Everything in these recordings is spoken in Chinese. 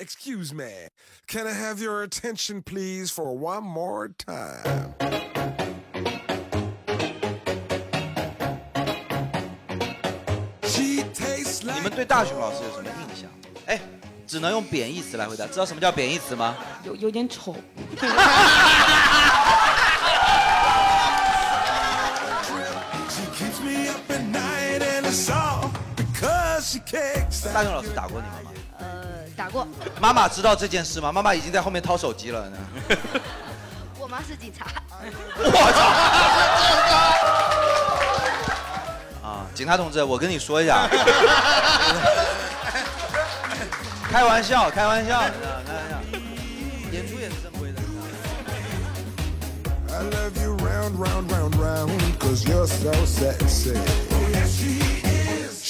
Excuse me, can I have your attention, please, for one more time? 你们对大雄老师有什么印象？哎，只能用贬义词来回答。知道什么叫贬义词吗？有有点丑，大雄老师打过你们吗？呃，打过。妈妈知道这件事吗？妈妈已经在后面掏手机 了呢。我妈是警察。啊，警察同志，我跟你说一 下，开玩笑，开玩笑，开玩笑，演出也是正规的。 I love you round, round, round, round, cause you're so sexy.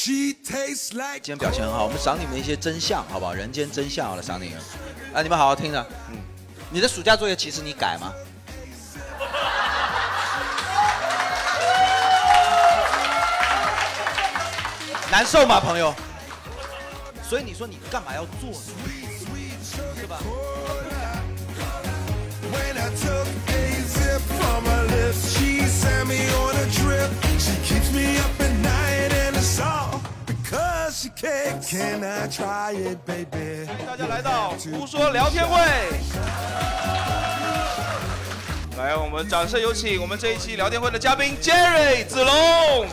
She tastes like 今天表现很好，我们赏你们一些真相，好不好？人间真相，好了，赏你们。啊，你们好好听着。嗯，你的暑假作业其实你改吗？难受吗，朋友？所以你说你干嘛要做呢？是吧？ when I took a zip from her lips. She sent me on a trip. She keeps me up at night, and it's all because she kicks. Can I try it, baby? 大家来到胡说聊天会，来，我们掌声有请我们这一期聊天会的嘉宾 Jerry 子龙。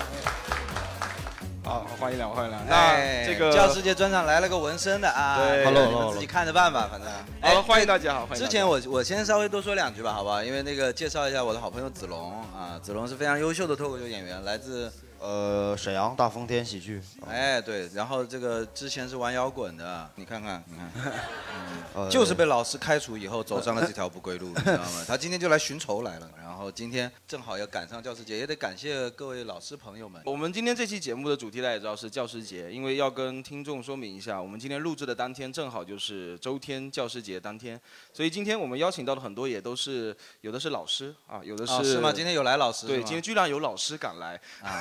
好，欢迎两位，欢迎两位。那这个哎教师节专场来了个纹身的啊对你 Hello，们 hello，自己看着办吧，反正。哎好欢迎大家好欢迎大家之前我我先稍微多说两句吧，好不好？因为那个介绍一下我的好朋友子龙啊，子龙是非常优秀的脱口秀演员，来自呃，沈阳大风天喜剧，哎对，然后这个之前是玩摇滚的，你看看你看，呃就是被老师开除以后走上了这条不归路，你知道吗？他今天就来寻仇来了，然后今天正好要赶上教师节，也得感谢各位老师朋友们。我们今天这期节目的主题大家也知道是教师节，因为要跟听众说明一下，我们今天录制的当天正好就是周天教师节当天，所以今天我们邀请到的很多也都是有的是老师啊，有的是、啊是吗今天有来老师对，是吗今天居然有老师敢来 啊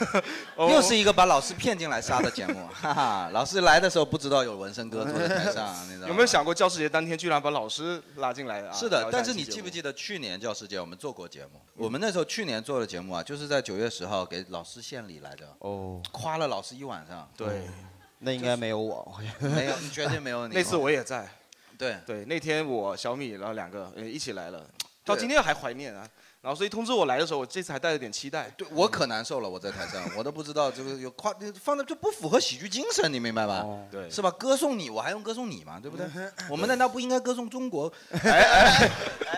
哦又是一个把老师骗进来杀的节目，哈哈！啊老师来的时候不知道有纹身哥坐在台上，啊 你知道吗有没有想过教师节当天居然把老师拉进来啊？是的，但是你记不记得去年教师节我们做过节目？我们那时候去年做的节目啊，就是在九月十号给老师献礼来着，哦，夸了老师一晚上。对，那应该没有我，我觉得 没有，你绝对没有你。哦 那次我也在。对对，那天我小米然后两个呃一起来了，到今天还怀念啊。然后所以通知我来的时候，我这次还带着点期待。对我可难受了，我在台上， 我都不知道这个有夸放在就不符合喜剧精神，你明白吧？对是吧？歌颂你，我还用歌颂你吗？对不对？嗯我们难道不应该歌颂中 国？哎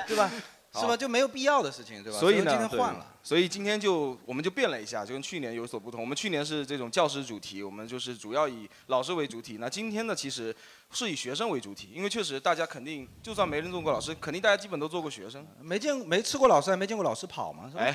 对吧？是吧？就没有必要的事情，对吧？所以今呢，天对换了。。所以今天就我们就变了一下，就跟去年有所不同。我们去年是这种教师主题，我们就是主要以老师为主体。那今天呢，其实是以学生为主体，因为确实大家肯定就算没人做过老师，肯定大家基本都做过学生。没见没吃过老师，还没见过老师跑嘛，是吧？ 哎，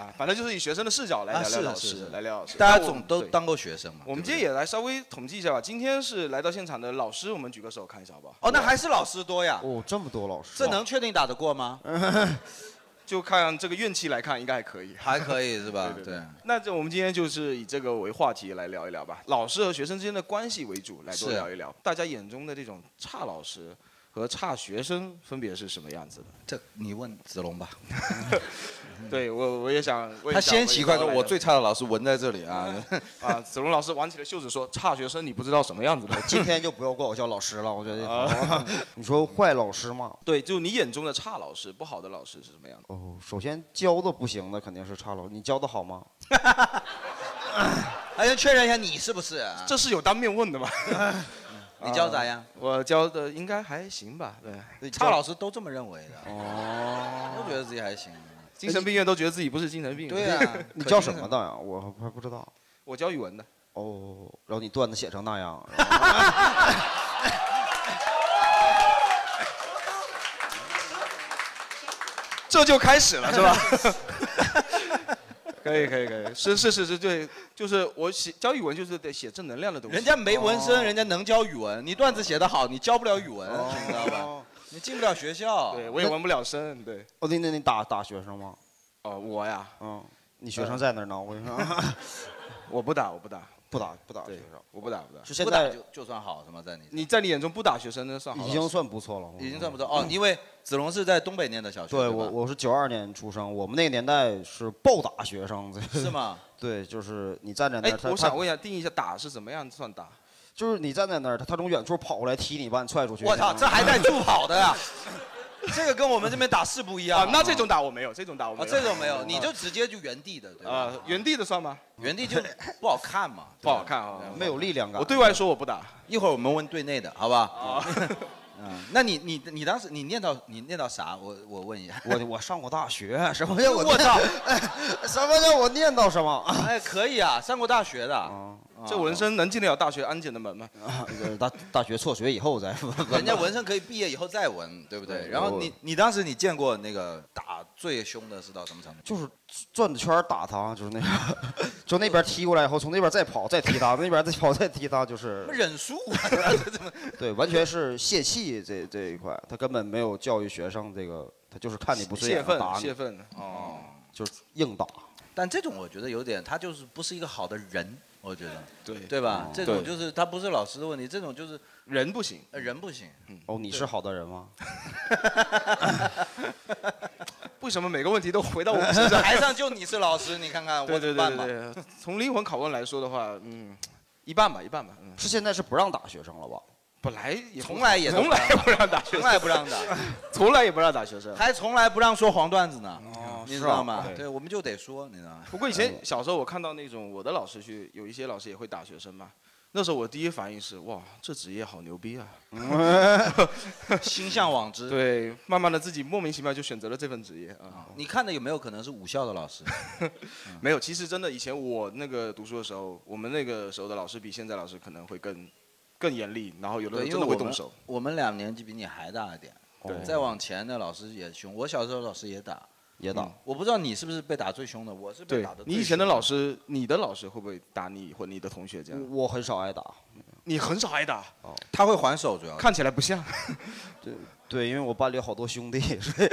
啊，反正就是以学生的视角来啊聊聊是的老是师的，来聊老师。大那家我总都对当过学生嘛。我们今天也来稍微统计一下吧。今天是来到现场的老师，我们举个手看一下好不好？哦，那还是老师多呀。哦，这么多老师，这能确定打得过吗？ 就看这个运气来看，应该还可以。还可以是 吧？对，那这我们今天就是以这个为话题来聊一聊吧，老师和学生之间的关系为主来多是聊一聊，大家眼中的这种差老师和差学生分别是什么样子的？这你问子龙吧。对我我也想，我也 嗯他想先奇怪说：“问一下我最差的老师纹在这里啊。啊，子龙老师挽起了袖子说，差学生你不知道什么样子 的。啊今天就不要管我叫老师了，我觉得，你说坏老师嘛， 对，就你眼中的差老师，不好的老师是什么样的？哦，首先教的不行的肯定是差老师，你教的好吗？”哎还要确认一下你是不是啊？这是有当面问的吗？ 啊你教咋样？我教的应该还行吧，对，差老师师都这么认为的，都觉得自己还行。啊精神病院都觉得自己不是精神病。 对啊，你教什么的呀？我还不知道。我教语文的。哦，然后你段子写成那样， 这就开始了，是吧？可以可以可以，是是是是，对，就是我写教语文就是得写正能量的东西。人家没纹哦身，人家能教语文。你段子写得好，你教不了语文，你哦知道吧？哦你进不了学校。对我也纹不了身，对。哦，那那你打打学生吗？哦，我呀，嗯，你学生在那儿呢，我跟你说， 我不打，我不打，不打不打对学生，我不打不打，就现不打在就就算好是吗？在你你在你眼中不打学生那算好嗯已老经师算不错了，已经算不错哦，因为子龙是在东北念的小学，嗯对对我吧我是九二年出生，我们那个年代是暴打学生，是吗？对，就是你站在那哎儿，他，我他想问一下，定义一下打是怎么样算打？就是你站在那儿，他他从远处跑过来踢你，把你踹出去。我操，这还带助跑的呀？这个跟我们这边打是不一样啊，那这种打我没有，这种打我没啊，有，这种没有，你就直接就原地的，对吧？啊原地的算吗？原地 就不好看嘛，不好看啊，没有力量感。我对外说我不打，一会儿我们问队内的，好吧？ 嗯，那你你你当时你念到你念到啥？我我问一下。我我上过大 学，什么叫我我操！ 什么叫我念 叨什么啊？哎，可以啊，上过大学的，哦哦这我人生能进得了大学安检的门吗？呃大大学辍学以后再说。 人家纹身可以毕业以后再纹，对不对？然后你你当时你见过那个打最凶的是到什么程度？就是转着圈儿打他，就是那样，就那边踢过来以后，从那边再跑再踢他，那边再跑再踢他，就是忍术，怎啊么 对，完全是泄气这这一块，他根本没有教育学生这个，他就是看你不顺泄眼愤打，泄你，愤哦。就是硬打。但这种我觉得有点，他就是不是一个好的人，我觉得，对对吧？这种对就是他不是老师的问题，这种就是人不行，呃人不行。哦，你是好的人吗？ 为什么每个问题都回到我们身上？台上就你是老师，你看看我对怎对么办对吧。对对，从灵魂拷问来说的话，嗯，一半吧，一半吧，嗯，是现在是不让打学生了吧？本来也不从来也都从不让来也不让打学从生，来不让打， 从来也不让打学生。还从来不让说黄段子呢，你知道吗？哦啊对哦啊对，我嗯们就得说，你知道吗？不过以前小时候我看到那种我的老师去，有一些老师也会打学生嘛。那时候我第一反应是哇，这职业好牛 逼啊！心向往 之。对，慢慢的自己莫名其妙就选择了这份职业啊。哦你看的有没有可能是武校的老师？ 没有，其实真的以前我那个读书的时候，我们那个时候的老师比现在老师可能会更更严厉，然后有的对，人因为真的我会们动手。哦我们俩年纪比你还大一点，对再往前的老师也凶。我小时候老师也打，嗯也嗯打。我不知道你是不是被打最凶的，我是被对打的。你以前的老，师，你的老师会不会打你或你的同学这样？我我很少挨打，你很少挨打，哦他会还手，主要是看起来不像。 对，因为我班里有好多兄弟，所以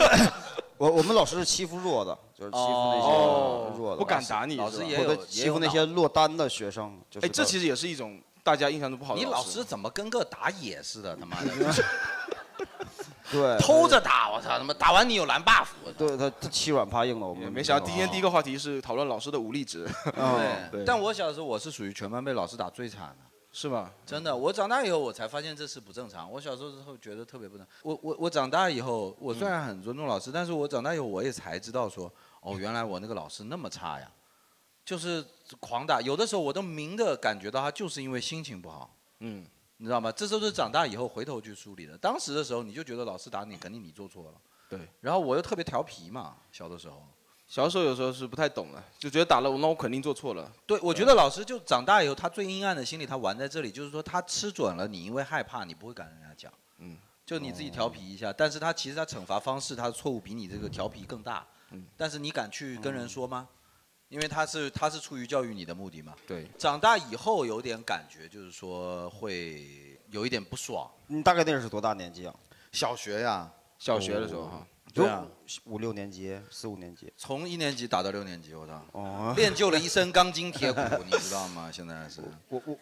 我我们老师是欺负弱的，就是欺负那哦些弱的，不敢打你。老是师吧也或有者欺负那些落单的学生。就是哎，这其实也是一种大家印象中不好的。你老老师怎么跟个打野似的？他妈的，对偷着打！我操他妈，打完你有蓝 buff！我操对他他欺软怕硬的，我也们没想到今天第一个话题是讨论老师的武力 值，哦对，但我小时候我是属于全班被老师打最惨的。是吗？真的，我长大以后我才发现这是不正常。我小时候之后觉得特别不正常。我我我长大以后，我虽然很尊重老师，但是我长大以后我也才知道说，哦，原来我那个老师那么差呀，就是狂打。有的时候我都明的感觉到他就是因为心情不好，嗯，你知道吗？这都是长大以后回头去梳理的。当时的时候你就觉得老师打你，肯定你做错了。对。然后我又特别调皮嘛，小的时候。小时候有时候是不太懂的，就觉得打了我，那我肯定做错了。对，我觉得老师就长大以后，他最阴暗的心理，他玩在这里，就是说他吃准了你，因为害怕，你不会敢跟人家讲，嗯嗯，就你自己调皮一下，但是他其实他惩罚方式，他的错误比你这个调皮更大，嗯但是你敢去跟人说吗？因为他是他是出于教育你的目的嘛。对，长大以后有点感觉，就是说会有一点不爽。你大概那是多大年纪啊？小学呀，小学哦的时候哈，对啊 有五，五六年级，四五年级。从一年级打到六年级，我操，哦，练就了一身钢 筋 铁骨，你知道吗？现在是，哦我我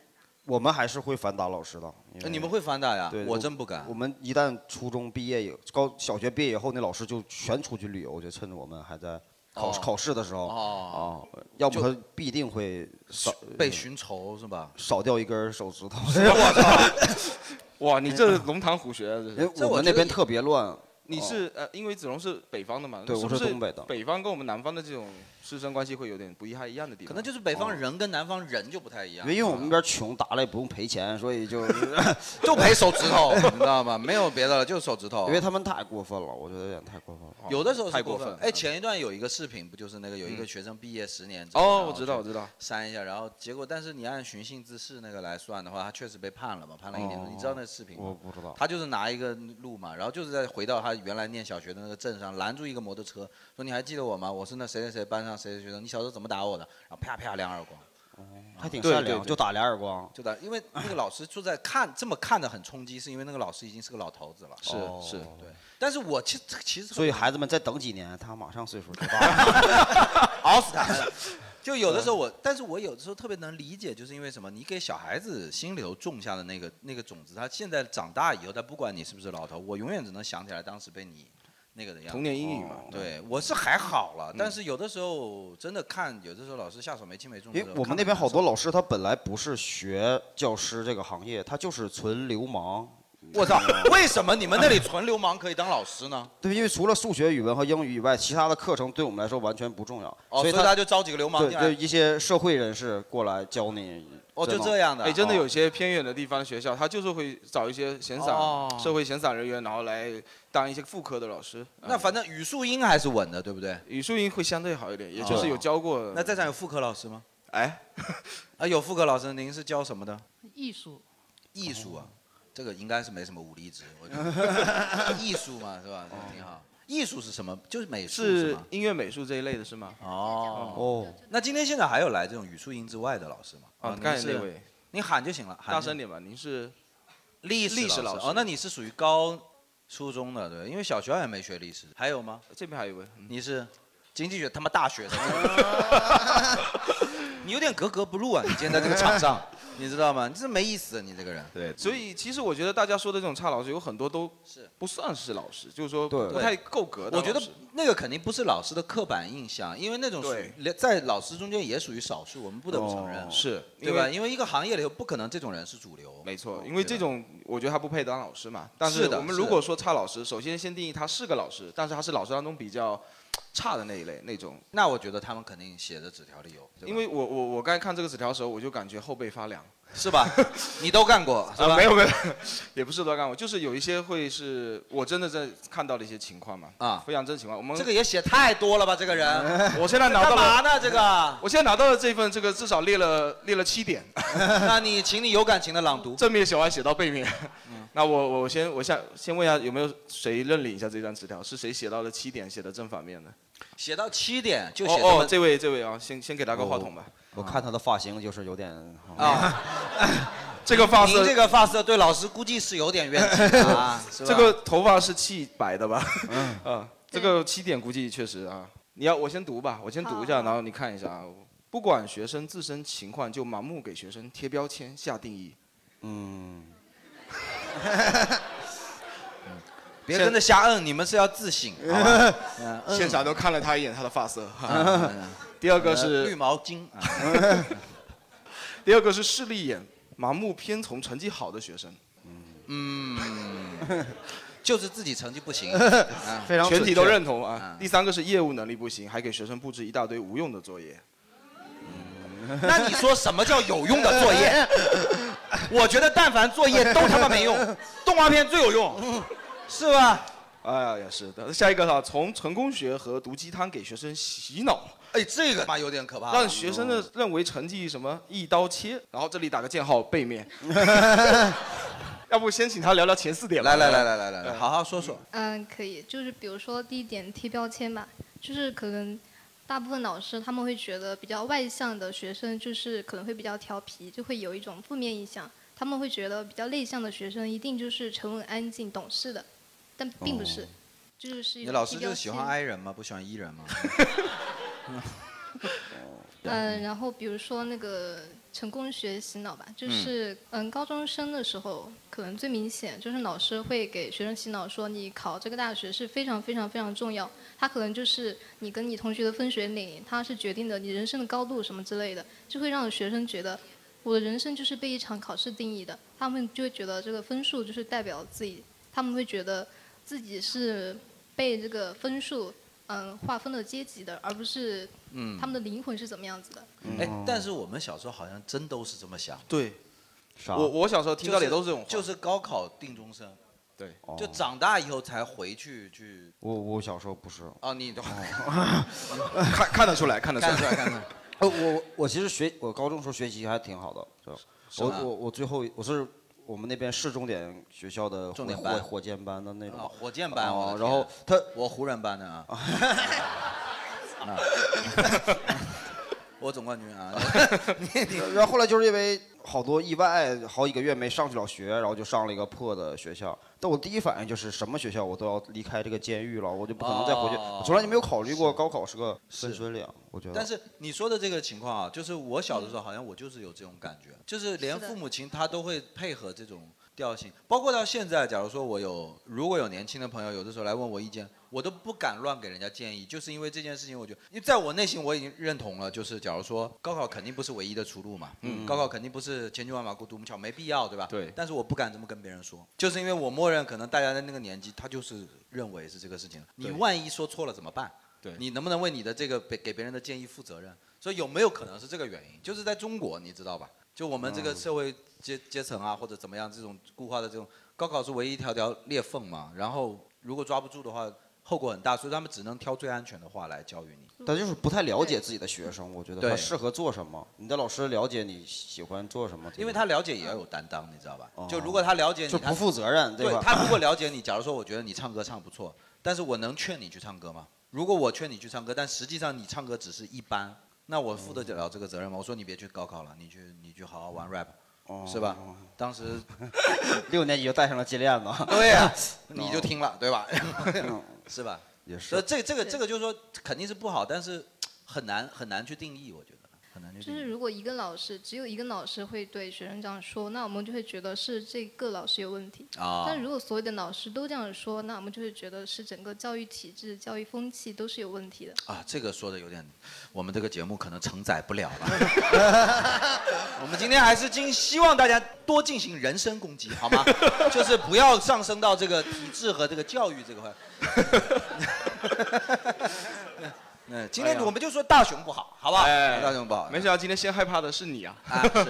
我们还是会反打老师的。因为呃你们会反打呀对？我真不敢我。们一旦初中毕业以高小学毕业以后，那老师就全出去旅游，就趁着我们还在考、哦考试的时候，哦啊，要就不他必定会少被寻仇是吧？少掉一根手 指头。 哇，你哎这是龙潭虎学啊，这因是。为我们那边特别乱，哦你哦是呃，因为子龙是北方的嘛，对是不我是是东北的北方跟我们南方的这种师生关系会有点不一太一样的地方，哦可能就是北方人跟南方人就不太一样，因为我们那边穷，打了也不用赔钱，所以就 就赔手指头，你知道吗？没有别的了，就是手指头因。为他们太过分了，我觉得有点太过分了。有的时候是太过分分。嗯哎，前一段有一个视频，不就是那个有一个学生毕业十年之后？然哦，后我知道，去我知道，删一下，然后结果，但是你按寻衅滋事那个来算的话，他确实被判了嘛，判了一年多。你知哦道那视频我吗？不知道，他就是拿一个路嘛，然后就是在回到他原来念小学的那个镇上，拦住一个摩托车，说你还记得我吗？我是那谁谁谁班上谁谁学生，你小时候怎么打我的？然后啪啪两耳光。还挺对善对良，对就打俩耳光。就打，因为那个老师就在看这么看的很冲击，是因为那个老师已经是个老头子了。是哦是，对，但是我其实其实 所以孩子们再等几年，他马上岁数就大了。嗯熬死他。 就有的时候我，但是我有的时候特别能理解，就是因为什么？你给小孩子心里头种下的那个那个种子，他现在长大以后，他不管你是不是老头，我永远只能想起来当时被你那个的样子。哦童年阴影嘛嗯对，我是还好了，但是有的时候真的看，有的时候老师下手没轻没重的因时为候。我们那边好多老师，他本来不是学教师这个行业，他就是纯流氓。我操！为什么你们那里纯嗯流氓可以当老师 呢？对，因为除了数学、语文和英语以外，其他的课程对我们来说完全不重要，哦以所以他就招几个流氓对，进来就一些社会人士过来教你。哦真的哎，真的有些偏远的地方的学校，他就是会找一些闲散、哦社会闲散人员，然后来当一些副科的老师。那反正语数英还是稳的，对不对？哦语数英会相对好一点，也就是有教过。那在场有副科老师吗？哎， 啊，有副科老师，您是教什么的？艺术，艺术啊，这个应该是没什么武力值，我觉 得艺术嘛，是吧？挺好。艺术是什么？就是美术哦是吗？音乐美术这一类的是吗？哦哦，那今天现在还有来这种语数英之外的老师吗？哦啊您刚才是那位，您喊就行了，喊大就声点吧，您是历史历史老师哦，那你是属于高初中的对，因为小学也没学历史。还有吗？这边还有一位，嗯你是经济学他妈大学的， 你有点格格不入啊！你今天在这个场上，你知道吗？你这没意思，啊你这个人。对，所以其实我觉得大家说的这种差老师，有很多都不算是老师，就是说对不太够格的我老师。觉得那个肯定不是老师的刻板印象，因为那种属于在老师中间也属于少数，我们不得不承认，哦是对吧？因为因为一个行业里头不可能这种人是主流，哦没错因为这种我觉得他不配当老师嘛。但是是的我们是如的果说差老师，首先先定义他是个老师，但是他是老师当中比较差的那一类那种。那我觉得他们肯定写的纸条里有，对吧因为我我我刚才看这个纸条的时候，我就感觉后背发凉，是 吧？你都干过是吧啊没有没有，也不是都干过，就是有一些会是我真的在看到的一些情况嘛，啊，非常真情况。我们这个也写太多了吧？这个人，我现在拿到干了嘛呢？这个，我现在拿到了这份，这个至少列了列了七点。 那你请你有感情的朗 读。正面写完写到 背面。嗯那我我先我下先问一下有没有谁认领一下这张纸条？是谁写到了七点，写的正反面的？写到七点就哦写这哦么，这位这位啊，先先给他个话筒吧。我看他的发型就是有点嗯啊， 这个发色，您这个发色对老师估计是有点冤情的啊 嗯这个头发是弃白的吧？ 啊，这个七点估计确实啊。你要我先读吧，我先读一下，然后你看一下啊。不管学生自身情况，就盲目给学生贴标签、下定义。 嗯，别跟着瞎摁，你们是要自省。好 吧嗯摁现场都看了他一眼，他的发色嗯嗯。 第二个是呃绿毛巾啊 第二个是势利眼，盲目偏从成绩好的学生。，嗯，就是自己成绩不行 啊全体都认同啊。嗯第三个是业务能力不行，还给学生布置一大堆无用的作业。那你说什么叫有用的作业？我觉得但凡作业都他妈没 用，动画片最有用，是吧？哎呀，也是的。下一个哈、从成功学和毒鸡汤给学生洗脑，哎，这个妈有点可怕了，让学生的认为成绩什么一刀切。然后这里打个箭号，背面。要不先请他聊聊前四点吧。来来来来来来来，好好说说。嗯，可以，就是比如说第一点贴标签吧，就是可能大部分老师他们会觉得比较外向的学生就是可能会比较调皮，就会有一种负面印象，他们会觉得比较内向的学生一定就是沉稳、安静、懂事的，但并不是，就是是一哦你种老师贴就标是喜欢签 I 人吗？不喜欢 E 人吗？ 哎嗯，然后比如说那个成功学洗脑吧，就是嗯高中生的时候可能最明显，就是老师会给学生洗脑说，你考这个大学是非常非常非常重要，它可能就是你跟你同学的分水岭，它是决定了你人生的高度什么之类的，就会让学生觉得我的人生就是被一场考试定义的，他们就会觉得这个分数就是代表自己，他们会觉得自己是被这个分数嗯划分了阶级的，而不是嗯他们的灵魂是怎么样子的。哎，但是我们小时候好像真都是这么想。嗯对，啥我我小时候听到的也都是这种话就是高考定终身。对就长大以后才回去去。我我小时候不是。嗯哦，你都哦 看看得出来，看得出来，看得出来看得出来。呃，我我其实学我高中时候学习还挺好的，是就吗我我我最后我是我们那边市重点学校的重点火班火火箭班的那种啊，火箭班我啊的，然后他我湖人班的 啊，啊 我总冠军啊，你你 然后后来就是因为好多意外，好几个月没上去了学，然后就上了一个破的学校。但我第一反应就是什么学校我都要离开这个监狱了，我就不可能再回去。哦我从来就没有考虑过高考是个分水岭，我觉得。但是你说的这个情况啊，就是我小的时候好像我就是有这种感觉，就是连是的父母亲他都会配合这种调性，包括到现在，假如说我有如果有年轻的朋友，有的时候来问我意见，我都不敢乱给人家建议，就是因为这件事情，我觉得因为在我内心我已经认同了，就是假如说高考肯定不是唯一的出路嘛，嗯高考肯定不是千军万马过独木桥，没必要，对吧？对但是我不敢这么跟别人说，就是因为我默认可能大家在那个年纪，他就是认为是这个事情，你对万一说错了怎么办？对你能不能为你的这个给给别人的建议负责任？所以有没有可能是这个原因？就是在中国，你知道吧？就我们这个嗯社会阶阶层啊，或者怎么样，这种固化的这种高考是唯一一条条裂缝嘛。然后如果抓不住的话，后果很大，所以他们只能挑最安全的话来教育你。但就是不太了解自己的学生，我觉得对他适合做什么。你的老师了解你喜欢做什么，因为他了解也要有担当，你知道吧哦？就如果他了解你，就他不负责任，对吧？他如果了解你，假如说我觉得你唱歌唱不错，但是我能劝你去唱歌吗？如果我劝你去唱歌，但实际上你唱歌只是一般，那我负得了这个责任吗？我说你别去高考了，你去你去好好玩 rap，、是吧？当时哦 六年级就戴上了金链子， 对呀、你就听了对吧？ 是吧？哦也是所以这这个这个就是说肯定是不好，但是很难很难去定义，我觉得很难去就定义。是如果一个老师只有一个老师会对学生这样说，那我们就会觉得是这个老师有问题。啊但如果所有的老师都这样说，那我们就会觉得是整个教育体制、教育风气都是有问题的。啊，这个说的有点，我们这个节目可能承载不了 了。我们今天还是尽希望大家多进行人身攻击，好 吗？就是不要上升到这个体制和这个教育这 个块。嗯，今天我们就说大熊不好，好不好？大熊不好，哎没想到啊今天先害怕的是你啊，啊，是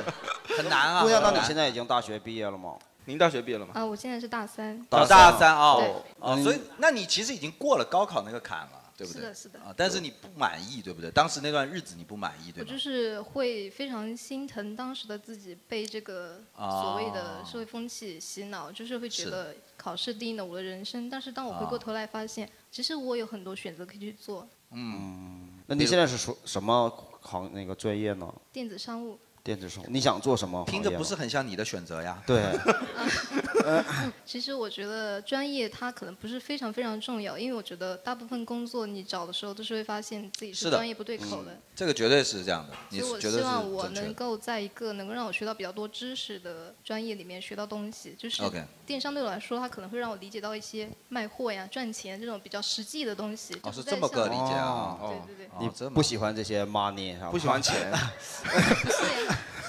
很难 啊。姑娘，那很你难现在已经大学毕业了吗？您大学毕业了吗？啊，我现在是大三，到大大三三啊对哦，哦所以那你其实已经过了高考那个坎了，对不对？是的是的啊，但是你不满意，对不对？当时那段日子你不满意，对我吧就？是会非常心疼当时的自己被这个啊所谓的社会风气洗脑，就是会觉是得考试定义了我的人生。但是当我回啊过头来发现，其实我有很多选择可以去做，嗯，那你现在是说什么行那个专业呢？电子商务电子商务，你想做什么？听着不是。很像你的选择呀。 对， 其实我觉得专业它可能不是非常非常重要，因为我觉得大部分工作你找的时候都是会发现自己是是的嗯专业不对口的，这个绝对是这样的，你所以我觉希得是望我正确能的。够在一个能够让我学到比较多知识的专业里面学到东西。就是 OK 电商对我来说，它可能会让我理解到一些卖货呀、赚钱这种比较实际的东西。哦，就是不这再么个像理解啊。对哦对对，你哦这么不喜欢这些 money，是吧哦不喜欢钱，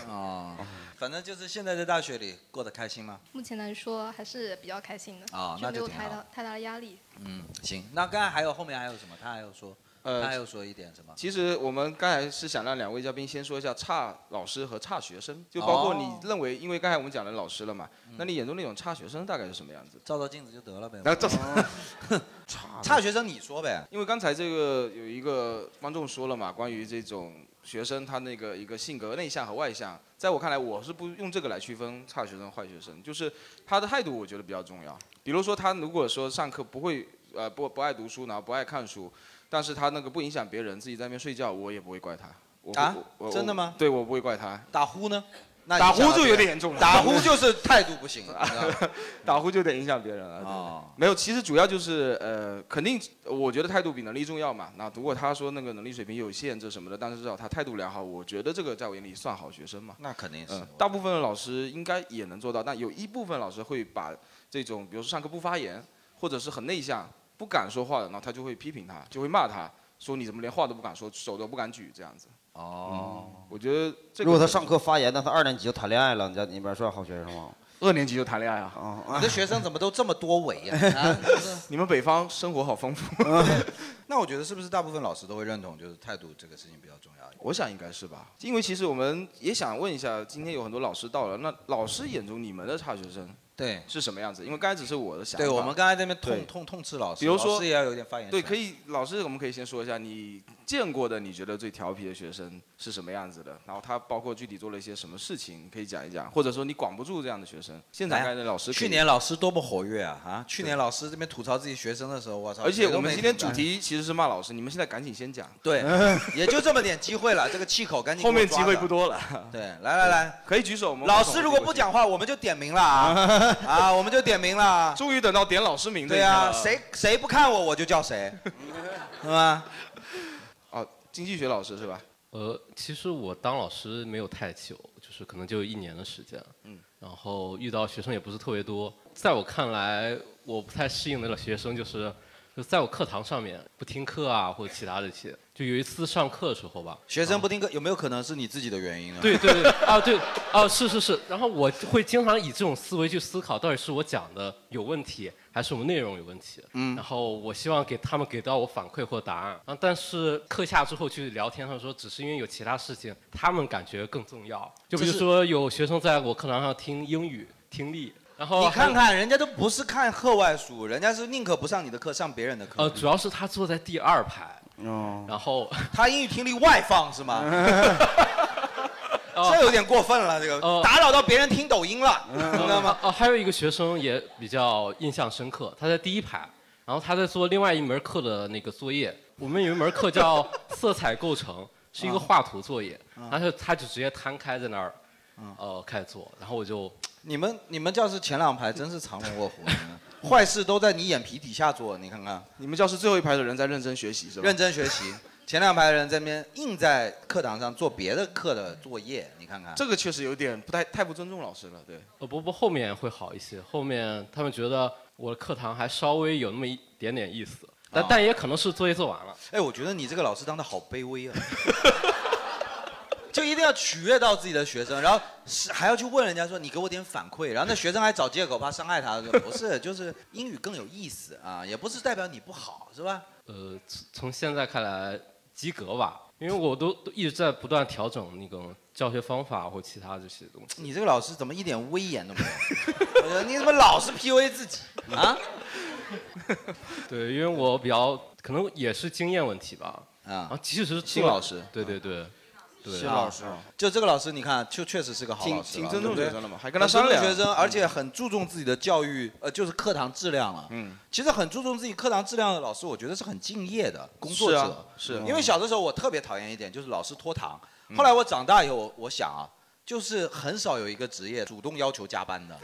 啊，反正就是现在在大学里过得开心吗？目前来说还是比较开心的，啊就那没就有挺太好大太大的压力。嗯，行。那刚才还有后面还有什么？他还有说，呃他还有说一点什么？其实我们刚才是想让两位嘉宾先说一下差老师和差学生，就包括哦嗯你认为，因为刚才我们讲了老师了嘛，那你眼中那种差学生大概是什么样子？照照镜子就得了呗。哦那这 差学生你说呗。因为刚才这个有一个观众说了嘛，关于这种学生他那个一个性格内向和外向，在我看来，我是不用这个来区分差学生坏学生，就是他的态度我觉得比较重要。比如说他如果说上课不会呃不不爱读书，然后不爱看书，但是他那个不影响别人，自己在那边睡觉，我也不会怪他。我啊我我真的吗对，我不会怪他。打呼呢？那打影响呼到就别有人点严重了，打呼就是态度不行，你知道吗 打呼就得影响别人了。对哦，没有，其实主要就是呃，肯定我觉得态度比能力重要嘛。那如果他说那个能力水平有限这什么的，但是至少他态度良好，我觉得这个在我眼里算好学生嘛。那肯定是嗯，。大部分的老师应该也能做到，但有一部分老师会把这种，比如说上课不发言，或者是很内向、不敢说话的，然后他就会批评他，就会骂他，说你怎么连话都不敢说，手都不敢举这样子。嗯哦，我觉得这个如果他上课发言，那他二年级就谈恋爱了，你在你那边算好学生吗？二年级就谈恋爱啊，啊，你的 学生怎么都这么多维 呀？啊，就是你们北方生活好丰 富， 那我觉得是不是大部分老师都会认同，就是态度这个事情比较重要一点？我想应该是吧，因为其实我们也想问一下，今天有很多老师到了，那老师眼中你们的差学生对，是什么样子？因为刚才只是我的想法。对我们刚才在那边对痛痛痛斥老师，比如说老师也要有点发言权。对，可以，老师，我们可以先说一下你见过的，你觉得最调皮的学生是什么样子的？然后他包括具体做了一些什么事情，可以讲一讲，或者说你管不住这样的学生。现场来啊看的老师可以，去年老师多么活跃啊啊！去年老师这边吐槽自己学生的时候，我操！而且我们谁都没今天主题其实是骂老师，你们现在赶紧先讲， 对， 也就这么点机会了，这个气口赶紧。后面机会不。多了。对，来来来，可以举手。我们老师如果不，讲话，我们就点名了 啊啊，我们就点名了啊。终于等到点老师名这一对天啊，了。谁谁不看我，我就叫谁， 是吧？哦，经济学老师是吧？呃，其实我当老师没有太久，就是可能就一年的时间。嗯。然后遇到学生也不是特别多，在我看来，我不太适应的学生就是，就在我课堂上面不听课啊，或者其他这些。就有一次上课的时候吧，学生不听课，有没有可能是你自己的原因呢？对对对，啊对，啊是是是，然后我会经常以这种思维去思考，到底是我讲的有问题，还是我们内容有问题？嗯，然后我希望给他们给到我反馈或答案，啊，但是课下之后去聊天，他们说只是因为有其他事情，他们感觉更重要，就比这如是说有学生在我课堂上听英语听力，然后你哦还有看看，人家都不是看课外书，人家是宁可不上你的课，上别人的课。呃，主要是他坐在第二排，哦，然后。 他英语听力外放是 吗？哦这有点过分了，这哦个打扰到别人听抖音了，你嗯知道吗？哦，还有一个学生也比较印象深刻，他在第一排，然后他在做另外一门课的那个作业。我们有一门课叫色彩构成，是一个画图作业，嗯然后他就他就直接摊开在那儿，呃，开始做，然后我就你们你们教室前两排真是藏龙卧虎，你们 坏事都在你眼皮底下做，你看看，你们教室最后一排的人在认真学习是吧？认真学习。前两排的人在那边硬在课堂上做别的课的作业，你看看。这个确实有点不太太不尊重老师了，对。呃不不后面会好一些，后面他们觉得我的课堂还稍微有那么一点点意思，但、啊哦但也可能是作业做完了。哎，我觉得你这个老师当的好卑微啊， 就一定要取悦到自己的学生，然后是还要去问人家说你给我点反馈，然后那学生还找借口怕伤害他，说不是，就是英语更有意思啊，也不是代表你不好，是吧？呃，从从现在看来及格吧，因为我都都一直在不断调整那个教学方法或其他这些东西。你这个老师怎么一点威严都没有？我觉得呃你怎么老是 PUA 自己啊？ 对，因为我比较可能也是经验问题吧。啊啊，，即使是新做老师对对对，对谢老师，嗯就这个老师，你看，就确实是个好挺老师挺了，尊重对不学对生了嘛，还跟他商量。很尊重学生，而且很注重自己的教育，呃，就是课堂质量了。嗯，其实很注重自己课堂质量的老师，我觉得是很敬业的工作是者。啊是啊嗯因为小的时候我特别讨厌一点，就是老师拖堂。后来我长大以后，我我想啊，就是很少有一个职业主动要求加 班的。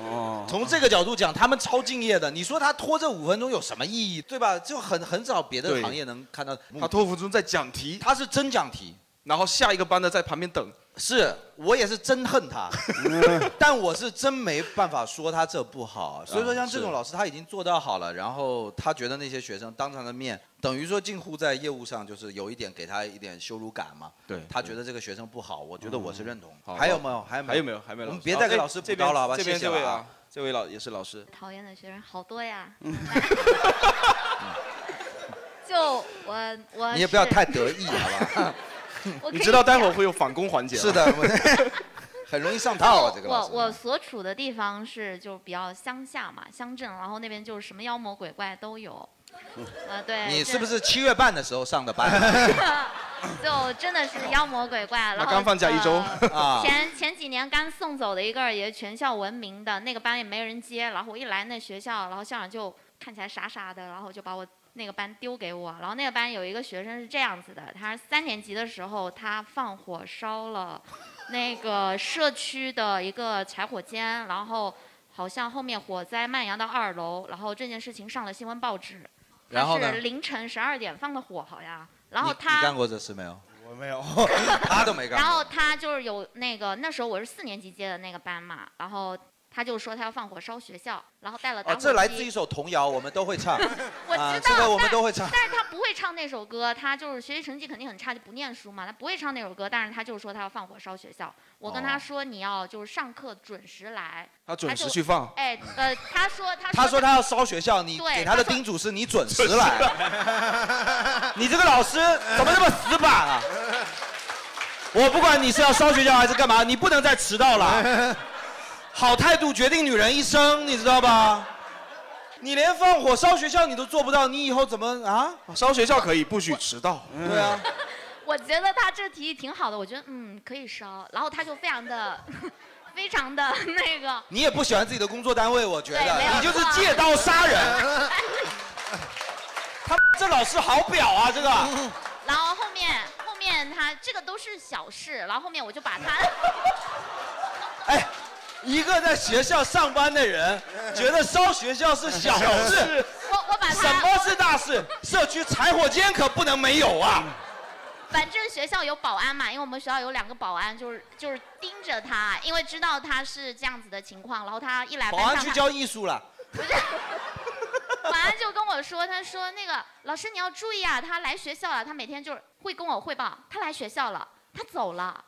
哦，从这个角度讲，他们超敬业的。你说他拖这五分钟有什么意义，对吧？就很很少别的对行业能看到。他托福中在讲题，他是真讲题，然后下一个班的在旁边等。是我也是真恨他，嗯但我是真没办法说他这不啊好。所以说，像这种老师他已经做到好了，然后他觉得那些学生当场的面，等于说近乎在业务上就是有一点给他一点羞辱感嘛。对嗯他觉得这个学生不好，我觉得我是认同。好还有没有？还有没有？还有没有？还没有？我们别再给哎老师补这边刀了，好吧？这边谢谢这位了啊啊。，这位老也是老师，讨厌的学生好多呀。嗯 就我我你也不要是太，得意，好吧？ 我你可以知道待讲会儿会有反攻环节。是，的，我 很容易上套啊，这个老我师。我所处的地方是就比较乡下嘛，乡镇，然后那边就是什么妖魔鬼怪都有。呃，对，嗯你是这不是七月半的时候上的班就真的是妖魔鬼怪？然后刚放假一周呃 啊？ 前前几年刚送走的一个也全校闻名的那个班也没人接，然后我一来那学校，然后校长就看起来傻傻的，然后就把我那个班丢给我。然后那个班有一个学生是这样子的，他三年级的时候他放火烧了那个社区的一个柴火间，然后好像后面火灾蔓延到二楼，然后这件事情上了新闻报纸。然后他呢是凌晨十二点放的火，好像。然后你你他干过这事没有？我没有， 他都没干然过。后他就是有那个那时候我是四年级接的那个班嘛，然后他就说他要放火烧学校，然后带了打哦，火机。这来自一首童谣，我们都会唱。 我知道，啊这个我们都会唱但但是他不会唱那首歌，他就是学习成绩肯定很差，就不念书嘛，他不会唱那首歌，但是他就说他要放火烧学校。我跟他哦说你要就是上课准时来，他准时他就去放。哎呃，他说他他说他要烧学校，你对给他的他说叮嘱是你准时 来。你这个老师怎么这么死板啊？我不管你是要烧学校还是干嘛，你不能再迟到了。好态度决定女人一生，你知道吧？你连放火烧学校你都做不到，你以后怎么啊？烧学校可以，不许迟到。嗯对啊，我觉得他这提议挺好的，我觉得嗯可以烧，然后他就非常的 非常的那个， 你也不喜欢自己的工作单位，我觉得没有你就是错借刀杀人。 他这老师好婊啊， 这个。嗯然后后面后面他这个都是小事，然后后面我就 把他一个在学校上班的人，觉得烧学校是小事，我我把什他么是大事？社区柴火间可不能没有啊！反正学校有保安嘛，因为我们学校有两个保安，就是就是盯着他，因为知道他是这样子的情况，然后他一来保班上安他，去教艺术了，保安就跟我说，他说那个老师你要注意啊，他来学校了，他每天就是会跟我汇报，他来学校了，他走了，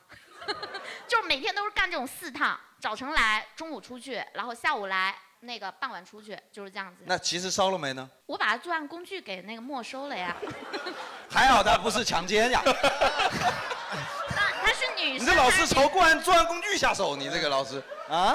就是每天都是干这种四趟，早晨来，中午出去，然后下午来，那个傍晚出去，就是这样子。那其实烧了没呢？我把他作案工具给那个没收了呀，还好他不是强奸呀。但他是女你生，这老她师是朝灌作案工具下手，你这个老师啊，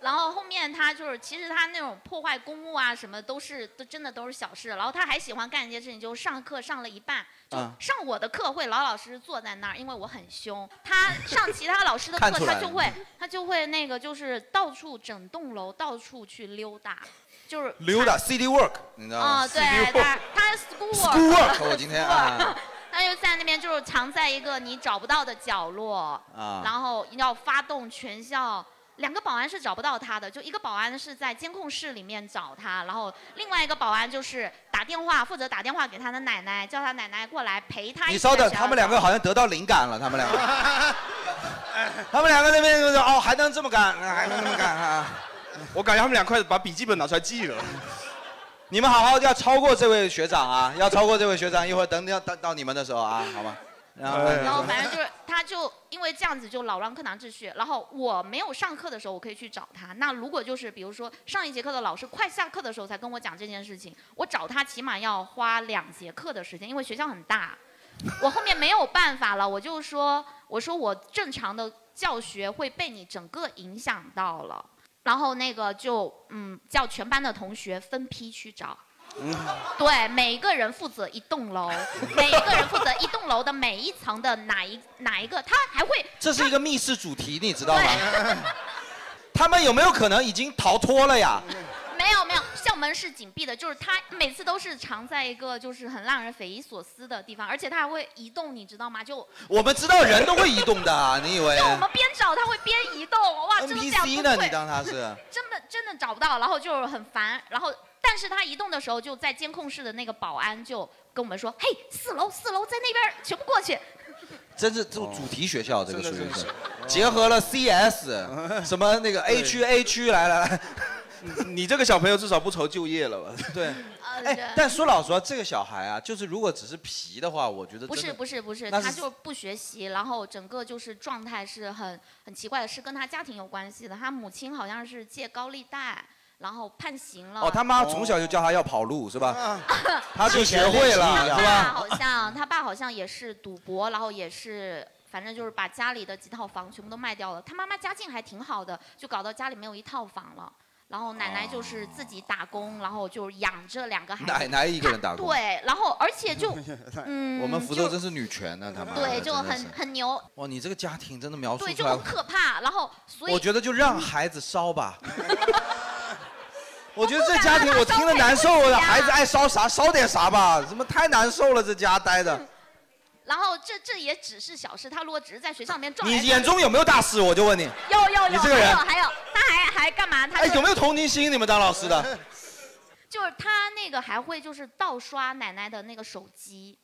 然后后面他就是，其实他那种破坏公物啊什么，都是都真的都是小事。然后他还喜欢干一件事情，就是上课上了一半，就啊上我的课会老老实实坐在那儿，因为我很凶。他上其他老师的看课，出来他了就会他就会那个就是到处整栋楼到处去溜达，就是溜达 city work，你知道啊、 吗？对，他他 school school work，我今天啊。 他就在那边就是藏在一个你找不到的角落，啊然后要发动全校。两个保安是找不到他的，就一个保安是在监控室里面找他，然后另外一个保安就是打电话，负责打电话给他的奶奶，叫他奶奶过来陪他一起你在学校稍找。等，他们两个好像得到灵感了，他们两 个，他们两个那边就是哦，还能这么干，还能这么干啊！我感觉他们俩快把笔记本拿出来记了。 你们好好要超过这位学长啊，要超过这位学长，一会儿等到到到你们的时候啊，好吗？然后哎呢然后 反正就是，他就因为这样子就扰乱课堂秩序。然后我没有上课的时候，我可以去找他。那如果就是比如说上一节课的老师快下课的时候才跟我讲这件事情，我找他起码要花两节课的时间，因为学校很大，我后面没有办法了，我就说我说我正常的教学会被你整个影响到了。然后那个就嗯，叫全班的同学分批去找，嗯对，每个人负责一 栋楼，每一个人负责一栋楼的每一层的哪一哪一个，他还会这是一个密室主题，你知道吗？他们有没有可能已经逃脱了呀？没有没有，校门是紧闭的，就是他每次都是藏在一个就是很让人匪夷所思的地方，而且他还会移动，你知道吗？就我们知道人都会移动的啊，你以 为就我们边找他会边移动，哇，真的这样 NPC 呢？崩你溃当他是？真的真的找不到，然后就是很烦，然后但是他移动的时候，就在监控室的那个保安就跟我们说，嘿，四楼四楼在那边，全部过去。 真是主主题学校，这个属真的于真是是结合了 CS 什么那个 A 区 A 区，来来来，你这个小朋友至少不愁就业了吧？对。呃，哎，但说老实话，这个小孩啊，就是如果只是皮的话，我觉得不真是的不是不是，那是他就是不学习，然后整个就是状态是很很奇怪的，是跟他家庭有关系的。他母亲好像是借高利贷，然后判刑了。哦，他妈从小就教他要跑路是哦哦吧？他就学会他了是爸吧？好像他爸好像也是赌博，然后也是。反正就是把家里的几套房全部都卖掉了。他妈妈家境还挺好的，就搞到家里没有一套房了。然后奶奶就是自己打工，然后就养着两个孩子。奶奶一个人打工，对，然后而且就，嗯，我们福州就真是女权呢，他妈的对，就真的很是很牛。哇，你这个家庭真的描述对，出就来很，可怕。然后，所以我觉得就让孩子烧 吧。我觉得这家庭我听了难受，我的孩子爱烧啥烧点啥吧，怎么太难受了这家待嗯的。然后这这也只是小事。他如果只是在学校里面撞来你撞去，眼中有没有大师？我就问你，有有你有，这个还人有还有，他还还干嘛？他哎，就有没有同情心？你们当老师的， 就是他那个还会就是盗刷奶奶的那个手机。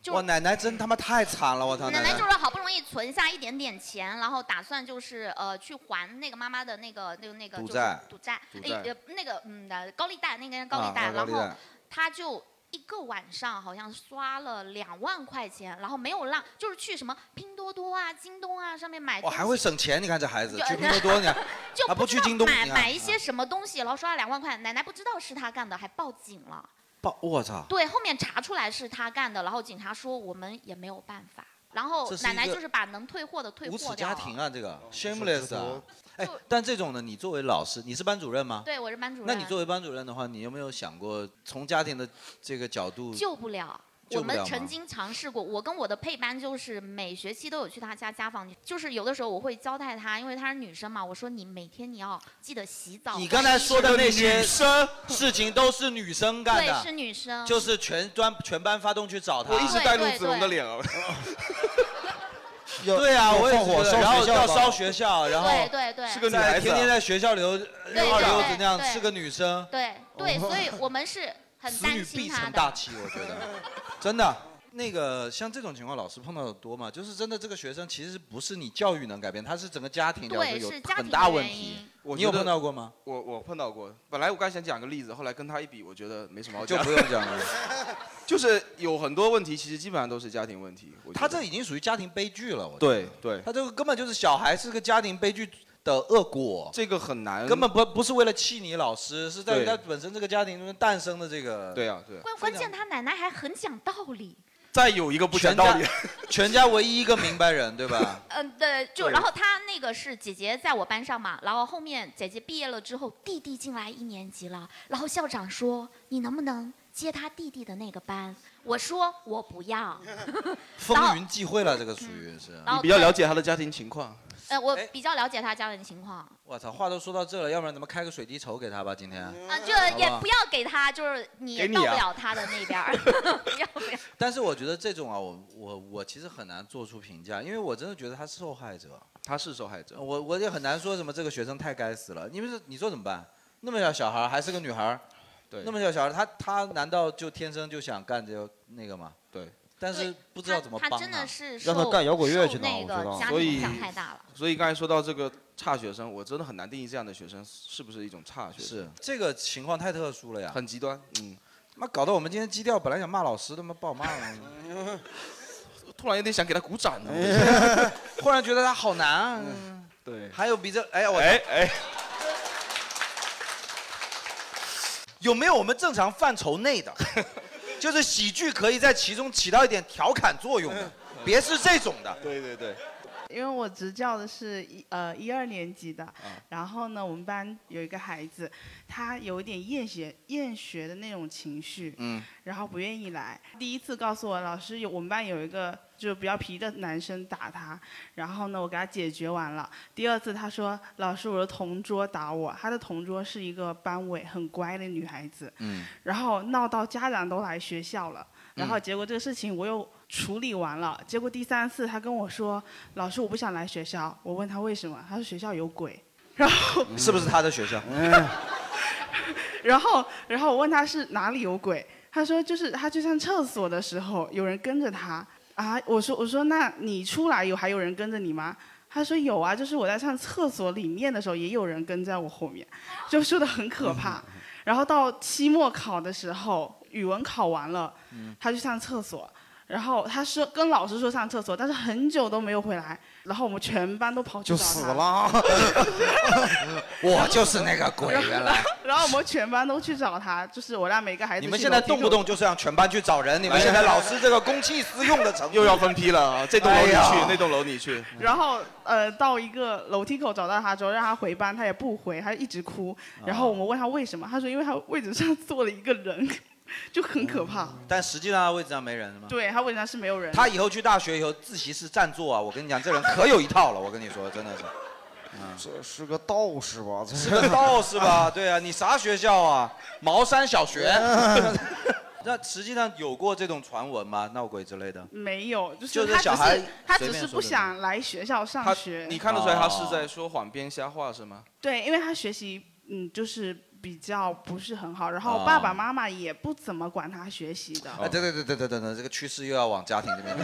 就哇，奶奶真他妈太惨了，我操！奶奶就是好不容易存下一点点钱，然后打算就是呃去还那个妈妈的那个那个那个赌就是债赌债，赌债哎呃那个嗯呃高利贷那个高利贷，啊然高利后贷他就一个晚上好像刷了两万块钱，然后没有让就是去什么拼多多啊、京东啊上面买我东西，还会省钱，你看这孩子就 去拼多多，你看啊就他不知去道京东，买你看买一些什么东西，然后刷了两万块，奶奶不知道是他干的，还报警了。报，我操！对，后面查出来是他干的，然后警察说我们也没有办法。然后这是一奶奶个就是把能退货的退无货耻掉家了。庭啊，这个 shameless 啊！哎，但这种呢，你作为老师，你是班主任吗？对，我是班主任。那你作为班主任的话，你有没有想过从家庭的这个角度？救不了。救我不了吗们曾经尝试过，我跟我的配班就是每学期都有去他家家访，就是有的时候我会交代他，因为她是女生嘛，我说你每天你要记得洗澡。你刚才说的那些女生事情都是女生干的，对，是女生，就是全专全班发动去找他。我一直带入子龙的脸啊。 对啊，要我也放是火觉得烧然后学校要吧烧学校，然后对对对，在天天在学校留对溜二溜子那样对，对是个女生，对对，所以我们是很子担女心必她成的大。器，我觉得， 真的。那个像这种情况，老师碰到的多嘛？就是真的，这个学生其实不是你教育能改变，他是整个家庭，对假如说是有家庭很的大问原题因。我你有觉得碰到过吗？？我我碰到过。本来我刚想讲个例子，后来跟他一比，我觉得没什么好就讲。不用 讲了。就是有很多问题，其实基本上都是家庭问题。我觉他得这已经属于家庭悲剧了，我觉得对对，他这个根本就是小孩是个家庭悲剧的恶果，这个很难根本不不是为了气你老师，是在于对他本身这个家庭中诞生的这个。对啊对啊关关键他奶奶还很讲道理。再有一个不讲全道家理，全家唯一一个明白人，对吧？嗯，对，就对然后他那个是姐姐在我班上嘛，然后后面姐姐毕业了之后，弟弟进来一年级了，然后校长说你能不能接他弟弟的那个班？我说我不要，风云际会了，这个属于是。然后比较了解他的家庭情况。呃，我哎比较了解他家人情况，啊、我操，话都说到这了，要不然咱们开个水滴筹给他吧，今天。啊嗯就也不要给他，就是你也给你到不啊了他的那边儿。但是我觉得这种啊，我我我其实很难做出评价，因为我真的觉得他是受害者，他是受害者，我我也很难说什么这个学生太该死了，因为是你说怎么办？那么小小孩儿还是个女孩儿，对那么小小孩儿，他他难道就天生就想干这个那个吗？对，但是不知道怎么帮啊他真的是让他干摇滚乐去呢受那我知个道家所庭以影响太大了。所以刚才说到这个差学生，我真的很难定义这样的学生是不是一种差学生。是这个情况太特殊了呀，很极端，嗯，妈搞得我们今天基调本来想骂老师的，他妈不好骂了，突然有点想给他鼓掌呢。 忽然觉得他好难啊。嗯对，还有比这，哎呀，我哎哎，有没有我们正常范畴内 的，就是喜剧可以在其中起到一点调侃作用的，别是这种的。嗯对对对。因为我执教的是一呃一二年级的，然后呢，我们班有一个孩子，他有一点厌学厌学的那种情绪，嗯然后不愿意来。第一次告诉我老师有我们班有一个就是比较皮的男生打他，然后呢我给他解决完了。第二次他说老师我的同桌打我，他的同桌是一个班委很乖的女孩子，嗯然后闹到家长都来学校了，然后嗯结果这个事情我又处理完了，结果第三次他跟我说，老师我不想来学校，我问他为什么，他说学校有鬼，是不是他的学校？嗯然后然后我问他是哪里有鬼，他说就是他去上厕所的时候有人跟着他啊，我说我说那你出来有还有人跟着你吗？他说有啊，就是我在上厕所里面的时候也有人跟在我后面，就说的很可嗯怕。然后到期末考的时候，语文考完了，嗯他去上厕所，然后他说跟老师说上厕所，但是很久都没有回来，然后我们全班都跑去就找死他，了。 我就是那个鬼，原来。然后我们全班都去找他，就是我让每个孩子你们去现在楼梯动不口动哎就是让全班去找人，你们现在老师这个公器私用的程度又要分批了啊！这栋楼你哎 去，哎呀那栋楼你去。嗯然后呃，到一个楼梯口找到他之后，让他回班，他也不回，他一直哭。啊然后我们问他为什么，他说因为他位置上 坐了一个人，就很可怕。 但实际上他位置上没人是吗？对他位置上是没有人。哦他以后去大学以后自习室占座啊，我跟你讲，这人可有一套了，我跟你说，真的是。这是个道士吧？ 这是 个道士吧？对啊，你啥学校啊？茅山小 学。 那实际上有过这种传闻吗？闹鬼之类的？没有，就就是他只小孩是他随只便是说不的想来学校上他学。你看得出来他哦是在说谎编瞎话是吗？对，因为他学习嗯就是比较不是很好，然后爸爸哦妈妈也不怎么管他学习的。啊，对对对对对对对，这个趋势又要往家庭这边。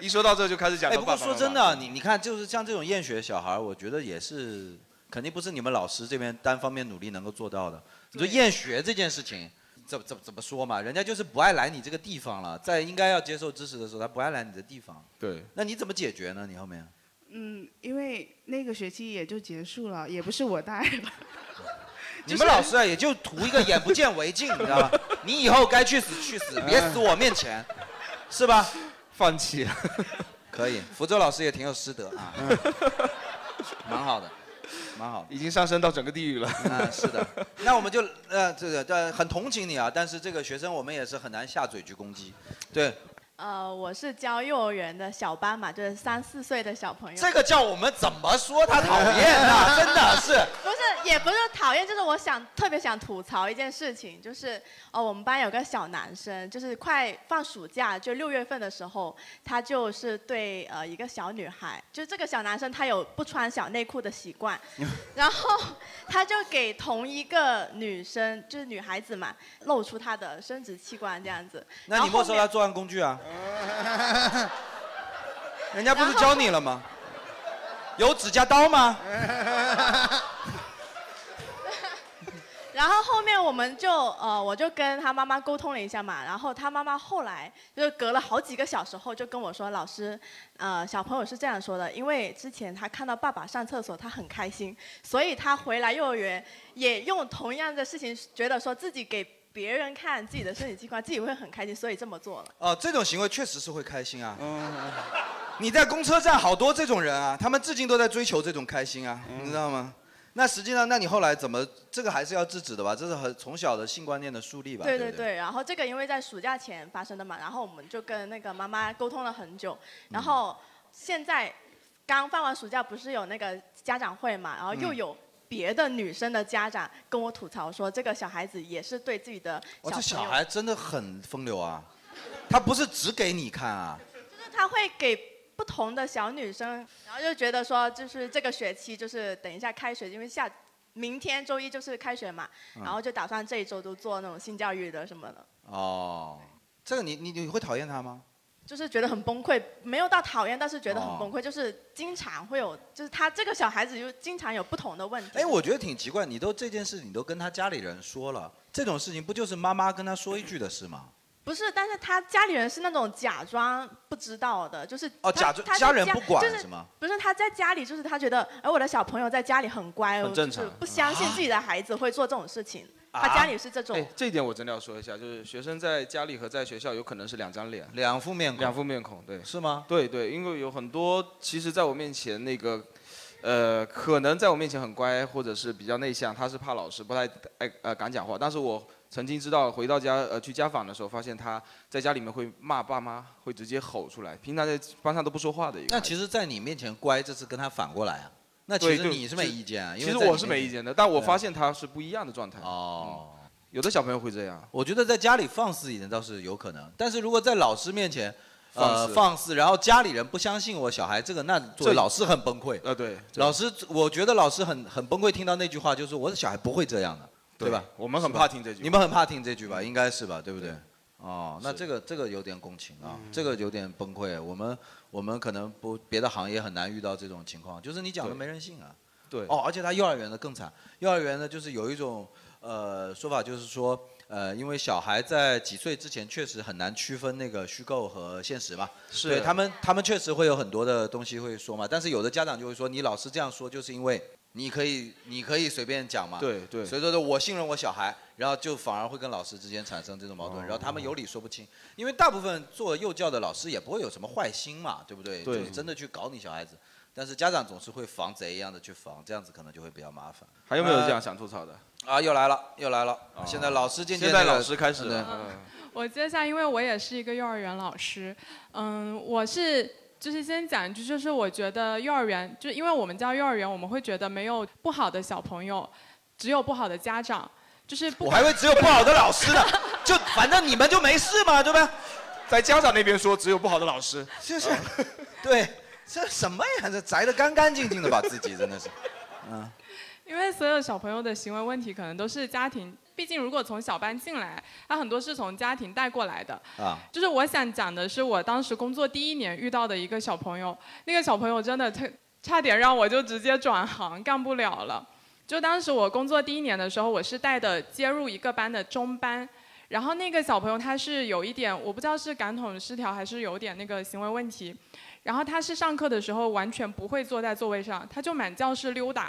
一说到这就开始讲哎，到不爸爸过妈妈。说真的，你你看，就是像这种厌学小孩儿，我觉得也是肯定不是你们老师这边单方面努力能够做到的。你说厌学这件事情，怎怎怎么说嘛？人家就是不爱来你这个地方了，在应该要接受知识的时候，他不爱来你的地方。对。那你怎么解决呢？你后 面？嗯，因为那个学期也就结束了，也不是我带了。 你们老师啊，也就图一个眼不见为净，你知道 吧？你哎以后该去死去死，别死我面前，是吧？放弃。 可以，福州老师也挺有师德 啊，蛮好的，蛮好的。已经上升到整个地狱了。啊，是 的。那我们就呃，这个这很同情你啊，但是这个学生我们也是很难下嘴去攻击。对，呃，我是教幼儿园的小班嘛，就是三四岁的小朋友。这个叫我们怎么说他讨厌啊？真的是。 不是，也不是讨厌，就是我想特别想吐槽一件事情，就是呃，我们班有个小男生，就是快放暑假，就六月份的时候，他就是对呃一个小女孩，就这个小男生他有不穿小内裤的习 惯，然后他就给同一个女生，就是女孩子嘛，露出她的生殖器官这样子。那然你后后没收面他作案工具啊？人家不是教你了吗？有指甲刀吗？哎 然后后面我们就呃，我就跟他妈妈沟通了一下嘛，然后他妈妈后来就是隔了好几个小时后就跟我说，老师，呃，小朋友是这样说的，因为之前他看到爸爸上厕所，他很开心，所以他回来幼儿园也用同样的事情，觉得说自己给别人看自己的身体器官，自己会很开心，所以这么做了。哦，这种行为确实是会开心啊。嗯你在公车站好多这种人啊，他们至今都在追求这种开心啊，嗯你知道吗？那实际上，那你后来怎么？这个还是要制止的吧？这是很从小的性观念的树立吧？对对对不对，然后这个因为在暑假前发生的嘛，然后我们就跟那个妈妈沟通了很久，嗯然后现在刚放完暑假，不是有那个家长会嘛，然后又嗯有。别的女生的家长跟我吐槽说，这个小孩子也是对自己的哇，哦这小小朋友，孩真的很风流啊，他不是只给你看啊。就是他会给不同的小女生，然后就觉得说，就是这个学期就是等一下开学，因为下明天周一就是开学嘛，嗯然后就打算这一周都做那种性教育的什么的，哦，这个你你你会讨厌他吗？就是觉得很崩溃，没有到讨厌，但是觉得哦很崩溃，就是经常会有，就是他这个小孩子就经常有不同的问题。哎，我觉得挺奇怪，你都这件事你都跟他家里人说了，这种事情不就是妈妈跟他说一句的事吗？不是，但是他家里人是那种假装不知道的，就是哦他假装他在家人不管就是是吗？不是他在家里，就是他觉得，哎，我的小朋友在家里很乖，很正常就是不相啊信自己的孩子会做这种事情。他家里是这种，哎这一点我真的要说一下，就是学生在家里和在学校有可能是两张脸，两副面孔，两副面孔，对，是吗？对对，因为有很多其实在我面前那个，呃，可能在我面前很乖，或者是比较内向，他是怕老师，不太爱呃敢讲话。但是我曾经知道，回到家呃去家访的时候，发现他在家里面会骂爸妈，会直接吼出来，平常在班上都不说话的一个。那其实，在你面前乖，这是跟他反过来啊。那其对实对你是没意见啊，其因为实在你我是面没意前见的，但我对啊发现他是不一样的状态。嗯哦、有的小朋友会这样。我觉得在家里放肆一点倒是有可能，但是如果在老师面前，放呃，肆放肆，然后家里人不相信我小孩这个，那作为这老师很崩溃。呃，对，老师，我觉得老师很很崩溃，听到那句话就是我的小孩不会这样的，对吧？我们很是吧怕听这句话你们很怕听这句吧？应该是吧？对不对？哦，那这个这个有点共情啊，嗯这个有点崩溃。我们我们可能不别的行业很难遇到这种情况，就是你讲的对没人信啊。对哦，而且他幼儿园的更惨，幼儿园呢就是有一种呃说法，就是说呃，因为小孩在几岁之前确实很难区分那个虚构和现实嘛，是对他们他们确实会有很多的东西会说嘛，但是有的家长就会说，你老师这样说就是因为。你可以，你可以随便讲嘛，对对所以说说我信任我小孩，然后就反而会跟老师之间产生这种矛盾，哦然后他们有理说不清，因为大部分做幼教的老师也不会有什么坏心嘛，对不对？对就是真的去搞你小孩子，但是家长总是会防贼一样的去防，这样子可能就会比较麻烦。还有没有这样呃想吐槽的？啊，又来了，又来了！现在老师渐渐、现在老师开始了嗯我接下，因为我也是一个幼儿园老师，嗯，我是就是先讲一句，就是我觉得幼儿园，就因为我们教幼儿园，我们会觉得没有不好的小朋友，只有不好的家长，就是不我还会只有不好的老师呢，就反正你们就没事嘛，对吧？在家长那边说只有不好的老师，就是，对，这什么呀？这宅的干干净净的吧，自己真的是，嗯， 因为所有小朋友的行为问题可能都是家庭，毕竟如果从小班进来，他很多是从家庭带过来的，啊，就是我想讲的是，我当时工作第一年遇到的一个小朋友，那个小朋友真的特差点让我就直接转行干不了了。就当时我工作第一年的时候，我是带的接入一个班的中班，然后那个小朋友他是有一点，我不知道是感统失调还是有点那个行为问题。然后他是上课的时候完全不会坐在座位上，他就满教室溜达，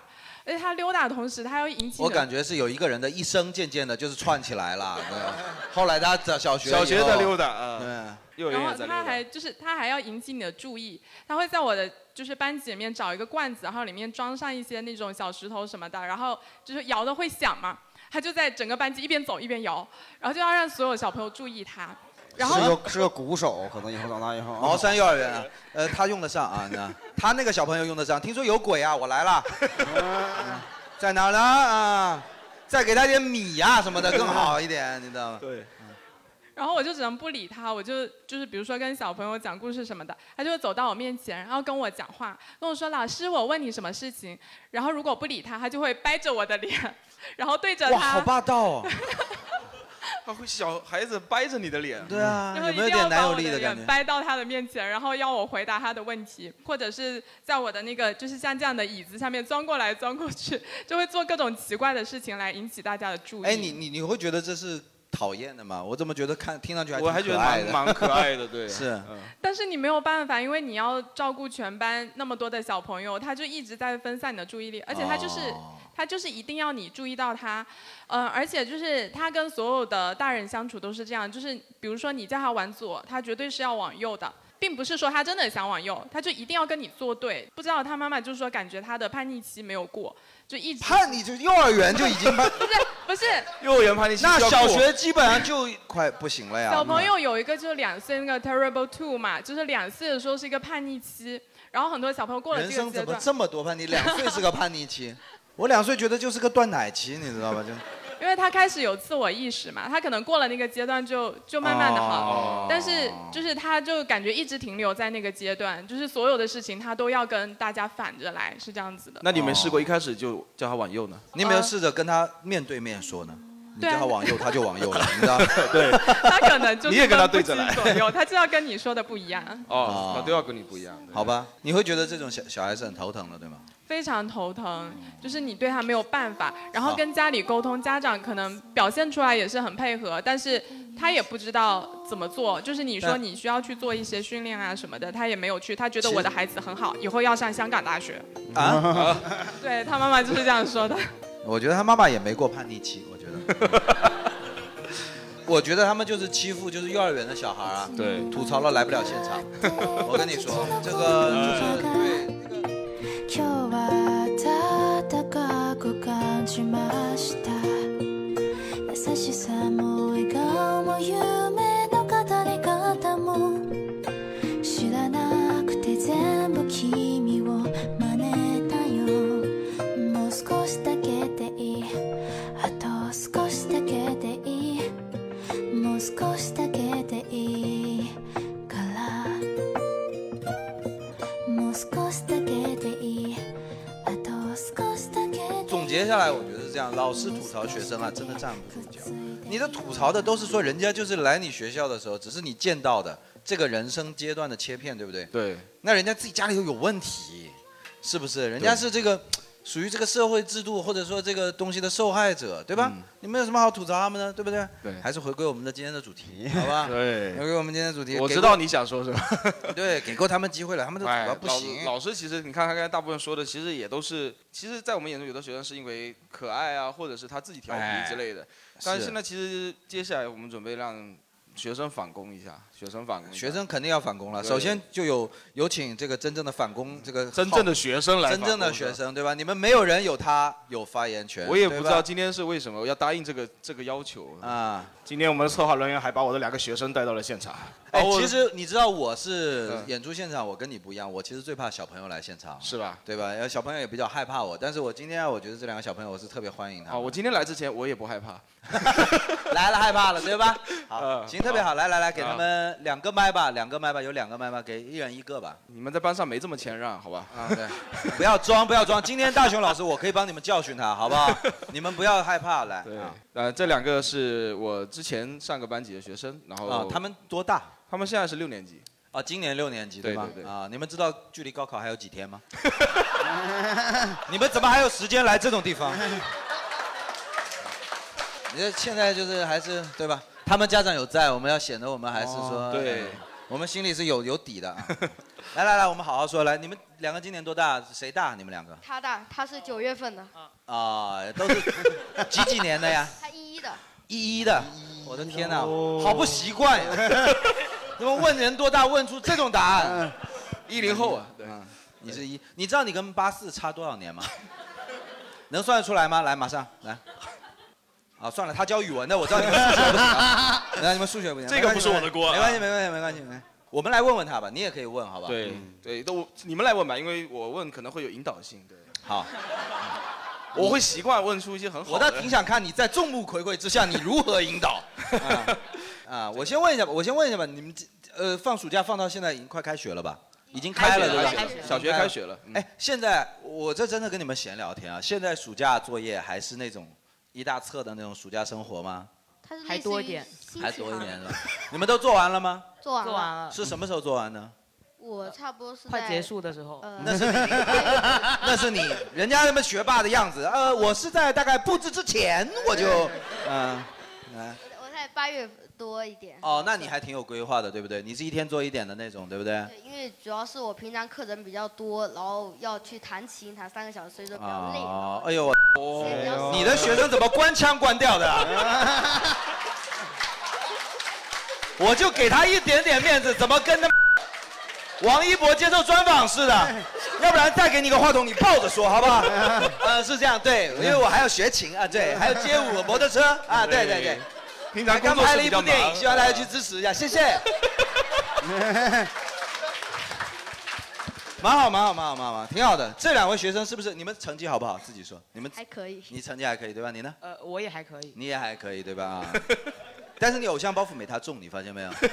而且他溜达的同时，他要引起我人感觉是有一个人的一生渐渐的就是串起来了。对，后来大家在小学小学在溜达嗯达，幼儿园然后也在溜达。他还就是他还要引起你的注意，他会在我的就是班级里面找一个罐子，然后里面装上一些那种小石头什么的，然后就是摇的会响嘛，他就在整个班级一边走一边摇，然后就要让所有小朋友注意他。然是后个是个鼓手，可能以后长大以后。茅山幼儿园啊，呃，他用得上啊，那他那个小朋友用得上。听说有鬼啊，我来了，嗯在哪儿呢？啊，再给他点米呀、什么的更好一点，你知道吗？嗯对。然后我就只能不理他，我就就是比如说跟小朋友讲故事什么的，他就会走到我面前，然后跟我讲话，跟我说老师，我问你什么事情。然后如果不理他，他就会掰着我的脸，然后对着哇，他好，霸道哦！ 他会小孩子掰着你的脸。对啊然后一定要把我的脸掰到他的面前，然后要我回答他的问题，或者是在我的那个就是像这样的椅子下面钻过来钻过去，就会做各种奇怪的事情来引起大家的注意。哎，你你你会觉得这是讨厌的吗？我怎么觉得看听上去还我还觉得蛮蛮可爱的对 是，嗯但是你没有办法，因为你要照顾全班那么多的小朋友，他就一直在分散你的注意力，而且他就是、哦他就是一定要你注意到他，呃，而且就是他跟所有的大人相处都是这样，就是比如说你叫他往左，他绝对是要往右的。并不是说他真的想往右，他就一定要跟你作对。不知道他妈妈就说，感觉他的叛逆期没有过，就一直叛逆就幼儿园就已经 不是不是幼儿园叛逆期那就要小过学基本上就快不行了呀。嗯小朋友有一个就是两岁那个 terrible two 嘛，就是两岁的时候是一个叛逆期，然后很多小朋友过了人这生个阶怎么段，这么多叛逆？两岁是个叛逆期，我两岁觉得就是个断奶期，你知道吧？就因为他开始有自我意识嘛，他可能过了那个阶段就就慢慢的好，哦但是就是他就感觉一直停留在那个阶段，就是所有的事情他都要跟大家反着来，是这样子的。那你没试过一开始就叫他往右呢？哦你有没有试着跟他面对面说呢？你对叫啊他往右，他就往 右了，你知道？对，他可能就是你也跟他分不对着清来左右，他知道跟你说的不一样，哦，那都要跟你不一样。啊好吧，你会觉得这种小小孩是很头疼的，对吗？非常头疼，就是你对他没有办法，然后跟家里沟通，家长可能表现出来也是很配合，但是他也不知道怎么做。就是你说但你需要去做一些训练啊什么的，他也没有去，他觉得我的孩子很好，以后要上香港大学。嗯啊，对他妈妈就是这样说的。我觉得他妈妈也没过叛逆期，我觉得。 我觉得他们就是欺负，就是幼儿园的小孩啊，对，吐槽了来不了现场。我跟你说，这个哎就是今日は暖かく感じました優しさも笑顔も夢の語り方も知らなくて全部君を真似たよもう少しだけでいいあと少しだけでいいもう少しだけでいいからもう少しだけでいいあと少しだけでいい总结下来，我觉得是这样：老师吐槽学生啊，真的站不住脚。你的吐槽的都是说人家就是来你学校的时候，只是你见到的这个人生阶段的切片，对不对？对。那人家自己家里头有问题，是不是？人家是这个属于这个社会制度或者说这个东西的受害者，对吧？你们有什么好吐槽他们的，对不对？嗯啊对还是回归我们的今天的主 题，好吧？对回归我们今天的主题。我给知道过你想说什么。 哎对，给过他们机会了， 他们都吐槽不行。老老师其实你看他刚才大部分说的，其实也都是，其实，在我们眼中，有的学生是因为可爱啊，或者是他自己调皮哎之类的。但是是现在其实接下来我们准备让学生反攻一下，学生反攻一下。学生肯定要反攻了。对首先就有有请这个真正的反攻，这个真正的学生来真正反的攻学生对吧？你们没有人有他有发言权，我也不对知吧道今天是为什么要答应这个这个要求啊。今天我们的策划人员还把我的两个学生带到了现场。哎把，哦我其实你知道我是嗯演出现场，我跟你不一样，我其实最怕小朋友来现场，是吧？对吧？然后小朋友也比较害怕我，但是我今天啊我觉得这两个小朋友我是特别欢迎他啊，们。我今天来之前我也不害怕。 来了害怕了，对吧？好，嗯行，特别好，来来来，给啊他们两个麦吧，两个麦吧，有两个麦吧，给一人一个吧。你们在班上没这么谦让，好吧？啊，对，不要装，不要装。今天大雄老师，我可以帮你们教训他，好不 好？你们不要害怕，来。对啊，呃，这两个是我之前上个班级的学生，然啊后他们多大？他们现在是六年级。啊，今年六年级对吗？对对啊，你们知道距离高考还有几天吗？你们怎么还有时间来 这种地方？你这现在就是还是对吧？他们家长有在，我们要显得我们还是说，哦对嗯我们心里是有有底 的啊。来来来，我们好好说，来，你们两个今年多大？谁大？你们两个他的他是九月份的，啊、都是几几年的呀？他一一的，一一的，我的天哪，哦好不 习惯呀！怎么问人多大问出这种答嗯案？一零后啊，对，你是一，你知道你跟八四差多少年吗？能算得出来吗？来，马上来。啊，算了，他教语文的，我知道你们数学不 行啊，那你们数学不行，这个不是我的锅啊没关系，没关系，没关系，没关系。我们来问问他吧，你也可以问，好吧？嗯对对，都你们来问吧，因为我问可能会有引导性。对，好，我会习惯问出一些很好的。我倒挺想看你在众目睽睽之下，你如何引导。啊啊，我先问一下吧，我先问一下吧，你们这呃放暑假放到现在已经快开学了吧？已经开了对吧开学了？小学开学了嗯哎，现在我这真的跟你们闲聊天啊，现在暑假作业还是那种一大册的那种暑假生活吗？他是还类似多一于点新还奇多一行点是吧？你们都做完了吗？做完了做完了是什么时候做完的？我差不多是快在结束的时候呃那是你， 那是你，人家他妈学霸的样子。呃，我是在大概布置之前我就，嗯、来我在八月多一点，哦，那你还挺有规划的，对不对？你是一天做一点的那种，对不对？因为主要是我平常课程比较多，然后要去弹琴，弹三个小时，所以说啊比较累。哦，哎呦，我，你的学 生怎么关腔关掉的啊？我就给他一点点面子，怎么跟他王一博接受专访似的？要不然再给你个话筒，你抱着说，好不 好？呃，是这样，对，因为我还要学琴啊，对，还有街舞、摩托车啊，对 对对。平常工刚作拍是了一比部较电影，忙希望大家去支持一下，谢谢。蛮好，蛮好，蛮好，蛮好，蛮好挺好的。这两位学生是不是你们成绩好不好？自己说，你们还可以你成绩还可以对吧？你呢？呃，我也还可以。你也还可以对吧？啊， 但是你偶像包袱没他重，你发现没有？ 对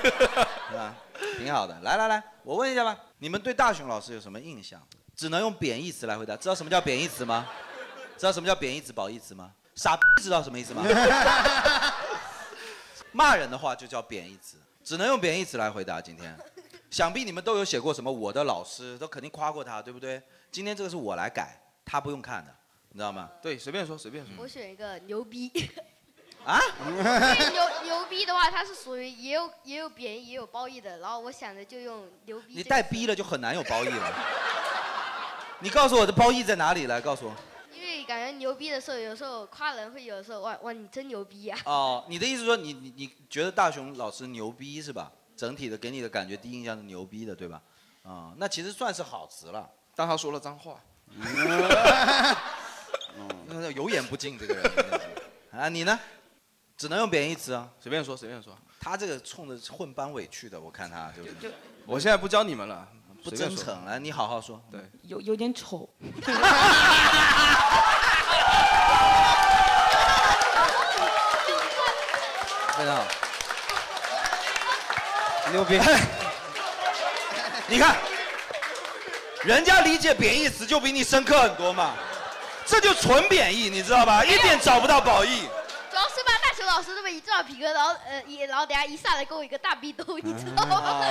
吧？挺好的。来来来，我问一下吧，你们对大雄老师有什么印象？只能用贬义词来回答。知道什么叫贬义词吗？知道什么叫贬义词、褒义词吗？傻逼知道什么意思吗？ 骂人的话就叫贬义词，只能用贬义词来回答。今天，想必你们都有写过什么我的老师，都肯定夸过他，对不对？今天这个是我来改，他不用看的，你知道吗？对，随便说，随便说。我选一个牛 逼，啊？因为牛牛逼的话，它是属于也有也有贬义也有褒义的，然后我想着就用牛逼。你带逼了就很难有褒义了。你告诉我的褒义在哪里？来告诉我。因为感觉牛逼的时候，有时候夸人会有时候哇哇你真牛逼啊呀、哦，你的意思说你你你觉得大雄老师牛逼是吧？整体的给你的感觉第一印象是牛逼的，对吧？啊、 那其实算是好词了。但他说了脏话。 嗯有眼不进这个人。真的是啊，你呢？只能用贬义词啊，随便说，随便说。他这个冲着混班委去的，我看他就是。就我现在不教你们了，不随便真说诚啊了，你好好说。对，有有点丑。非常啊好。牛逼！ 你看，人家理解贬义词就比你深刻很多嘛，这就纯贬义，你知道吧？一点找不到褒义。主要是吧，大雄老师这么一照皮哥，然后呃一然后等下一上来给我一个大逼兜，你知道吗？啊，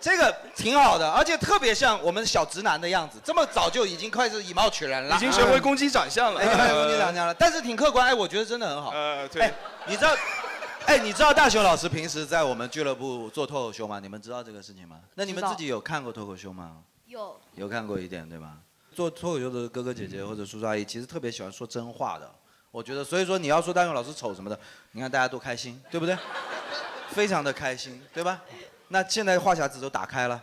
这个挺好的，而且特别像我们小直男的样子，这么早就已经开始以貌取人了，已经学会攻击长相了哎，学会攻击长相了，但是挺客观，哎，我觉得真的很好。呃，对，你知道，哎，你知道大雄老师平时在我们俱乐部做脱口秀吗？你们知道这个事情吗？那你们知道自己有看过脱口秀吗？有有看过一点对吧？做脱口秀的哥哥姐姐或者叔叔阿姨，其实特别喜欢说真话的。我觉得，所以说你要说大勇老师丑什么的，你看大家都开心，对不对？非常的开心，对吧？那现在话匣子都打开了，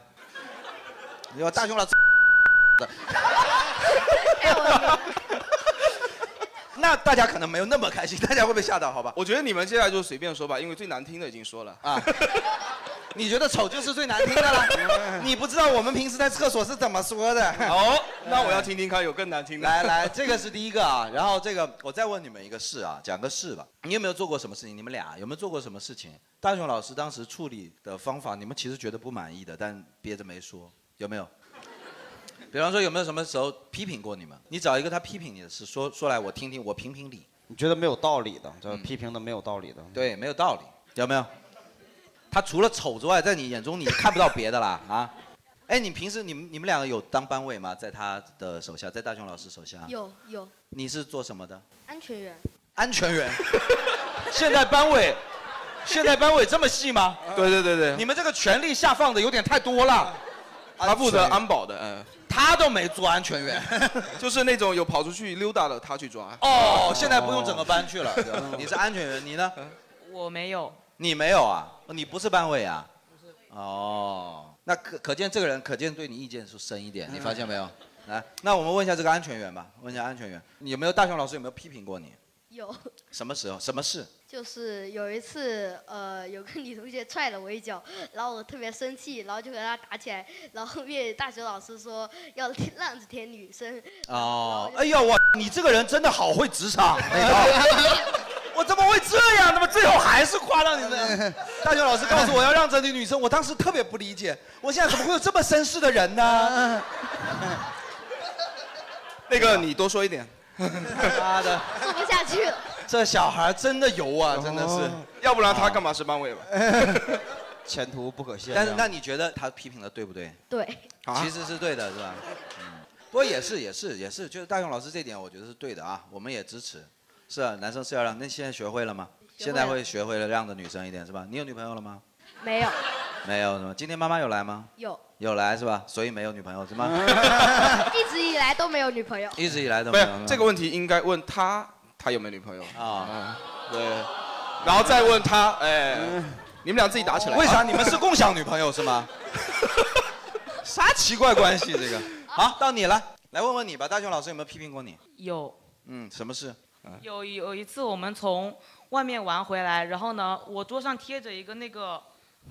你说大雄老师的，那大家可能没有那么开心，大家会不会吓到？好吧，我觉得你们接下来就随便说吧，因为最难听的已经说了 啊。你觉得丑就是最难听的了？ 你不知道我们平时在厕所是怎么说的？呃哦， 那我要听听看有更难听的。来来，这个是第一个啊，然后这个我再问你们一个事啊，讲个事吧。你有没有做过什么事情？你们俩有没有做过什么事情？大雄老师当时处理的方法，你们其实觉得不满意的，但憋着没说，有没有？比方说有没有什么时候批评过你们？你找一个他批评你的事说说来，我听听，我评评理。嗯你觉得没有道理的，这批评的没有道理的。对，没有道理，有没有？他除了丑之外，在你眼中你看不到别的啦啊？哎，你平时你们你们两个有当班委吗？在他的手下，在大雄老师手下，有有你是做什么的？ 安全员，安全员。现在班委现在班委这么细吗？对对对对，你们这个权力下放的有点太多 了。他负责安保的，嗯，他都没做安全员， 就是那种有跑出去溜达的，他去抓。哦哦，现在不用整个班去了，对吧 你是安全员，你呢？我没有，你没有啊？你不是班委啊？哦，那可可见这个人，可见对你意见是深一点，嗯你发现没有？来，那我们问一下这个安全员吧，问一下安全员，你有没有大雄老师有没有批评过你？有，什么时候？什么事？就是有一次，呃，有个女同学踹了我一脚，然后我特别生气，然后就和她打起来，然后后面大学老师说要让着点女生，哦，哎呦我，你这个人真的好会职场，那个 我怎么会这样？怎么最后还是夸到你们？大雄老师告诉我要让着的女生，我当时特别不理解，我现在怎么会有这么绅士的人 呢？那个你多说一点，妈的，做不下去了。这小孩真的油啊，真的是，哦要不然他干嘛是班委了？ 前途不可限量但是那你觉得他批评的对不对？对，其实是对的，是吧？嗯，不过也是也是也是，就是大勇老师这点，我觉得是对的啊，我们也支持。是啊，男生是要让，那现在学会了吗？学会现了在会学会了让着女生一点，是吧？你有女朋友了吗？没有，没有，是吗？今天妈妈有来吗？有，有来是吧？所以没有女朋友是 吗？一直以来都没有女朋友。一直以来都不没是有。是吧这个问题应该问他，他有没有女朋友啊？嗯对，然后再问他，哎，你们俩自己打起来。为啥你们是共享女朋友是吗？啥奇怪关系啊这个？好，到你了，来问问你吧，大雄老师有没有批评过你？有嗯，什么事？有有一次我们从外面玩回来，然后呢，我桌上贴着一个那个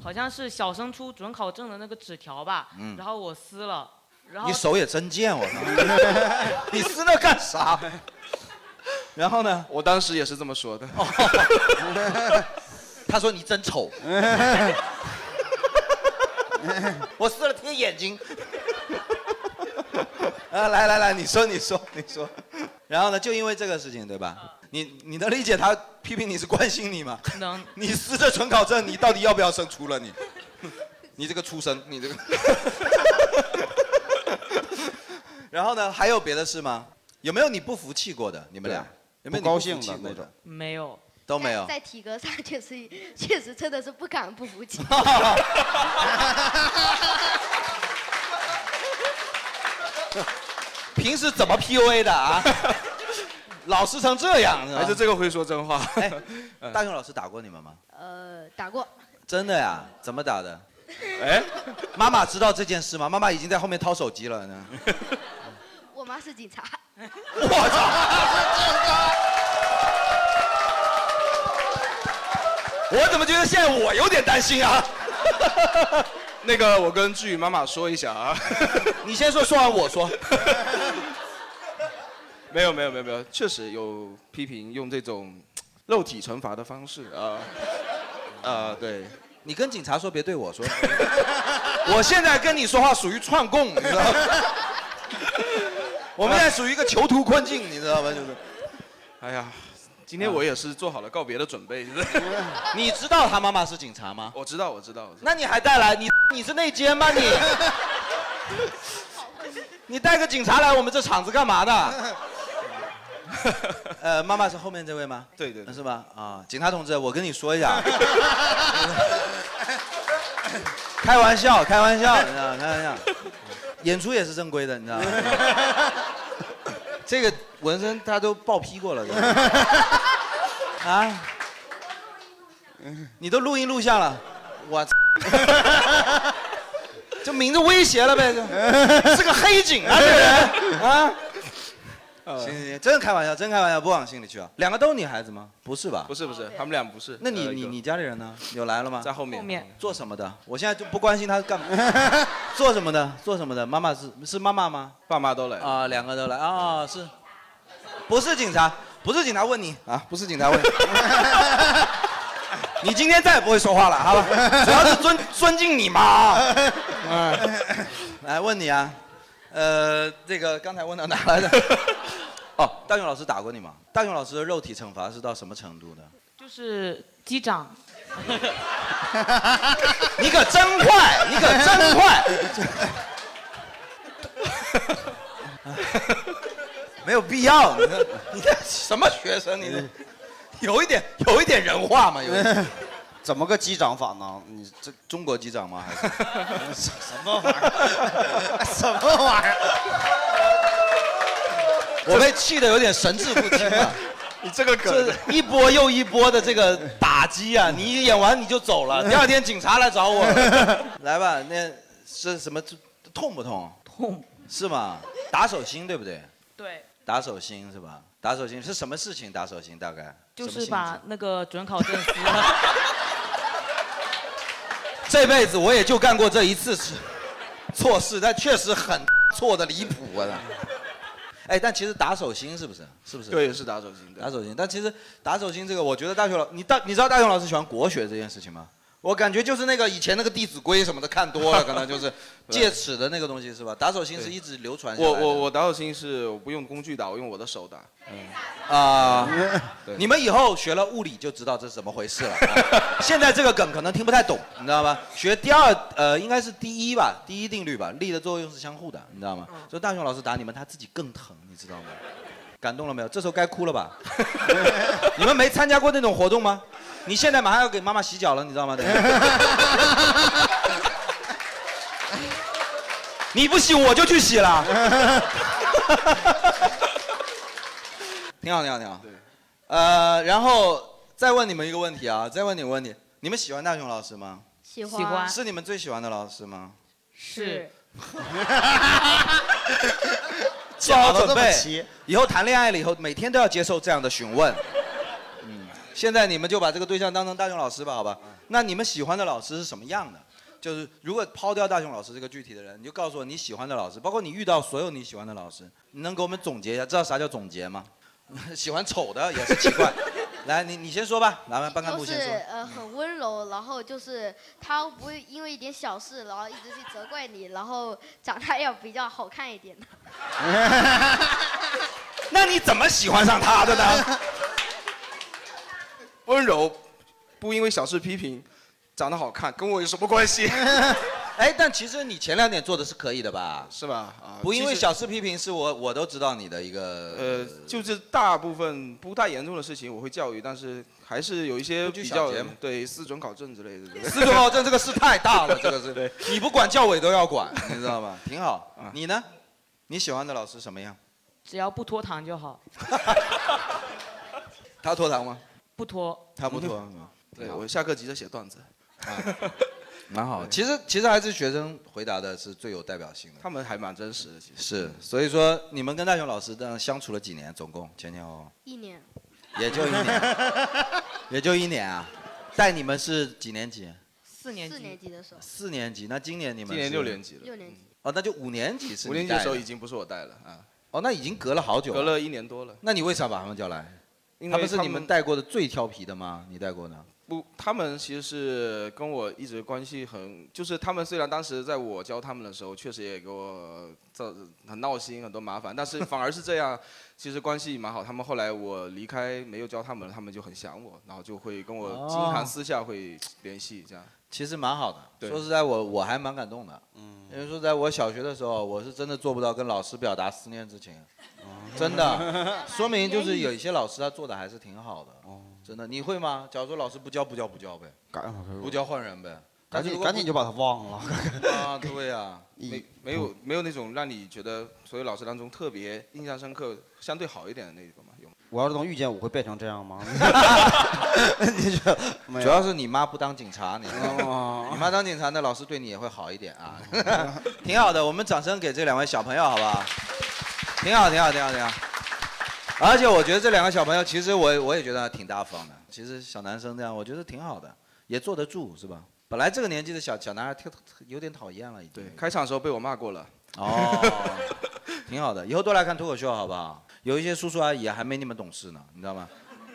好像是小升初准考证的那个纸条吧，嗯然后我撕了，然后你手也真 贱，哦我操！你撕那干啥？然后呢？我当时也是这么说的。 他说你真 丑。我撕了贴眼睛。啊，来来来，你说你说 你说。然后呢，就因为这个事情，对吧？你你能理解他批评你是关心你吗？能。 你撕这准考证，你到底要不要生出了你？ 你这个畜生，你这个。 然后呢，还有别的事吗？有没有你不服气过的？你们俩有没有你不不高服兴的气过那种？没有，都没有。在体格上确实确实真的是不敢不服气。平时怎么 PUA 的啊？ 老实成这样，还是这个会说真话。哎，嗯大雄老师打过你们吗？呃，打过，真的呀？怎么打的？ 哎，妈妈知道这件事吗？妈妈已经在后面掏手机了 呢。我妈是警察。我怎么觉得现在我有点担心啊？ 那个，我跟志宇妈妈说一下啊。 你先说，说完我说。 没有没有没有没有，确实有批评用这种肉体惩罚的方式 啊。啊，对。你跟警察说，别对我 说。我现在跟你说话属于串供，你 知道吗？我们现在属于一个囚徒困境，你知道吗？就是，哎呀，今天我也是做好了告别的准备。啊 你知道他妈妈是警察吗？我知道，我知道，我知道。那你还带来你你是内奸吗你？ 你带个警察来我们这厂子干嘛 的？呃，妈妈是后面这位吗？对对是吧？啊，警察同志，我跟你说一 下，开玩笑，开玩笑，你知道吗，开玩笑，演出也是正规的，你知道 吗？这个纹身他都报批过了， 都啊，你都录音录像了，我 这名字威胁了呗， 这是个黑警啊，这个人 啊。哦行行行，真开玩笑，真开玩笑，不往心里去啊。两个都是女孩子吗？不是吧？不是不是，他们俩不是。那你呃你有你家里人呢？有来了吗？在后哦面后面做什么的？我现在就不关心他干 嘛，做什么的？做什么的？妈妈是是妈妈吗？爸妈都来啊，两个都来啊，是，不是警察？不是警察问你啊，不是警察问你。 你今天再也不会说话了，好吧？主要是尊尊敬你嘛 啊。 嗯，来问你啊，呃，这个刚才问到哪来的？哦，大勇老师打过你吗？大勇老师的肉体惩罚是到什么程度呢？就是机长。 你可真坏，你可真 坏。没有必要，你这你这什么学生？你这有一点有一点人话嘛？有一点。 怎么个击掌法呢？你这中国击掌吗？还 什是么玩意儿？什么玩意 我被气得有点神志不清啊 了。你这个梗，一波又一波的这个打击啊！你演完你就走 了，第二天警察来找我了。来吧，那是什么痛不痛？痛是吗？打手心对不对？对，打手心是吧？打手心是什么事情？打手心大概就什么是性把那个准考证撕了。这辈子我也就干过这一次事错事，但确实很错的离谱啊！哎，但其实打手心是不是？是不是？对，是打手心。打手心，但其实打手心这个，我觉得大学老你大你知道大雄老师喜欢国学这件事情吗？我感 觉就是那个以前那个《弟子规》什么的看多了，可能就是对戒尺的那个东西是吧？打手心是一直流传下来我的。我我打手心是我不用工具打，我用我的手打。啊、对你们以后学了物理就知道这是怎么回事了、 啊现在这个梗可能听不太懂，你知道吗？学第二呃，应该是第一吧，第一定律吧，力的作用是相互的，你知道吗？所以大雄老师打你们，他自己更疼，你知道吗？感动了没有？这时候该哭了吧？ 你们没参加过那种活动吗？你现在马上要给妈妈洗脚了，你知 道吗？等一下你不洗我就去洗了。 挺好，挺好，挺好。呃，然后再问你们一个问题啊，再问你们问题，你们喜欢大雄老师吗？喜欢喜欢是你们最喜欢的老师吗？是。做好讲得这准么备齐，以后谈恋爱了以后，每天都要接受这样的询问。嗯，现在你们就把这个对象当成大雄老师吧，好吧？那你们喜欢的老师是什么样的？就是如果抛掉大雄老师这个具体的人，你就告诉我你喜欢的老师，包括你遇到所有你喜欢的老师，你能给我们总结一下？知道啥叫总结吗？ 喜欢丑的也是奇怪。 来，你你先说吧，来，班干部就先说是。呃很温柔，然后就是他不会因为一点小事，然后一直去责怪你，然后长大要比较好看一点。那你怎么喜欢上他的呢？温柔，不因为小事批评，长得好看跟我有什么关系？ 哎，但其实你前两点做的是可以的吧？是吧？啊不因为其实小事批评是我我都知道你的一个呃，就是大部分不太严重的事情我会教育，但是还是有一些拘比小较节嘛对四准考证之类的。四中奥证这个事太大 了，这个对是你不管教委都要管，你知道 啊吗？挺好。你呢？你喜欢的老师什么样？只要不拖堂就好，他拖堂吗？嗯啊不拖。他不拖。嗯对我下课急着写段子。蛮好。其实其实还是学生回答的是最有代表性的。他们还蛮真实的，其实。是，所以说你们跟大雄老师这样相处了几年？总共前前后后一年，也就一 年，也就一年啊。带你们是几年级？四年四年级的时候，四年级。那今年你们今年是六年级了六年级，哦，那就五年级是五你年级的带时候已经不是我带了啊，哦，那已经隔了好久，隔了一年多了。那你为啥把他们叫来？因为他们是他你们们带过的最调皮的吗？你带过的？不，他们其实是跟我一直关系很，就是他们虽然当时在我教他们的时候，确实也给我造很闹心、很多麻烦，但是反而是这样，其实关系蛮好。他们后来我离开没有教他们了，他们就很想我，然后就会跟我经哦常私下会联系这样。其实蛮好的。对说实在我，我还蛮感动的。嗯，因为说实在我小学的时候，我是真的做不到跟老师表达思念之情，哦真 的，说明就是有一些老师他做的还是挺好的。哦真的，你会吗？假如说老师不教，不教，不教呗，赶呃不教换人呗。赶紧赶紧就把他忘了。 啊，对呀、 没没有没有那种让你觉得所有老师当中特别印象深刻、相对好一点的那种吗？有吗？我要是能遇见，我会变成这样 吗？ 没有哦主要是你妈不当警察，你知道吗？你妈当警察，那老师对你也会好一点啊， 挺好的。我们掌声给这两位小朋友，好不好？挺好，挺好，挺好，挺好。而且我觉得这两个小朋友，其实我我也觉得挺大方的。其实小男生这样，我觉得挺好的，也坐得住，是吧？本来这个年纪的小小男孩特，特特有点讨厌了，已经。开场的时候被我骂过了。哦，挺好的，以后多来看脱口秀，好不好？有一些叔叔阿姨还没你们懂事呢，你知道吗？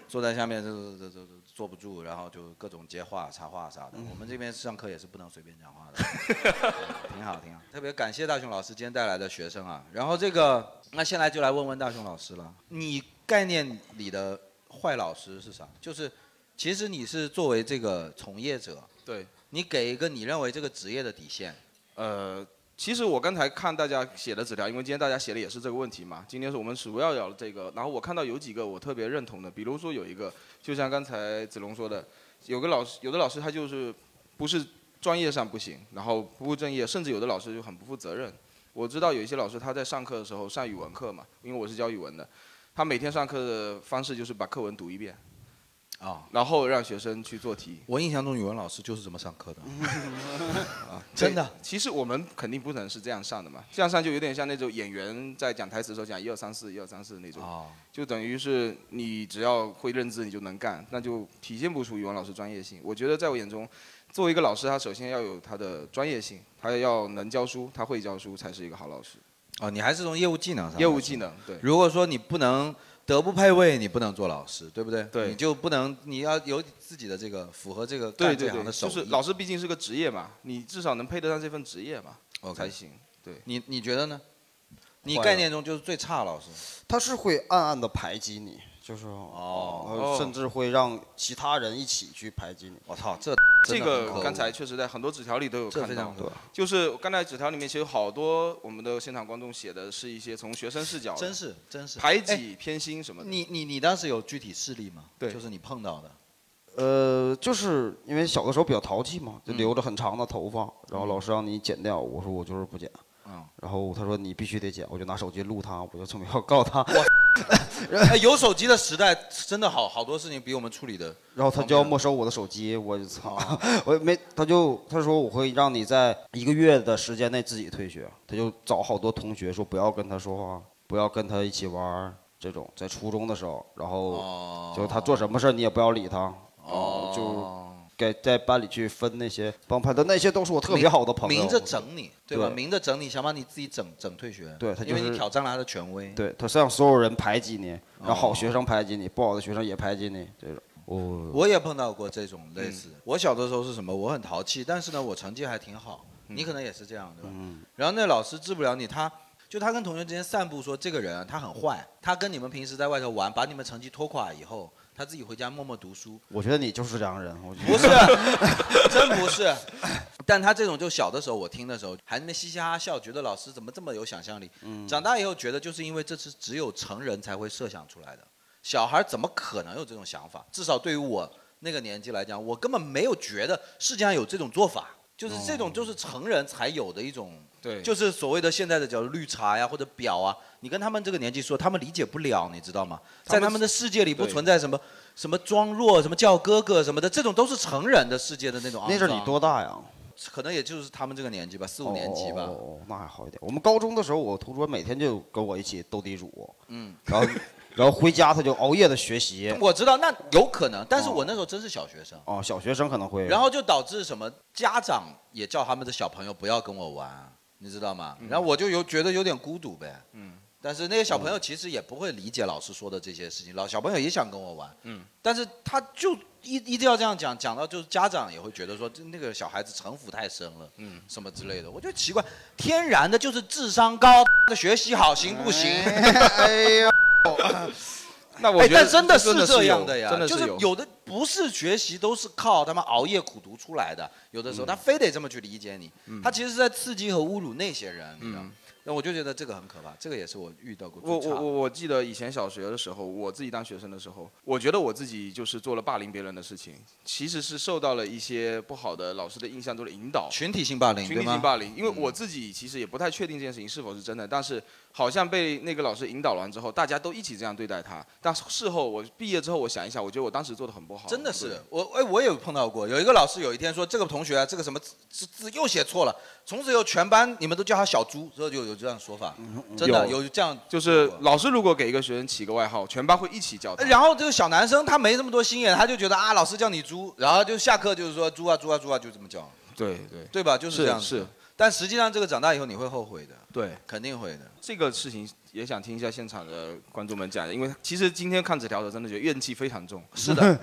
坐在下面这这这这坐不住，然后就各种接话插话啥的。嗯我们这边上课也是不能随便讲话的， 挺好挺好。特别感谢大雄老师今天带来的学生啊。然后这个，那现在就来问问大雄老师了，你概念里的坏老师是啥？就是其实你是作为这个从业者，对，你给一个你认为这个职业的底线。呃，其实我刚才看大家写的纸条，因为今天大家写的也是这个问题嘛。今天是我们主要聊这个，然后我看到有几个我特别认同的，比如说有一个，就像刚才子龙说的，有个老师，有的老师他就是不是专业上不行，然后不务正业，甚至有的老师就很不负责任。我知道有一些老师他在上课的时候上语文课嘛，因为我是教语文的，他每天上课的方式就是把课文读一遍，啊，然后让学生去做题。我印象中语文老师就是这么上课的。啊， 真的对。其实我们肯定不能是这样上的嘛，这样上就有点像那种演员在讲台词的时候讲一二三四一二三四那种，哦就等于是你只要会认字你就能干，那就体现不出语文老师专业性。我觉得在我眼中，作为一个老师，他首先要有他的专业性，他要能教书，他会教书才是一个好老师。哦，你还是从业务技能上。业务技能对如果说你不能德不配位，你不能做老师，对不对？对。你就不能，你要有自己的这个符合这个对干对这行对，的手就艺。是老师毕竟是个职业嘛，你至少能配得上这份职业嘛 OK 才行。对，你你觉得呢？你坏了概念中就是最差老师。他是会暗暗的排挤你，就是哦哦甚至会让其他人一起去排挤你。我操，这这个刚才确实在很多纸条里都有这看非到常对，就是刚才纸条里面其实有好多我们的现场观众写的是一些从学生视角的，真是真是排哎挤、偏心什么的。你你你当时有具体事例吗？对，就是你碰 到的。呃，就是因为小的时候比较淘气嗯嘛，就留着很长的头发，然后老师让你剪掉，我说我就是不剪。嗯然后他说你必须得剪，我就拿手机录他，我就准备要告他，哎，有手机的时代，真的好好多事情比我们处理的。然后他就要没收我的手机，我就操， 我也没，他就他说我会让你在一个月的时间内自己退学，他就找好多同学说不要跟他说话，不要跟他一起玩儿这种，在初中的时候，然哦后就他做什么事儿你也不要理他，哦，就该在班里去分那些帮派的，那些都是我特别好的朋友，明着整你，对吧？对明着整你，想把你自己整整退学。对他就因为是你挑战了他的权威。对他是让所有人排挤你，让好哦学生排挤你，不好的学生也排挤你，这种，我我也碰到过这种类似。我小的时候是什么？我很淘气，但是呢，我成绩还挺好。嗯你可能也是这样，对吧？然后那老师治不了你，他就他跟同学之间散布说这个人啊他很坏，他跟你们平时在外头玩，把你们成绩拖垮以后，他自己回家默默读书，我觉得你就是这样的人，我觉得不是，真不是。但他这种就小的时候，我听的时候还在那边嘻嘻哈哈笑，觉得老师怎么这么有想象力。长大以后觉得，就是因为这是只有成人才会设想出来的，小孩怎么可能有这种想法？至少对于我那个年纪来讲，我根本没有觉得世界上有这种做法，就是这种就是成人才有的一种，对就是所谓的现在的叫绿茶呀或者表啊，你跟他们这个年纪说，他们理解不了，你知道吗？他在们他们的世界里不对存在什么什么装弱、什么叫哥哥什么的，这种都是成人的世界的那种。 那阵儿你多？大呀？可能也就是他们这个年纪吧，四五年级吧。哦，那还好一点。我们高中的时候，我同桌每天就跟我一起斗地主，嗯，然后然后回家他就熬夜的学习。 我知道，那有可能，但是我那时候真是小学生，哦，小学生可能会。然后就导致什么，家长也叫他们的小朋友不要跟我玩，你知道吗？嗯然后我就有觉得有点孤独呗。嗯但是那些小朋友其实也不会理解老师说的这些事情，老小朋友也想跟我玩，嗯，但是他就一一定要这样讲，讲到就是家长也会觉得说这那个小孩子城府太深了，嗯，什么之类的，我就奇怪，天然的就是智商高，学习好行不行？ 哎呦，那我哎觉得但真的真的是这样有的呀，真的是就是有有的不是学习都是靠他们熬夜苦读出来的，有的时候嗯他非得这么去理解你，嗯他其实是在刺激和侮辱那些人，你知道吗嗯？那我就觉得这个很可怕，这个也是我遇到过我最差我的。我我记得以前小学的时候，我自己当学生的时候，我觉得我自己就是做了霸凌别人的事情，其实是受到了一些不好的老师的印象做了引导。群体性霸凌，群体对吗嗯性霸凌，因为我自己其实也不太确定这件事情是否是真的，但是好像被那个老师引导完之后，大家都一起这样对待他。但事后我毕业之后，我想一想，我觉得我当时做的很不好。真的是我哎，我也有碰到过，有一个老师有一天说这个同学啊，这个什么字字字又写错了，从此以后全班你们都叫他小猪，所以就有这样说法，嗯真的有这样。就是老师如果给一个学生起个外号，全班会一起叫他。然后这个小男生他没这么多心眼，他就觉得啊，老师叫你猪，然后就下课就是说猪啊猪啊猪啊，就这么叫，对对对吧？就是是这样子是但实际上这个长大以后你会后悔的，对，肯定会的。这个事情也想听一下现场的观众们讲，因为其实今天看纸条的时候，真的觉得怨气非常重。是 的，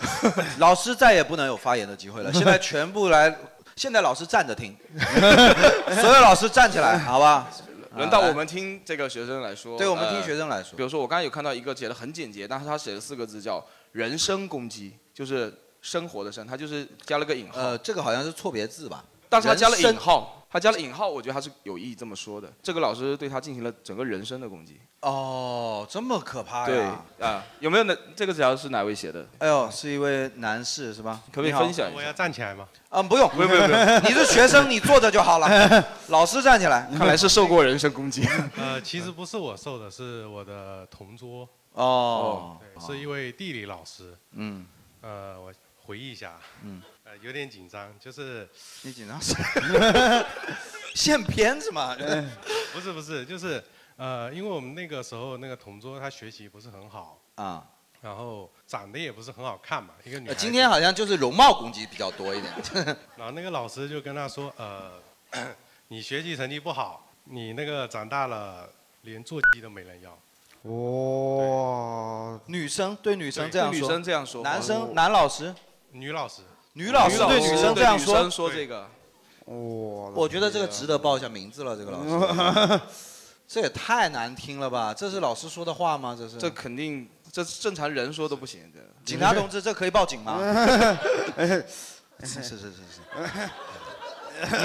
老师 再也不能有发言的机会了，现在全部来， 现在老师站着 听，所有老师站起来，好吧？轮到啊我来们听这个学生来说，对我们呃听学生来说比如说，我刚才有看到一个写的很简洁，但是他写了四个字叫“人身攻击”，就是生活的生，他就是加了个引号。呃，这个好像是错别字吧？但是他加了人引生号，他加了引号，我觉得他是有意这么说的。这个老师对他进行了整个人生的攻击。哦，这么可怕对呀啊！、有没有哪这个纸条是哪位写的？哎呦，是一位男士是吧？可不可以你好分享一下我要站起来吗？啊，不用，不用不用不用 你是学生，你坐着就好 了。老师站起来，看来是受过人身攻击。呃，其实不是我受的，是我的同桌。哦对，是一位地理老师。嗯，呃，我回忆一下。嗯，呃，有点紧张，就是你紧张啥？ 现片子嘛。 不是不是，就是呃，因为我们那个时候那个同桌她学习不是很好，啊。然后长得也不是很好看嘛，一个女呃孩子。今天好像就是容貌攻击比较多一 点。然后那个老师就跟他说，呃， 你学习成绩不好，你那个长大了连做鸡都没人要。哇，女生对女生对这样对说，女生这样说男哦生男老师，女老师，女老师对女生这样说，个，哇，我觉得这个值得报一下名字了，这个老 师，这也太难听了吧？这是老师说的话吗？这是这肯定，这正常人说都不行的。警察同志，这可以报警 吗？ 啊哎是是是是是，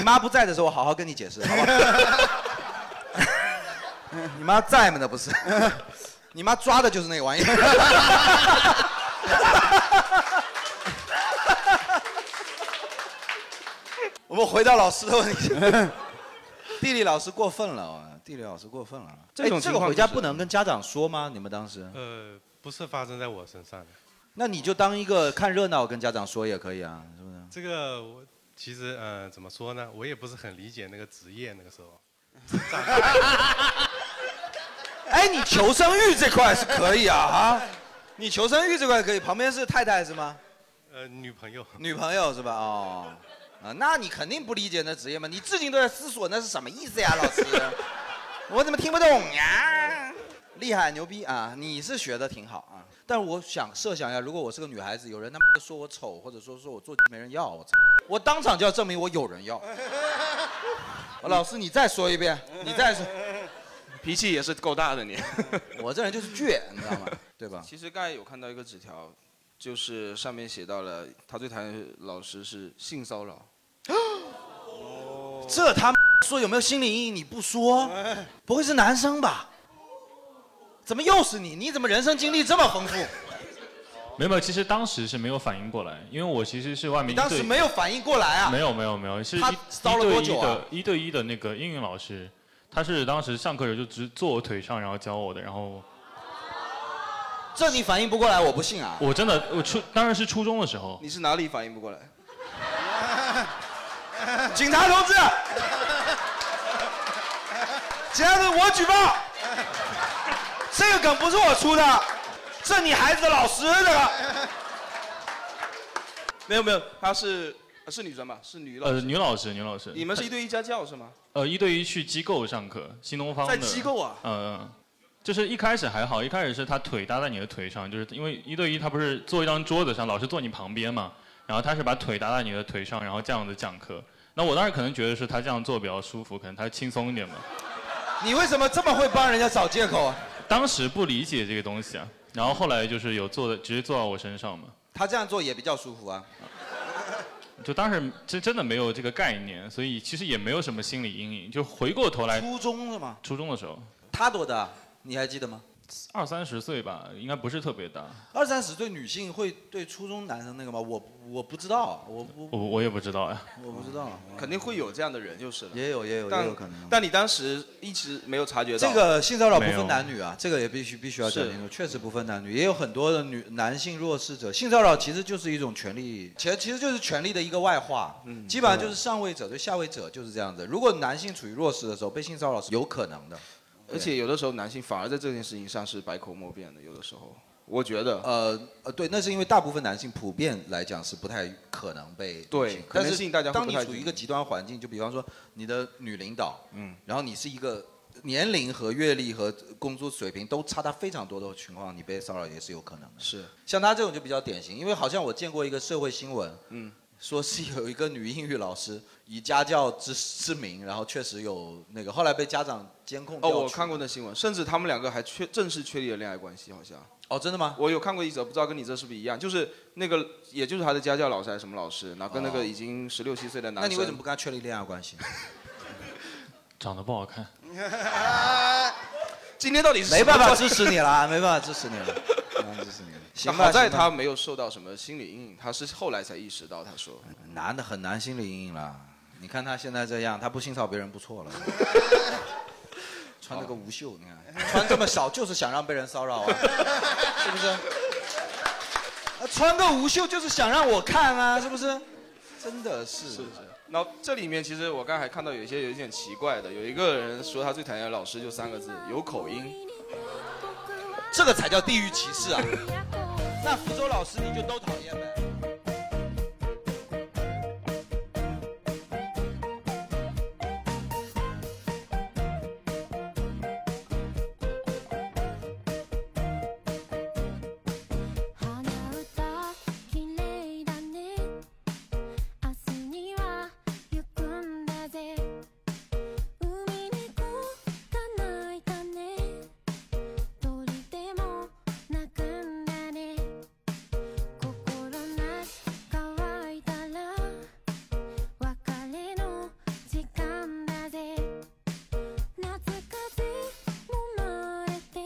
你妈不在的时候，我好好跟你解释，好不好？ 你妈在吗？那不是， 你妈抓的就是那个玩意儿。 我们回到老师的问题， 地理老师过分了，哦地理老师过分了。这种哎这情个况回家就是不能跟家长说吗？你们当时？呃，不是发生在我身上的。那你就当一个看热闹跟家长说也可以啊，是不是？这个我其实呃怎么说呢，我也不是很理解那个职业那个时候。哎，你求生欲这块是可以啊啊！你求生欲这块可以，旁边是太太是吗？呃，女朋友， 女朋友是吧？哦，啊，那你肯定不理解那职业嘛，你至今都在思索那是什么意思呀，老 师？我怎么听不懂呀？厉害牛逼啊！你是学的挺好啊，但是我想设想一下，如果我是个女孩子，有人他妈的说我丑，或者说说我做没人要，我操，我当场就要证明我有人 要。老师，你再说一遍，你再说，脾气也是够大的你。 我这人就是倔，你知道吗？对吧？其实刚才有看到一个纸条，就是上面写到了他最讨厌的老师是性骚扰。这他妈说有没有心理阴影？你不说，不会是男生吧？怎么又是你？你怎么人生经历这么丰富？没有，没有其实当时是没有反应过来，因为我其实是外面你一对当时没有反应过来啊？没有没有没有，是一他骚扰一对多久一啊的一对一的那个英语老师，他是当时上课的时候就直坐我腿上，然后教我的，然后这你反应不过来，我不信啊！我真的我初当然是初中的时哦候，你是哪里反应不过来？警察 同志，警察同志，我举报，这个梗不是我出的，这你孩子的老师这个。没有没有，她是呃是女生吧？是女老师。呃，女老师女老师，你们是一对一家教是吗？呃一对一去机构上课，新东方的在机构啊嗯、嗯就是一开始还好，一开始是他腿搭在你的腿上，就是因为一对一他不是坐一张桌子上，老师坐你旁边嘛，然后他是把腿搭在你的腿上，然后这样子讲课。那我当时可能觉得是他这样做比较舒服，可能他轻松一点嘛。你为什么这么会帮人家找借口啊？当时不理解这个东西啊，然后后来就是有做的，直接做到我身上嘛，他这样做也比较舒服啊。就当时真真的没有这个概念，所以其实也没有什么心理阴影。就回过头来，初中是吗？初中的时候，他多大？你还记得吗？二三十岁吧，应该不是特别大，二三十岁女性会对初中男生那个吗？我我不知道，我嗯不我我也不知道呀、我不知道，啊肯定会有这样的人就是了。哦也有也有但也有可能。但你当时一直没有察觉到这个性骚扰不分男女啊，这个也必须必须要讲是清楚，确实不分男女，也有很多的女男性弱势者。性骚扰其实就是一种权利，其实其实就是权利的一个外化，嗯基本上就是上位者对下位者就是这样子。如果男性处于弱势的时候，被性骚扰是有可能的。而且有的时候男性反而在这件事情上是百口莫辩的，有的时候。我觉得，呃呃，对，那是因为大部分男性普遍来讲是不太可能被对性可但能是性大家会当不你太处于理一个极端环境，就比方说你的女领导，嗯，然后你是一个年龄和阅历和工作水平都差他非常多的情况，你被骚扰也是有可能的。是，像他这种就比较典型，因为好像我见过一个社会新闻，嗯，说是有一个女英语老师以家教之之名，然后确实有那个，后来被家长监控。哦，我看过那新闻，甚至他们两个还确正式确立了恋爱关系，好像。哦，真的吗？我有看过一则，不知道跟你这是不是一样，就是那个，也就是他的家教老师还是什么老师，然后跟那个已经十六七岁的男哦那生。你为什么不跟他确立恋爱关 系？长得不好看。今天到底是没办法支持你了， 没办法支持你了，没办法支持你了。行吧好在行吧他没有受到什么心理阴影，他是后来才意识到。他说，男的很难心理阴影了。你看他现在这样，他不性骚扰别人不错 了。穿这个无袖，你看，穿这么少就是想让被人骚扰啊，是不是？啊穿个无袖就是想让我看啊，是不是？真的是。是然后这里面其实我刚才还看到有一些有一点奇怪的，有一个人说他最讨厌的老师就三个字，有口音。这个才叫地域歧视啊！那福州老师你就都讨厌呗。綺麗だね明日には行くんだぜ海に行かないだね鳥でも泣くんだね心が乾いたら別れの時間だぜ夏風もまれて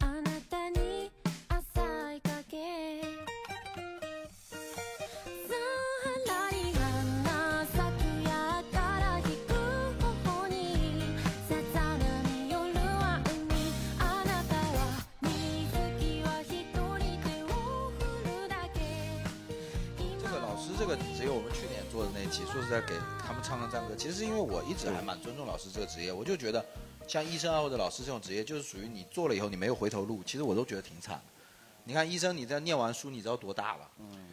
あなたに浅い影さあラリが花咲きやから引く頬に刺さる夜は海あなたは水着は一人手を振るだけ这个老师，这个只有我们去年做的那期，说实在给他们唱唱赞歌。其实是因为我一直还蛮尊重老师这个职业，我就觉得像医生啊或者老师这种职业，就是属于你做了以后你没有回头路，其实我都觉得挺惨的。你看医生，你在念完书，你知道多大了？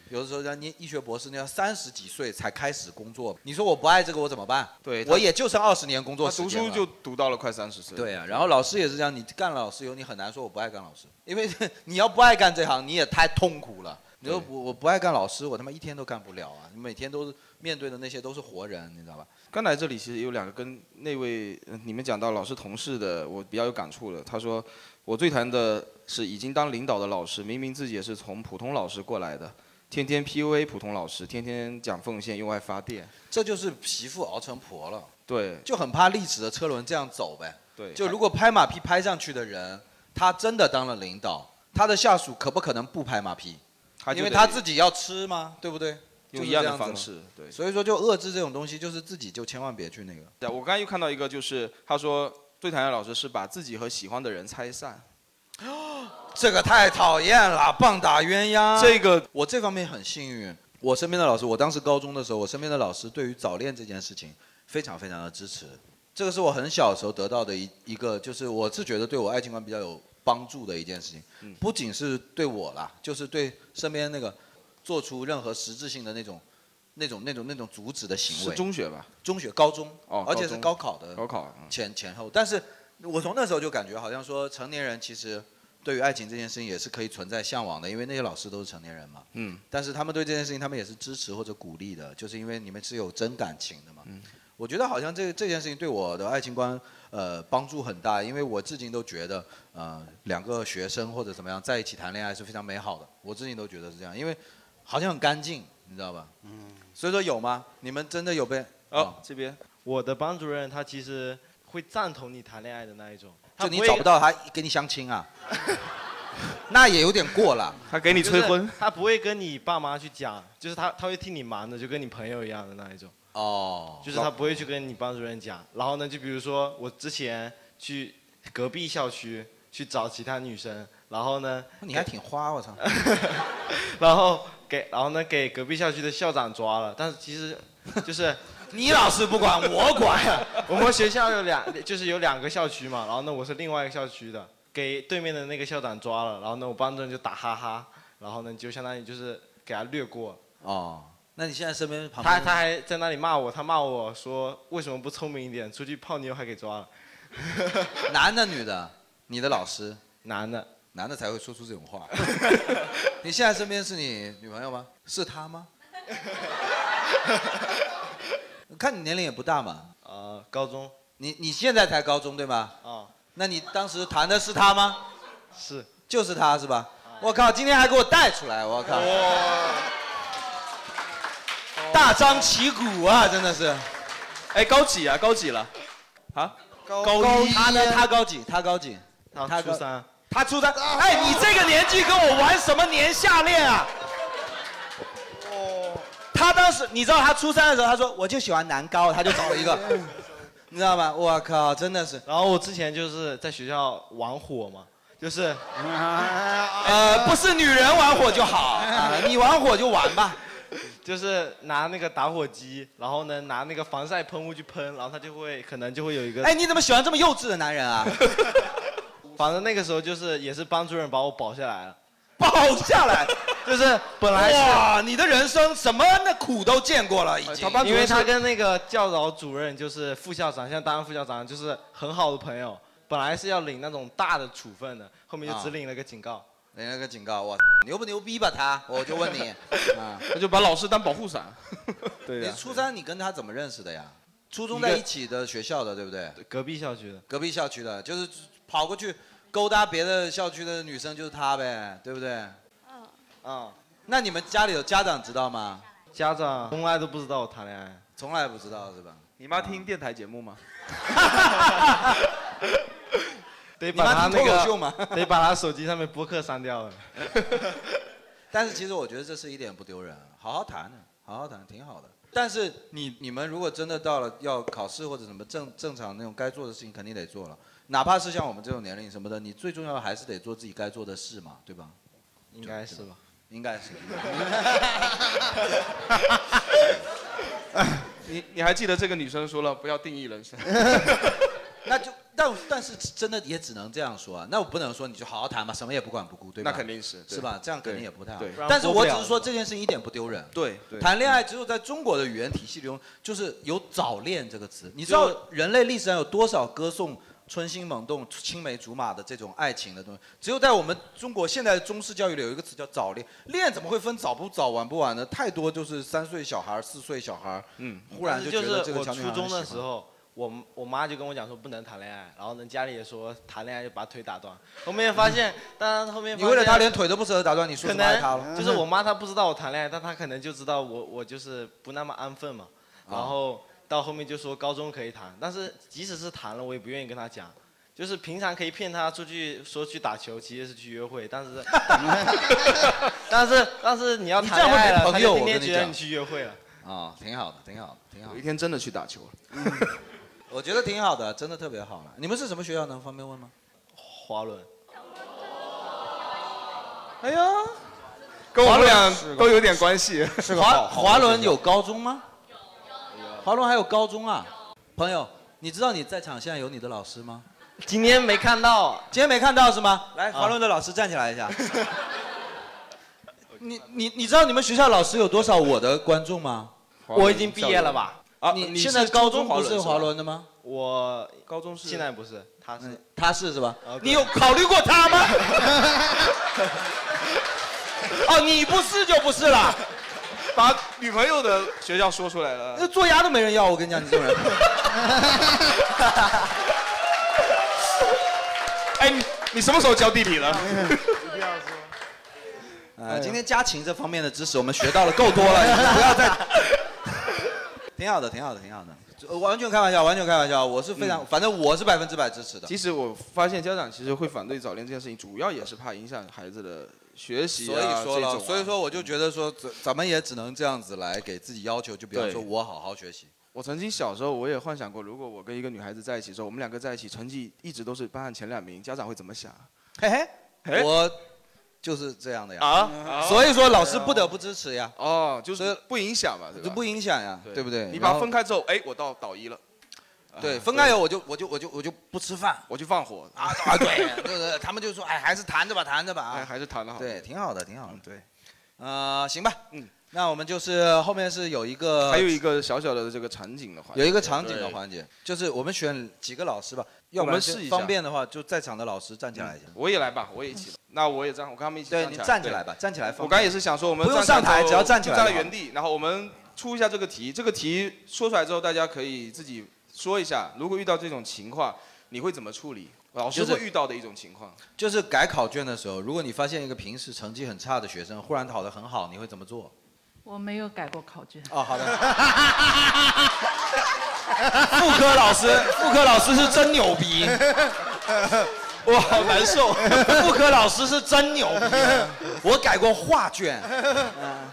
有的时候人家念医学博士，那要三十几岁才开始工作，你说我不爱这个我怎么办？对，我也就剩二十年工作时他间读书了就读到了快三十岁。对啊，然后老师也是这样，你干了老师以后，你很难说我不爱干老师，因为 你要不爱干这行，你也太痛苦了。你说我我不爱干老师，我他妈一天都干不了啊！你每天都是面对的那些都是活人，你知道吧？ 刚才这里其实有两个跟那位呃你们讲到老师同事的，我比较有感触的。他说，我最讨厌的是已经当领导的老师，明明自己也是从普通老师过来的，天天 PUA 普通老师，天天讲奉献又爱发电。这就是媳妇熬成婆了，对，就很怕历史的车轮这样走呗。对就如果拍马屁拍上去的人，他真的当了领导，他的下属可不可能不拍马屁？就因为得他自己要吃嘛，对不对？就用是一样这的子方嘛式对所以说就遏制这种东西，就是自己就千万别去那个。对，我刚才又看到一个，就是他说最讨厌的老师是把自己和喜欢的人拆散。这个太讨厌了，棒打鸳鸯。这个我这方面很幸运，我身边的老师，我当时高中的时候，我身边的老师对于早恋这件事情非常非常的支持。这个是我很小的时候得到的一一个，就是我是觉得对我爱情观比较有帮助的一件事情，嗯不仅是对我啦，就是对身边那个做出任何实质性的那种、那种、那种、那种阻止的行为。是中学吧？中学、高中，哦而且是高中高考的高考嗯前前后。但是我从那时候就感觉，好像说成年人其实对于爱情这件事情也是可以存在向往的，因为那些老师都是成年人嘛。嗯，但是他们对这件事情，他们也是支持或者鼓励的，就是因为你们是有真感情的嘛。嗯我觉得好像这这件事情对我的爱情观呃帮助很大，因为我至今都觉得呃两个学生或者怎么样在一起谈恋爱是非常美好的，我至今都觉得是这样，因为好像很干净，你知道吧？嗯。所以说有吗？你们真的有被？哦，这边我的班主任他其实会赞同你谈恋爱的那一种，就你会找不到他给你相 亲啊？那也有点过了。他给就是，他不会跟你爸妈去讲，就是他他会替你忙的，就跟你朋友一样的那一种。哦，就是他不会去跟你班主任讲。然后呢，就比如说我之前去隔壁校区去找其他女生，然后呢，哦你还挺花，我操！ 然后给然后呢给隔壁校区的校长抓了，但是其实 就是你老师不管我管 我们学校有两就是有两个校区嘛，然后呢我是另外一个校区的，给对面的那个校长抓了，然后呢我班主任就打哈哈，然后呢就相当于就是给他略过。哦，那你现在身边旁他边他还在那里骂我，他骂我说为什么不聪明一点，出去泡妞还给抓了。 男的女的？你的老师？男的。 男的才会说出这种话。你现在身边是你女朋友吗？是她吗？看你年龄也不大嘛。呃啊，高中。你你现在才高中对吧？啊，那你当时谈的是他吗？是，就是他是吧？啊我靠，今天还给我带出来，我靠！大张旗鼓啊，真的是。哎，高几啊？高几了？啊？高一他呢？他高几？他高几？他初三。他初三，哎，你这个年纪跟我玩什么年下恋啊？他当时，你知道他初三的时候，他说我就喜欢男高，他就找了一个。你知道吗？我靠，真的是。然后我之前就是在学校玩火嘛， 就是，呃，不是女人玩火就好啊， 你玩火就玩吧。就是拿那个打火机，然后呢拿那个防晒喷雾去喷，然后它就会可能就会有一个。哎，你怎么喜欢这么幼稚的男人啊？反正那个时候就是也是班主任把我保下来了，抱下来，就是本来是哇，你的人生什么那苦都见过了，已经。因为他跟那个教导主任就是副校长，像当副校长就是很好的朋友，本来是要领那种大的处分的，后面就只啊领了个警告。领了个警告，啊我牛不牛逼吧他？我就问 你，啊，那就把老师当保护伞。对你呀、初三你跟他怎么认识的呀？初中在一起的学校的，对不对？隔壁校区的。隔壁校区的，就是跑过去勾搭别的校区的女生，就是他呗，对不对？嗯嗯。那你们家里有家长知道吗？家长从来都不知道我谈恋爱，从来不知道是吧？你妈听电台节目吗？得你妈把他那听脱个口秀吗得把他手机上面播客删掉了。但是其实我觉得这是一点不丢人，啊好好谈呢，好好谈，挺好的。但是你你们如果真的到了要考试或者什么正正常那种该做的事情，肯定得做了。哪怕是像我们这种年龄什么的，你最重要的还是得做自己该做的事嘛，对吧？应该是吧？应该是。 你你还记得这个女生说了不要定义人生？ 那就但但是真的也只能这样说啊，那我不能说你就好好谈吧，什么也不管不顾，对吧？那肯定是对是吧？这样肯定也不太好对对。但是我只是不说这件事情一点不丢人。对对谈恋爱只有在中国的语言体系中，就是有早恋这个词。你知道人类历史上有多少歌颂春心萌动、青梅竹马的这种爱情的东西？只有在我们中国现代中式教育里有一个词叫早恋。恋怎么会分早不早、晚不晚呢？太多就是三岁小孩儿、四岁小孩儿，嗯，忽然就觉就得这是个我小女孩初很中的喜时欢候，我我妈就跟我讲说不能谈恋爱，然后呢家里也说谈恋爱就把腿打断。后面发现，当然后面你为了他连腿都不舍得打断，你说可什么爱他能了？就是我妈她不知道我谈恋爱，但她可能就知道我我就是不那么安分嘛。啊然后到后面就说高中可以谈，但是即使是谈了，我也不愿意跟她讲。就是平常可以骗她出去说去打球，其实是去约会，但是 但是但是你要你谈这恋样会爱没了，朋友她就我天天跟你觉得讲你去约会了。 啊，挺好的，挺好的，挺好有的一。天真的去打球了。嗯我觉得挺好的，真的特别好了。你们是什么学校呢？方便问吗？滑轮。哎呀， 跟我们俩都有点关系。华华伦有高中吗？华伦还有高中啊？朋友，你知道你在场现在有你的老师吗？今天没看到，今天没看到是吗？来，啊华伦的老师站起来一下。 你你你知道你们学校老师有多少我的观众吗？我已经毕业了吧？啊你现在高中不是华伦的吗？我高中是现在不是，嗯他是他是是吧？啊对你有 考虑过他 吗？哦，你不是就不是啦，把女朋友的学校说出来了。那做鸭都没人要，我跟你讲，你这 种人。哎，你你什么时候教地理 了？哎呃，今天家禽这方面的知识我们学到了够多 了，你们不要再。 挺好的，挺好的，挺好的。呃完全开玩笑，完全开玩笑。我是非常，嗯反正我是百分之百支持的。其实我发现家长其实会反对早恋这件事情，主要也是怕影响孩子的学习所啊以说这了，种啊所以说我就觉得说，咱咱们也只能这样子来给自己要求，就比方对说我好好学习。我曾经小时候我也幻想过，如果我跟一个女孩子在一起之后，我们两个在一起，成绩一直都是班上前两名，家长会怎么想？嘿嘿，嘿我就是这样的呀。啊所以说老师不得不支持呀。哦，就是不影响嘛，就不影响呀，对不对？你把它分开，开之后，哎，我到导一了。对，啊分开以后我就我就我就我就不吃饭，我就放火啊啊！对，就是他们就说，哎，还是谈着吧，谈着吧啊，哎还是谈的好。嗯对，挺好的，挺好的。对，呃，行吧，嗯，那我们就是后面是有一个，还有一个小小的这个场景的环节，有一个场景的对环节，就是我们选几个老师吧，要我不们然试一下方便的话，就在场的老师站起来一下。我也来吧，我也一起吧。那我也站，我跟他们一起嗯对站起来。你站起来吧站起来方便我刚也是想说，我们不用站上台之后只要站起来就站就在好原地，然后我们出一下这个题。这个题说出来之后，大家可以自己说一下，如果遇到这种情况，你会怎么处理？老师就是会遇到的一种情况。就是改考卷的时候，如果你发现一个平时成绩很差的学生忽然考得很好，你会怎么做？我没有改过考卷。哦，好的。 妇科老师，妇科老师是真牛 逼，我好难受。妇科老师是真牛逼，我改过画卷。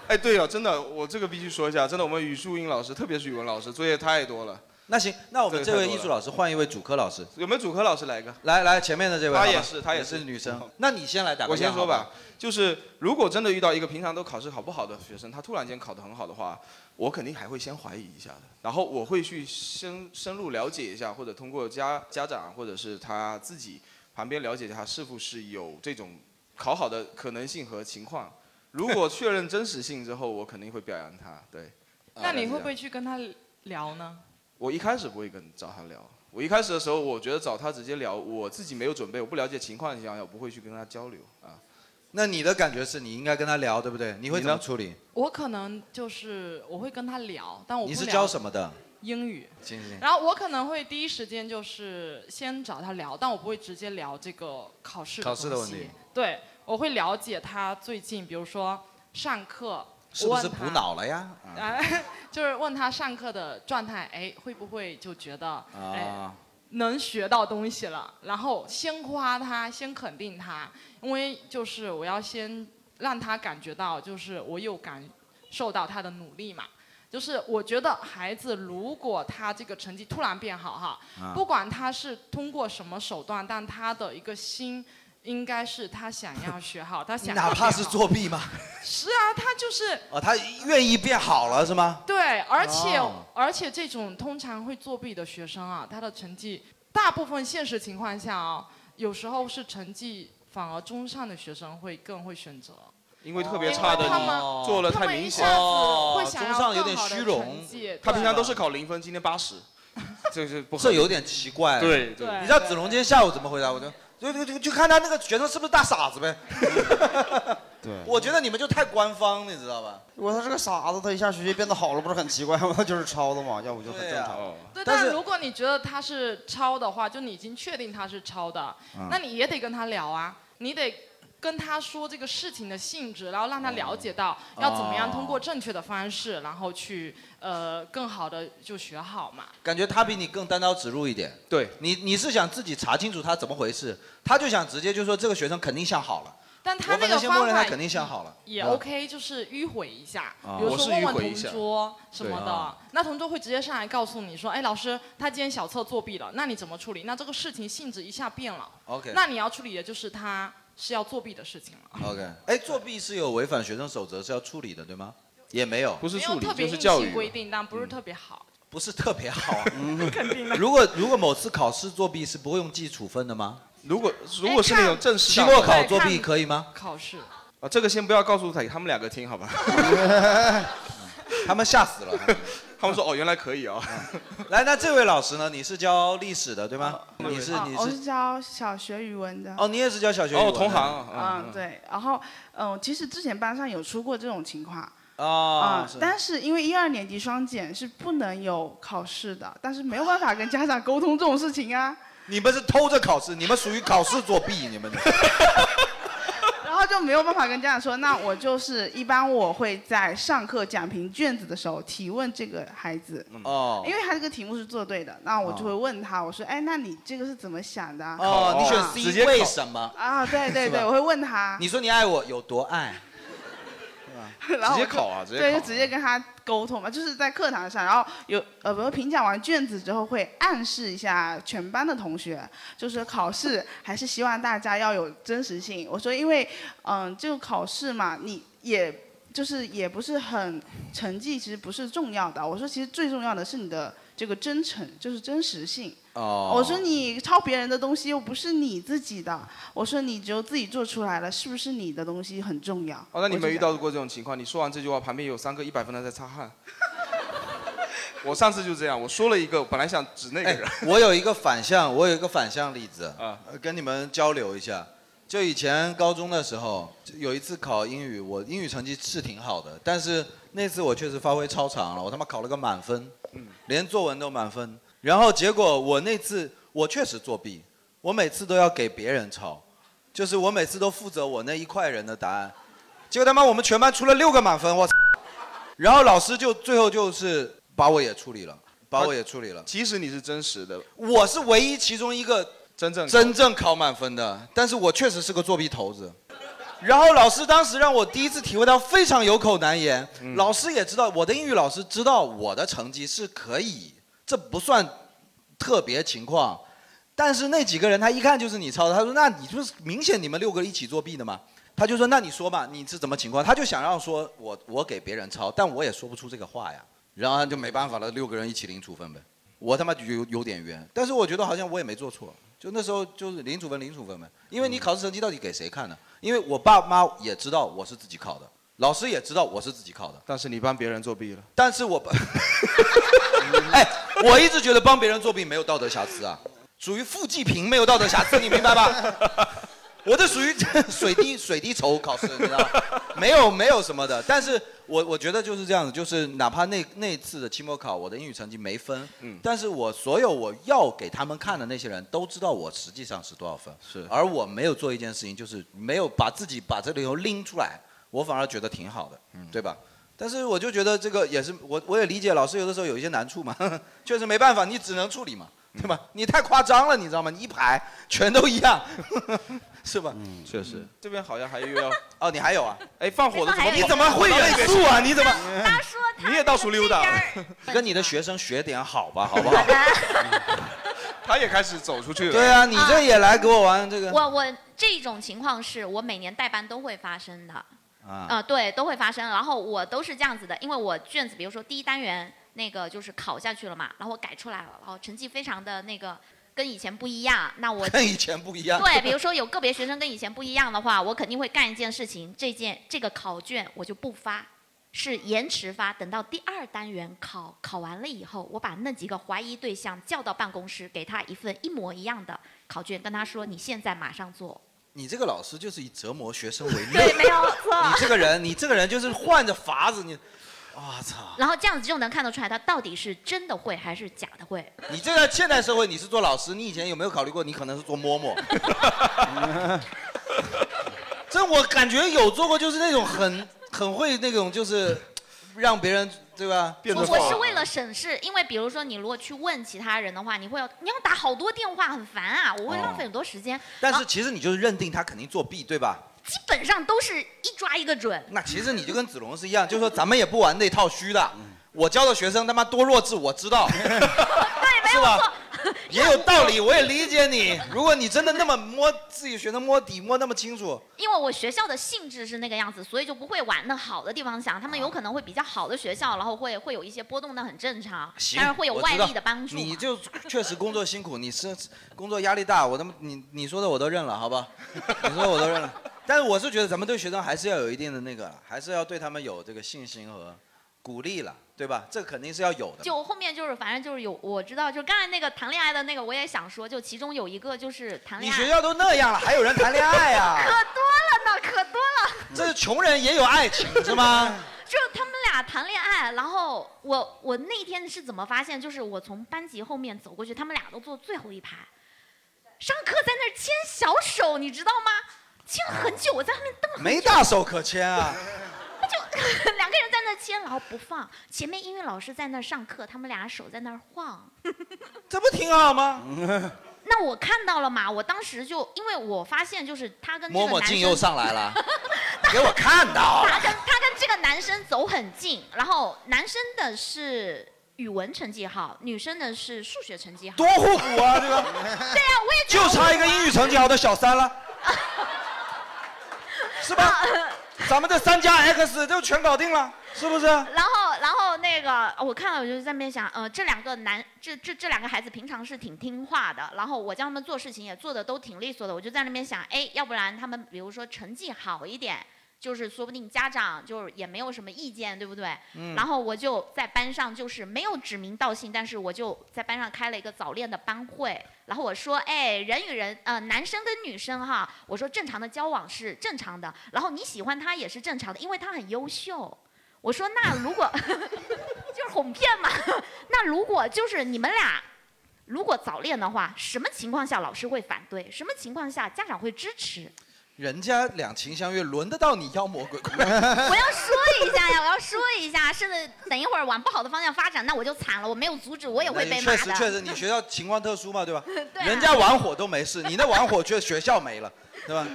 哎，对了，真的，我这个必须说一下，真的，我们语数英老师，特别是语文老师，作业太多了。那行，那我们这位艺术老师师换一位主科老师，有没有主科老师来一个？来来前面的这位，他好也吧是，他也是是女生。 那你先来打个我先样说好吧吧，就是如果真的遇到一个平常都考试考不好的学生，他突然间考得很好的话，我肯定还会先怀疑一下的，然后我会去深深入了解一下，或者通过家家长或者是他自己旁边了解一下，他是不是有这种考好的可能性和情况。如果确认真实性之后，我肯定会表扬他。对，那你会不会？会去跟他聊呢？我一开始不会跟找他聊，我一开始的时候，我觉得找他直接聊，我自己没有准备，我不了解情况的情况下，我不会去跟他交流啊。那你的感觉是你应该跟他聊，对不对？你会你怎呢么处理？我可能就是我会跟他聊，嗯但我不你是聊教什么的？英语。行行。然后我可能会第一时间就是先找他聊，但我不会直接聊这个考试考试的东问西题对，我会了解他最近，比如说上课，是不是我问他补脑了呀？啊 啊，就是问他上课的状态，哎，会不会就觉得哎哎啊，能学到东西了？然后先夸他，先肯定他，因为就是我要先让他感觉到，就是我有感受到他的努力嘛。就是我觉得孩子如果他这个成绩突然变好哈，啊不管他是通过什么手段，但他的一个心应该是他想要学好，他想要哪怕变是好作弊吗？是啊，他就是哦，他愿意变好了是吗？对，而且、哦而且这种通常会作弊的学生啊，他的成绩大部分现实情况下啊，有时候是成绩反而中上的学生会更会选择。因为特别差的哦因为他们你哦做了太明显，他们一下哦子会想要哦中上有点虚更好的荣成绩他平常对都是考零分，今天八十，这是不合这理有点奇怪。对对对你知道子龙今天下午怎么回答我就？就就就就看他那个学生是不是大傻子呗？对， 我觉得你们就太官方，你知道吧？如果他是个傻子，他一下学习变得好了，不是很奇怪吗？ 他就是抄的嘛，要不就很正常。对，但但是如果你觉得他是抄的话，就你已经确定他是抄的，嗯那你也得跟他聊啊，你得跟他说这个事情的性质，然后让他了解到哦要怎么样通过正确的方式，然后去呃更好的就学好嘛。感觉他比你更单刀直入一点。对，你你是想自己查清楚他怎么回事，他就想直接就说这个学生肯定想好了。但他我那反个正先方默认法他肯定想好了。也嗯 OK，就是迂回一下，啊比如我是说问迂问回一同下桌什么对啊的，那同桌会直接上来告诉你说，哎，老师，他今天小测作弊了，那你怎么处理？那这个事情性质一下变了 OK 那你要处理的就是他是要作弊的事情了， OK，哎，作弊是有违反学生守则是要处理的，对吗？也没有，不没有特别硬性规定，但不嗯是特别好。不是特别好、 啊。肯定如果如果某次考试作弊是不会用记处分的吗？如果如果是那种正式期的末考作弊可以吗？考试啊，这个先不要告诉他，他们两个听好吧？ 他们吓死了，他们说哦，原来可以哦。嗯来，那啊这位老师呢？你是教历史的对吗？你是哦你我是是教小学语文的。哦，啊你也是教小学语文的嗯，对。然后，嗯，其实之前班上有出过这种情况。哦啊，是但是因为一二年级双减是不能有考试的，但是没有办法跟家长沟通这种事情啊，你们是偷着考试，你们属于考试作弊， 你们。然后就没有办法跟家长说。那我就是一般我会在上课讲评卷子的时候提问这个孩子，哦因为他这个题目是做对的，那我就会问他，我说，哎，那你这个是怎么想的啊？哦，你啊选 C 为什么？啊，对对是吧对，我会问他，你说你爱我有多爱？ 然后我直接就考啊直接对，考就直接跟他沟通嘛，就是在课堂上，然后有呃，比如评讲完卷子之后，会暗示一下全班的同学，就是考试还是希望大家要有真实性。我说，因为嗯、这个考试嘛，你也就是也不是很成绩，其实不是重要的。我说，其实最重要的是你的这个真诚，就是真实性。哦我说你抄别人的东西又不是你自己的，我说你只有自己做出来了，是不是你的东西很重要？哦，那你我就们遇这样到过这种情况？你说完这句话，旁边有三个一百分的在擦汗。我上次就这样，我说了一个，我本来想 指那个人。我有一个反向，我有一个反向例子，呃跟你们交流一下。就以前高中的时候，有一次考英语，我英语成绩是挺好的，但是那次我确实发挥超常了，我他妈考了个满分，嗯连作文都满分。然后结果我那次我确实作弊，我每次都要给别人抄，就是我每次都负责我那一块人的答案。结果他妈我们全班出了六个满分，我操！然后老师就最后就是把我也处理了，把我也处理了。其实你是真实的，我是唯一其中一个真正真正考满分的，但是我确实是个作弊头子。然后老师当时让我第一次体会到非常有口难言，老师也知道我的英语老师知道我的成绩是可以，这不算特别情况。但是那几个人他一看就是你抄的，他说那你就是明显你们六个一起作弊的嘛。他就说那你说吧，你是怎么情况？他就想让说我我给别人抄，但我也说不出这个话呀。然后他就没办法了，六个人一起零处分呗。我他妈有有点冤，但是我觉得好像我也没做错，就那时候就是零处分零处分呗。因为你考试成绩到底给谁看呢？因为我爸妈也知道我是自己考的，老师也知道我是自己考的，但是你帮别人作弊了。但是我， 哎，我一直觉得帮别人作弊没有道德瑕疵啊，属于付济贫没有道德瑕疵，你明白吧？ 我这属于水滴水滴筹考试，你知道吗？没有没有什么的，但是我我觉得就是这样子，就是哪怕那那次的期末考，我的英语成绩没分，但是我所有我要给他们看的那些人都知道我实际上是多少分，是而我没有做一件事情，就是没有把自己把这理由拎出来，我反而觉得挺好的，对吧？但是我就觉得这个也是我我也理解老师有的时候有一些难处嘛， 确实没办法，你只能处理嘛，对吧？你太夸张了，你知道吗？你一排全都一样，是吧？确实，这边好像还有哦，你还有啊？哎，放火的怎么你你怎怎么么会会忍忍住住啊？啊？你你怎么怎么？你也到处溜 达，跟你的学生学点好吧，好不 好？嗯他也开始走出去了。对啊，你这也来给我 玩这个。我我这种情况是我每年代班都会发生的，啊呃，对，都会发生。然后我都是这样子的，因为我卷子，比如说第一单元那个就是考下去了嘛，然后我改出来了，然后成绩非常的那个跟以前不一样，那我跟以前不一样。对，比如说有个别学生跟以前不一样的话，我肯定会干一件事情，这件这个考卷我就不发，是延迟发，等到第二单元考考完了以后，我把那几个怀疑对象叫到办公室，给他一份一模一样的考卷，跟他说你现在马上做。你这个老师就是以折磨学 生为乐，对没有错 你这个人，你这个人就是换着法子，你，我操！然后这样子就能看得出来他到底是真的会还是假的会。你这个现代社会，你是做老师，你以前有没有考虑过，你可能是做嬷嬷？ 这我感觉有做过，就是那种很很会那种，就是让别人对吧？我我是为了省事，因为比如说你如果去问其他人的话，你会要你要打好多电话，很烦啊，我会浪费很多时间。哦但然是后其实你就是认定他肯定作弊，对吧？基本上都是一抓一个准。那其实你就跟子龙是一样，就是说咱们也不玩那套虚的。我教的学生他妈多弱智，我知道， 对，没有错，也有道理，我也理解你。如果你真的那么摸自己学生摸底摸那么清楚，因为我学校的性质是那个样子，所以就不会往那好的地方想。他啊们有可能会比较好的学校，然后会会有一些波动，那很正常。行，但是会有我外知道力的帮助嘛。你就确实工作辛苦，你是工作压力大，我他妈你你说的我都认了，好吧？你说的我都认了。但是我是觉得咱们对学生还是要有一定的那个，还是要对他们有这个信心和鼓励了，对吧？这个肯定是要有的。就后面就是反正就是有我知道，就刚才那个谈恋爱的那个我也想说，就其中有一个就是谈你恋爱。学校都那样了，还有人谈恋爱 可啊？多了呢，可多了。这是穷人也有爱情 是吗？就他们俩谈恋爱，然后我我那天是怎么发现？就是我从班级后面走过去，他们俩都坐最后一排，上课在那儿牵小手，你知道吗？牵很久，我在后面瞪很久。没大手可牵啊。就 两个人在那牵，然后不放。前面英语老师在那儿上课，他们俩手在那儿晃。这不挺好吗？那我看到了嘛，我当时就因为我发现就是他跟这摸个摸男生劲又上来了， 给我看到他跟他跟这个男生走很近，然后男生的是语文成绩好，女生的是数学成绩好，多互补啊，对吧？对呀、我也觉就得差一个英语成绩好的小三了，是吧？呃咱们这三加 X 就全搞定了，是不是？然后，然后那个，我看了，我就在那边想，呃，这两个男，这这这两个孩子平常是挺听话的，然后我教他们做事情也做的都挺利索的，我就在那边想，哎，要不然他们比如说成绩好一点，就是说不定家长就是也没有什么意见，对不对？嗯然后我就在班上就是没有指名道姓，但是我就在班上开了一个早恋的班会。然后我说，哎，人与人，呃，男生跟女生哈，我说正常的交往是正常的，然后你喜欢他也是正常的，因为他很优秀。我说那如果 就是哄骗嘛，那如果就是你们俩如果早恋的话，什么情况下老师会反对？什么情况下家长会支持？人家两情相悦，轮得到你妖魔鬼怪？ 我要说一下呀，我要说一下，甚至等一会儿往不好的方向发展，那我就惨了，我没有阻止，我也会被骂确实的。确实，你学校情况特殊嘛，对吧？对啊人家玩火都没事，你那玩火却学校没了，对吧？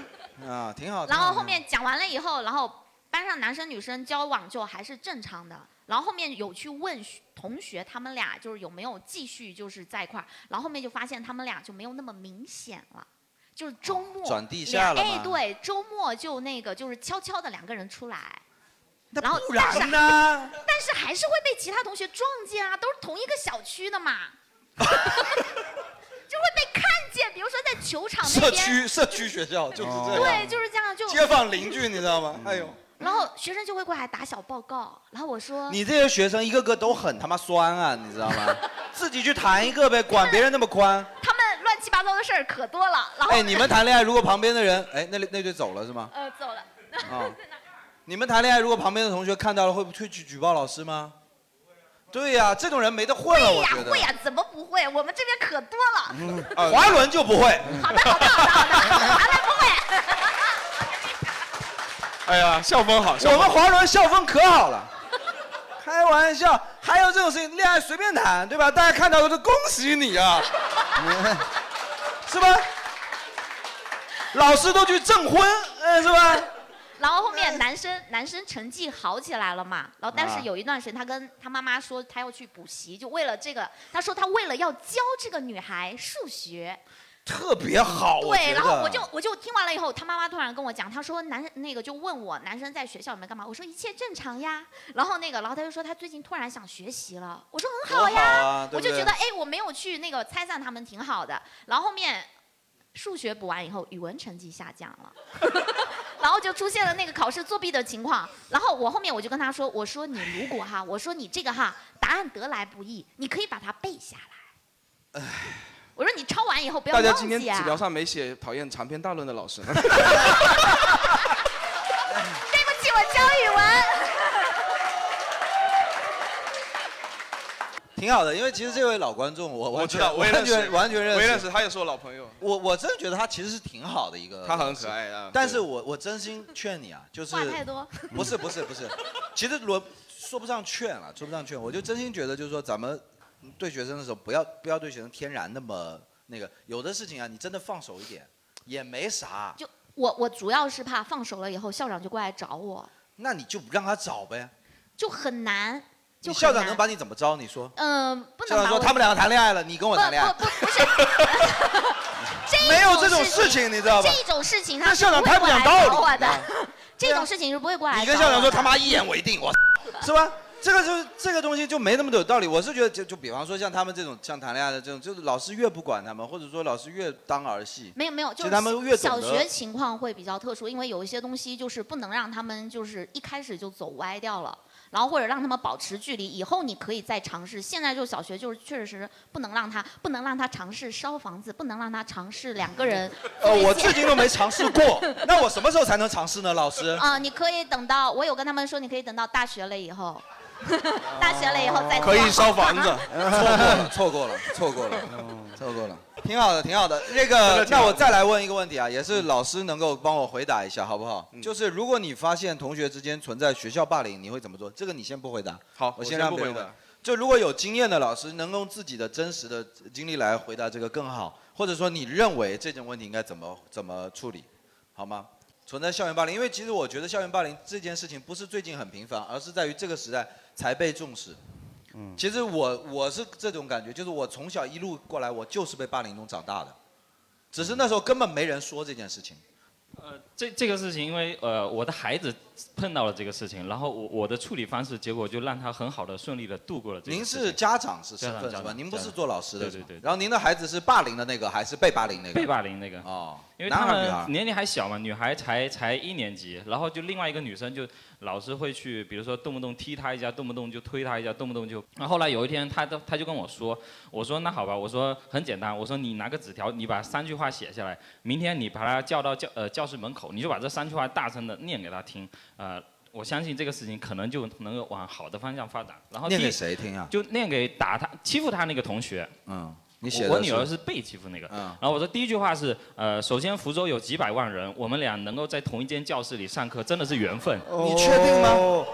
啊，挺好。然后挺好后面讲完了以后，然后班上男生女生交往就还是正常的。然后后面有去问学同学，他们俩就是有没有继续就是在一块儿。然后后面就发现他们俩就没有那么明显了，就是周末哦转地下了两哎，吗对，周末就那个就是悄悄的两个人出来。那然后不但是然呢？ 但是还是会被其他同学撞见啊，都是同一个小区 的嘛，就会被看见。比如说在球场那社边，区社区学校就是这样。对，就是这样，就街坊邻居，你知道嗯吗？哎呦，然后学生就会过来打小报告，然后我说你这些学生一个个都很他妈酸啊，你知道 吗？自己去谈一个呗，管别人那么宽。他们乱七八糟的事儿可多了， 然后哎，你们谈恋爱如果旁边的人，哎，那那就走了是 吗？呃走了，啊，你们谈恋爱如果旁边的同学看到了，会不会去举报老师吗？对呀、这种人没得混了，会我呀觉得。会呀，怎么不会？我们这边可多了，嗯啊滑轮就不会。哎呀，校风好，校我风们好华伦校风可好了，开玩笑，还有这种事情，恋爱随便谈，对吧？大家看到的都恭喜你 啊，是吧？老师都去证婚，嗯，是吧？哎然后后面男生男生成绩好起来了嘛，然后但啊是有一段时间他跟他妈妈说他要去补习，就为了这个，他说他为了要教这个女孩数学。特别好，我觉得对，然后我就我就听完了以后，他妈妈突然跟我讲，他说男那个就问我男生在学校里面干嘛，我说一切正常呀。然后那个，然后他就说他最近突然想学习了，我说很好呀，多好啊对不对我就觉得哎，我没有去那个拆散他们挺好的。然后后面数学补完以后，语文成绩下降了。然后就出现了那个考试作弊的情况。然后我后面我就跟他说，我说你如果哈，我说你这个哈答案得来不易，你可以把它背下来。我说你抄完以后不要大家忘记啊。今天纸条上没写讨厌长篇大论的老师。对不起，我教语文。挺好的，因为其实这位老观众，我我知道，我也完认识全完全认识，我也认识，他也是我老朋友。我我真的觉得他其实是挺好的一个，他很可爱啊但对是我我真心劝你啊，就是话太多 不是不是不是，其实罗说不上劝了，说不上劝，我就真心觉得就是说咱们对学生的时候，不要不要对学生天然那么那个，有的事情啊，你真的放手一点也没啥，就我我主要是怕放手了以后，校长就过来找我，那你就让他找呗。就很难。就你很校长难能把你怎么着？你说，嗯、不校长能把说我他们两个谈恋爱了，你跟我谈恋爱，不不不是，这没有种这种事事情你知道吧这种事情这他是校长不会太不过讲来道找理我了的， 这种事情是不会过来。你跟校长说他妈一言为定，我 是吧？这个就是这个东西就没那么有道理。我是觉得就就比方说像他们这种像谈恋爱的这种，就是老师越不管他们，或者说老师越当儿戏。没有没有，就其实是他们越小懂得。学情况会比较特殊，因为有一些东西就是不能让他们就是一开始就走歪掉了，然后或者让他们保持距离，以后你可以再尝试。现在就小学就是确实不能让他不能让他尝试烧房子，不能让他尝试两个人 呃，我至今都没尝试 过，那我什么时候才能尝试呢？老师， 啊、你可以等到我有跟他们说，你可以等到大学了以后， 大学了以后再做。 错过了，错过了，错过了，错过了，嗯挺好的，挺好的。那个， 那我再来问一个问题嗯啊，也是老师能够帮我回答一下，好不好？就是如果你发现同学之间存在学校霸凌，你会怎么做？这个你先不回答，好我我先先让不别人回问答。就如果有经验的老师能用自己的真实的经历来回答这个更好，或者说你认为这种问题应该怎么怎么处理，好吗？存在校园霸凌，因为其实我觉得校园霸凌这件事情不是最近很频繁，而是在于这个时代才被重视。嗯其实我我是这种感觉，就是我从小一路过来，我就是被霸凌中长大的，只是那时候根本没人说这件事情。这这个事情，因为呃我的孩子碰到了这个事情，然后我我的处理方式，结果就让他很好的顺利的度过了这个您事情。是家长是家身长份家是吧？长您不家是长做老师的对是对吧，对对然后您的孩子是霸凌的那个还是被霸凌那个？被霸凌那个哦，因为男他孩儿女孩们儿？年龄还小嘛，女孩才才一年级，然后就另外一个女生就老是会去，比如说动不动踢她一下，动不动就推她一下，动不动就……然后后来有一天，她都她就跟我说，我说那好吧，我说很简单，我说你拿个纸条，你把三句话写下来，明天你把她叫到教呃教室门口，你就把这三句话大声的念给她听，呃。我相信这个事情可能就能够往好的方向发展。然后念第一给谁听啊就念给打她、欺负她那个同学。嗯，你我写的我女儿是是嗯被欺负那个。然后我说第一句话是，呃，首先福州有几百万人，我们俩能够在同一间教室里上课，真的是缘分。哦你确定吗？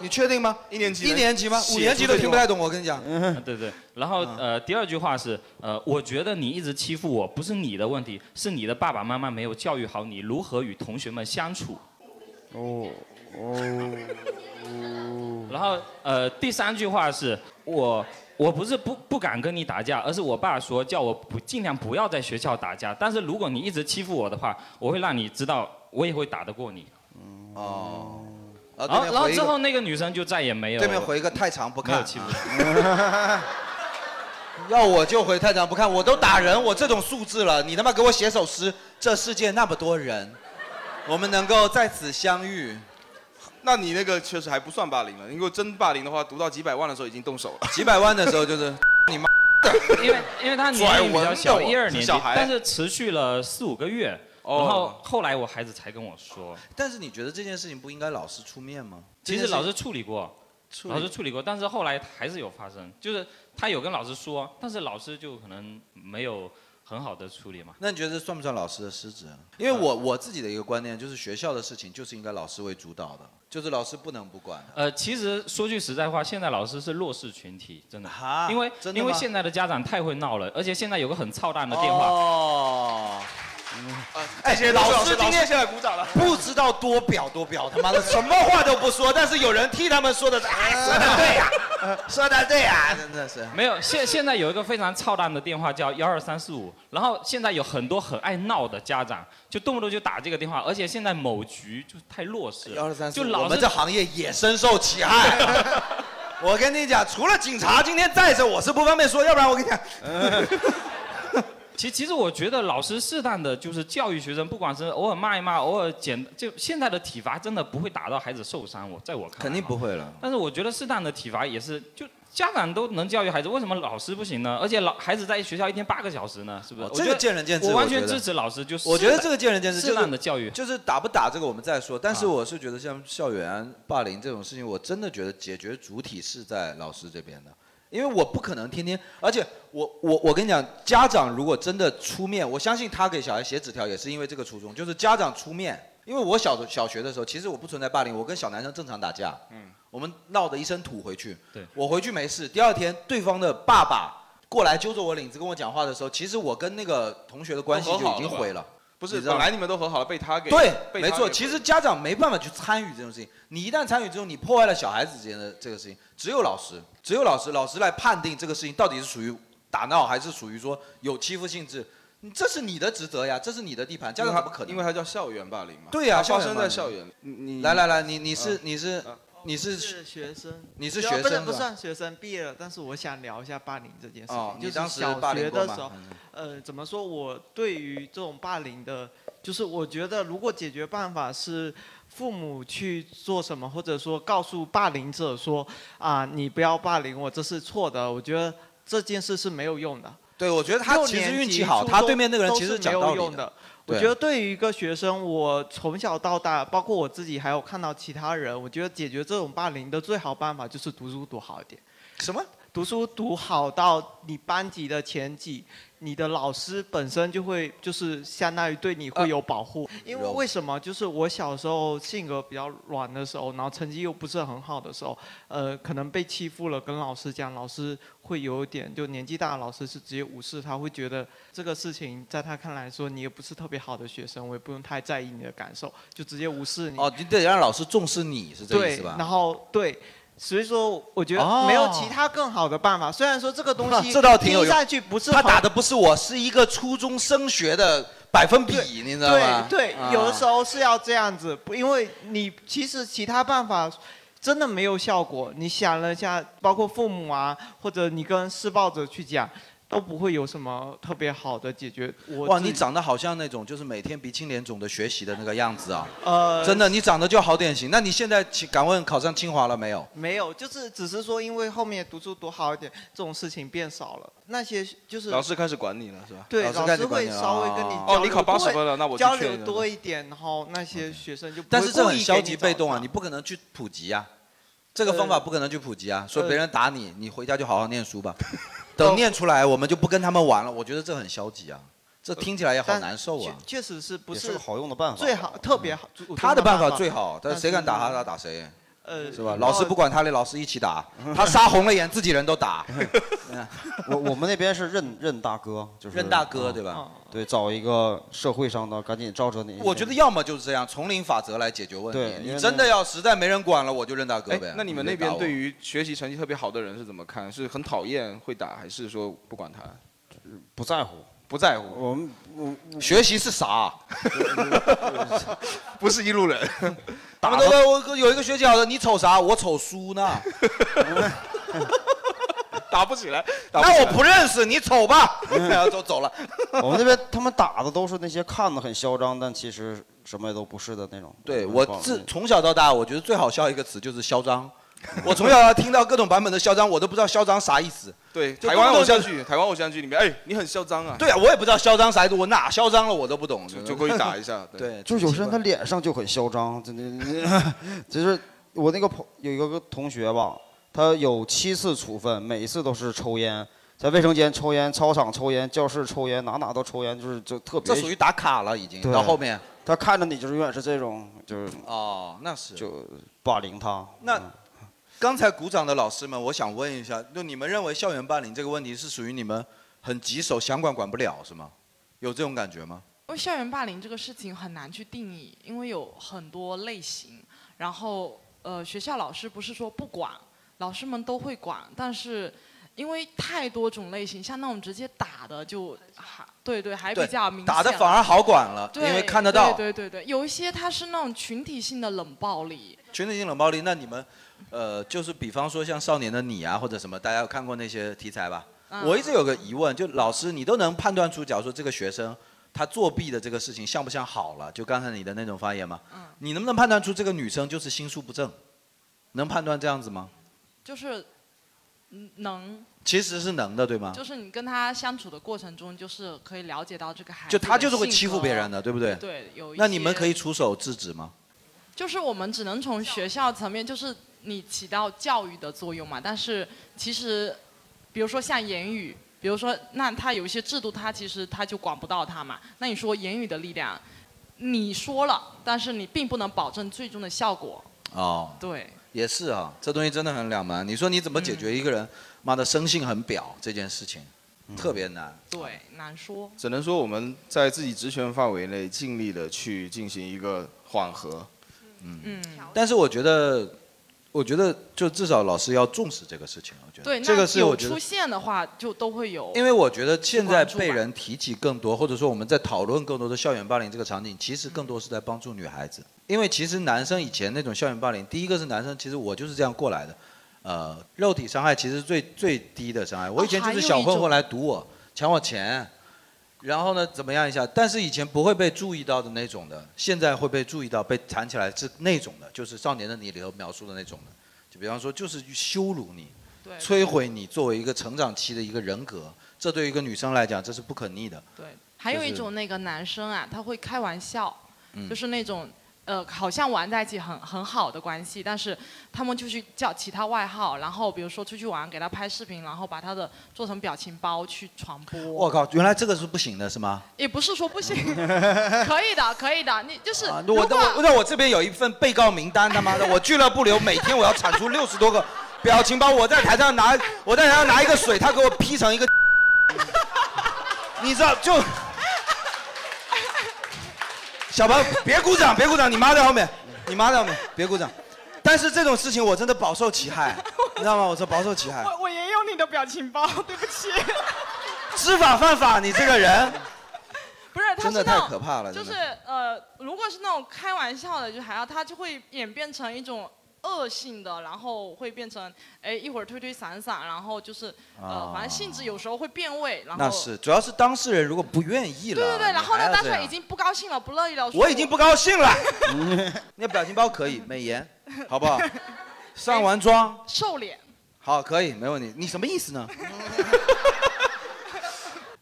你确定吗？一年级一能年级吗？写五年出级都这听句不话太懂，我跟你讲。啊啊对对。然后呃，第二句话是，呃，我觉得你一直欺负我，不是你的问题，是你的爸爸妈妈没有教育好你如何与同学们相处。哦哦。然后呃，第三句话是我我不是不不敢跟你打架，而是我爸说叫我不尽量不要在学校打架，但是如果你一直欺负我的话，我会让你知道我也会打得过你。哦。然对后面然后回一之个后那个女生就再也没有对面回一个太长不没看有欺负啊。 要我就回太长不看，我都打人，我这种素质了，你他妈给我写首诗。这世界那么多人，我们能够在此相遇，那你那个确实还不算霸凌了，如果真霸凌的话，读到几百万的时候已经动手了。几百万的时候就是 你妈因为因为他年龄比较小，拽蚊子一二年是级小孩，但是持续了四五个月，然后后来我孩子才跟我说，哦但是你觉得这件事情不应该老师出面吗？其实老师处理过，处理老师处理过，但是后来还是有发生，就是他有跟老师说，但是老师就可能没有很好的处理嘛。那你觉得算不算老师的失职啊？因为我我自己的一个观念就是，学校的事情就是应该老师为主导的，就是老师不能不管的。呃，其实说句实在话，现在老师是弱势群体，真的，因为真的因吗为现在的家长太会闹了，而且现在有个很操蛋的电话。哦。哎谢谢老师老师老今师天现在鼓掌了，不知道多表多表，他妈的什么话都不说，但是有人替他们说的，呃哎，说的对呀、呃说的对呀、真的是。没有，现现在有一个非常操蛋的电话叫幺二三四五，然后现在有很多很爱闹的家长，就动不动就打这个电话，而且现在某局就太弱势了，幺二三就四，老我是们这行业也深受其害。我跟你讲，除了警察今天在这，我是不方便说，要不然我跟你讲， 呃其其实我觉得老师适当的就是教育学生，不管是偶尔骂一骂，偶尔简就现在的体罚真的不会打到孩子受伤，我在我看来肯定不会了。但是我觉得适当的体罚也是，就家长都能教育孩子，为什么老师不行呢？而且老孩子在学校一天八个小时呢，是不是？哦我这觉个得见仁见智，我完全觉得支持老师，就是我觉得这个见仁见智，适就是当的教育。啊就是打不打这个我们再说。但是我是觉得像校园霸凌这种事情，我真的觉得解决主体是在老师这边的，因为我不可能天天，而且我我我跟你讲，家长如果真的出面，我相信他给小孩写纸条也是因为这个初衷，就是家长出面。因为我小的小学的时候，其实我不存在霸凌，我跟小男生正常打架，嗯，我们闹得一身土回去。对，我回去没事。第二天，对方的爸爸过来揪着我领子跟我讲话的时候，其实我跟那个同学的关系就已经毁了。不是，你知道本吗来你们都和好了， 被他给对，被他没错。给其实家长没办法去参与这种事情，你一旦参与之后，你破坏了小孩子之间的这个事情，只有老师，只有老师，老师来判定这个事情到底是属于打闹还是属于说有欺负性质，你这是你的职责呀，这是你的地盘，家长怎么可能？因为他叫校园霸凌嘛，对呀、它发生在校园里。。你你来来来，你你是、嗯你是、你是是学生，你是就学不是生不是吧算学生，毕业了。但是我想聊一下霸凌这件事情，哦你就是当时小霸凌学过的时吗候嗯，呃，怎么说？我对于这种霸凌的，就是我觉得如果解决办法是。父母去做什么，或者说告诉霸凌者说啊，你不要霸凌我，这是错的。我觉得这件事是没有用的。对，我觉得他六其实年运级气好初他中对面那个人都其实是讲没道有理用的的。我对觉得对于一个学生，我从小到大，包括我自己，还有看到其他人，我觉得解决这种霸凌的最好办法就是读书读好一点。什么？读书读好到你班级的前几，你的老师本身就会就是相当于对你会有保护。因为为什么？就是我小时候性格比较软的时候，然后成绩又不是很好的时候，呃，可能被欺负了，跟老师讲，老师会有一点就年纪大的老师是直接无视他，会觉得这个事情在他看来说你也不是特别好的学生，我也不用太在意你的感受，就直接无视你。哦，你得让老师重视你是这意思吧？对，然后对，所以说我觉哦得没有其他更好的办法。虽然说这个东西啊 这倒挺有听用。上去不是他很打的不是我，是一个初中升学的百分比，你知道吗？对，啊有的时候是要这样子，不因为你其实其他办法真的没有效果。你想了一下，包括父母啊，或者你跟施暴者去讲，都不会有什么特别好的解决。我哇，自己你长得好像那种就是每天鼻青脸肿的学习的那个样子啊！呃真的，你长得就好典型。那你现在请敢问考上清华了没有？没有，就是只是说，因为后面读书读好一点，这种事情变少了。那些就是老师开始管你了是吧？对，老老开师始管会你了稍微跟你哦交哦，你流考八多十一分了，那我去交劝流你多一点，然后那些学生就不但会是这故很意消给极你被找动啊，你不可能去普及啊。这个方法不可能去普及啊，说别人打你，你回家就好好念书吧。 等念出来，我们就不跟他们玩了。我觉得这很消极啊，这听起来也好难受啊。确呃实是不也是是个啊好用的办法最好特别好。主他的动办法最好，但谁敢打他，他打谁，呃是吧？然后老师不管他的，老师一起打， 他杀红了眼，自己人都打。我我们那边是认认大哥，就是认大哥对吧啊对，找一个社会上的，赶紧照着你。我觉得要么就是这样，丛林法则来解决问对因题。为你真的要实在没人管了，我就认大哥呗哎。，那你们那边对于学习成绩特别好的人是怎么看？是很讨厌会打，还是说不管他？不在乎，不在乎。我们我学习是啥？不是一路人。 他们都说我有一个学姐好的，你瞅啥？我瞅书呢。 打不起来，打不起来那我不认识，你瞅吧。 然后就走了。我们那边他们打的都是那些看的很嚣张，但其实什么也都不是的那种。对嗯我不好自从小到大，我觉得最好笑一个词就是嚣张。 我从小到大听到各种版本的嚣张，我都不知道嚣张啥意思。对，就台湾动不动偶像就剧，台湾偶像剧里面，哎，你很嚣张啊。对啊， 我也不知道嚣张啥意思，我哪嚣张了我都不懂，就就故意打 一下对对，就有些人他脸上就很嚣张，真 的，就是我那个朋有一个同学吧，他有七次处分，每一次都是抽烟，在卫生间抽烟、操场抽烟、教室抽烟，哪哪都抽烟，就是就特别。这属于打卡了已经。对到后面，他看着你就是永远是这种，就是哦，那是就霸凌他。那刚才鼓掌的老师们，我想问一下，就你们认为校园霸凌这个问题是属于你们很棘手，想管管不了是吗？有这种感觉吗？因为校园霸凌这个事情很难去定义，因为有很多类型。然后呃，学校老师不是说不管，老师们都会管，但是因为太多种类型，像那种直接打的就还对对还比对较明显，打的反而好管了，因对，为看得到对对对对，有一些它是那种群体性的冷暴力，群体性冷暴力。那你们，呃，就是比方说像《少年的你》啊，或者什么，大家有看过那些题材吧？嗯我一直有个疑问，就老师，你都能判断出，假如说这个学生他作弊的这个事情像不像好了？就刚才你的那种发言嗯嘛，你能不能判断出这个女生就是心术不正？能判断这样子吗？就是嗯能。其实是能的，对吗？就是你跟他相处的过程中，就是可以了解到这个孩子就的他就是会性欺负格别人的，对不对？对，有一那你们些可以出手制止吗？就是我们只能从学校层面，就是你起到教育的作用嘛。但是其实，比如说像言语，比如说那他有一些制度，他其实他就管不到他嘛。那你说言语的力量，你说了，但是你并不能保证最终的效果。哦，对，也是啊，这东西真的很两难。你说你怎么解嗯决一个人，妈的生性很婊这件事情，特别难。对，难说。嗯只能说我们在自己职权范围内尽力的去进行一个缓和。嗯，但是我觉得，呃我觉得就至少老师要重视这个事情。我觉得对，这个那是有我觉得出，现的话，就都会有。因为我觉得现在被人提起更多，或者说我们在讨论更多的校园霸凌这个场景，其实更多是在帮助女孩子。因为其实男生以前那种校园霸凌，第一个是男生，其实我就是这样过来的，呃，肉体伤害其实最最低的哦伤害。我以前就是小混混来堵我，抢我钱，然后呢怎么样一下？但是以前不会被注意到的那种的，现在会被注意到，被弹起来是那种的，就是《少年的你》里头描述的那种的。就比方说，就是羞辱你，对摧毁你作为一个成长期的一个人格，这对于一个女生来讲，这是不可逆的。对，还有一就是种那个男生啊，他会开玩笑，嗯就是那种呃，好像玩在一起很很好的关系，但是他们就去叫其他外号，然后比如说出去玩，给他拍视频，然后把他的做成表情包去传播。我靠，原来这个是不行的，是吗？也不是说 不行，可以的，可以的，你就是啊，如我果我那我这边有一份被告名单，他妈的，我俱乐部里有每天我要产出六十多个表情包，我在台上拿，我在台上拿一个水，他给我 P 成一个，你知道就，小朋友别鼓掌，别鼓掌，你妈在后面，你妈在后面，别鼓掌。但是这种事情我真的饱受其害，你知道吗？我说饱受其害，我我也有你的表情包，对不起。啊知法犯法，你这个人。不是，他真的是那太可怕了就真是的呃，如果是那种开玩笑的，就还要他就会演变成一种恶性的，然后会变成哎一会儿推推搡搡，然后就是 呃，反正性质有时候会变味，然后哦那是，主要是当事人如果不愿意对了，对对，你然后还呢，要当这下样已经不高兴了，不乐意了，说我已经不高兴 了。那表情包可以，美颜，好不好？上完妆， 瘦脸。好，可以，没问题。你什么意 思呢？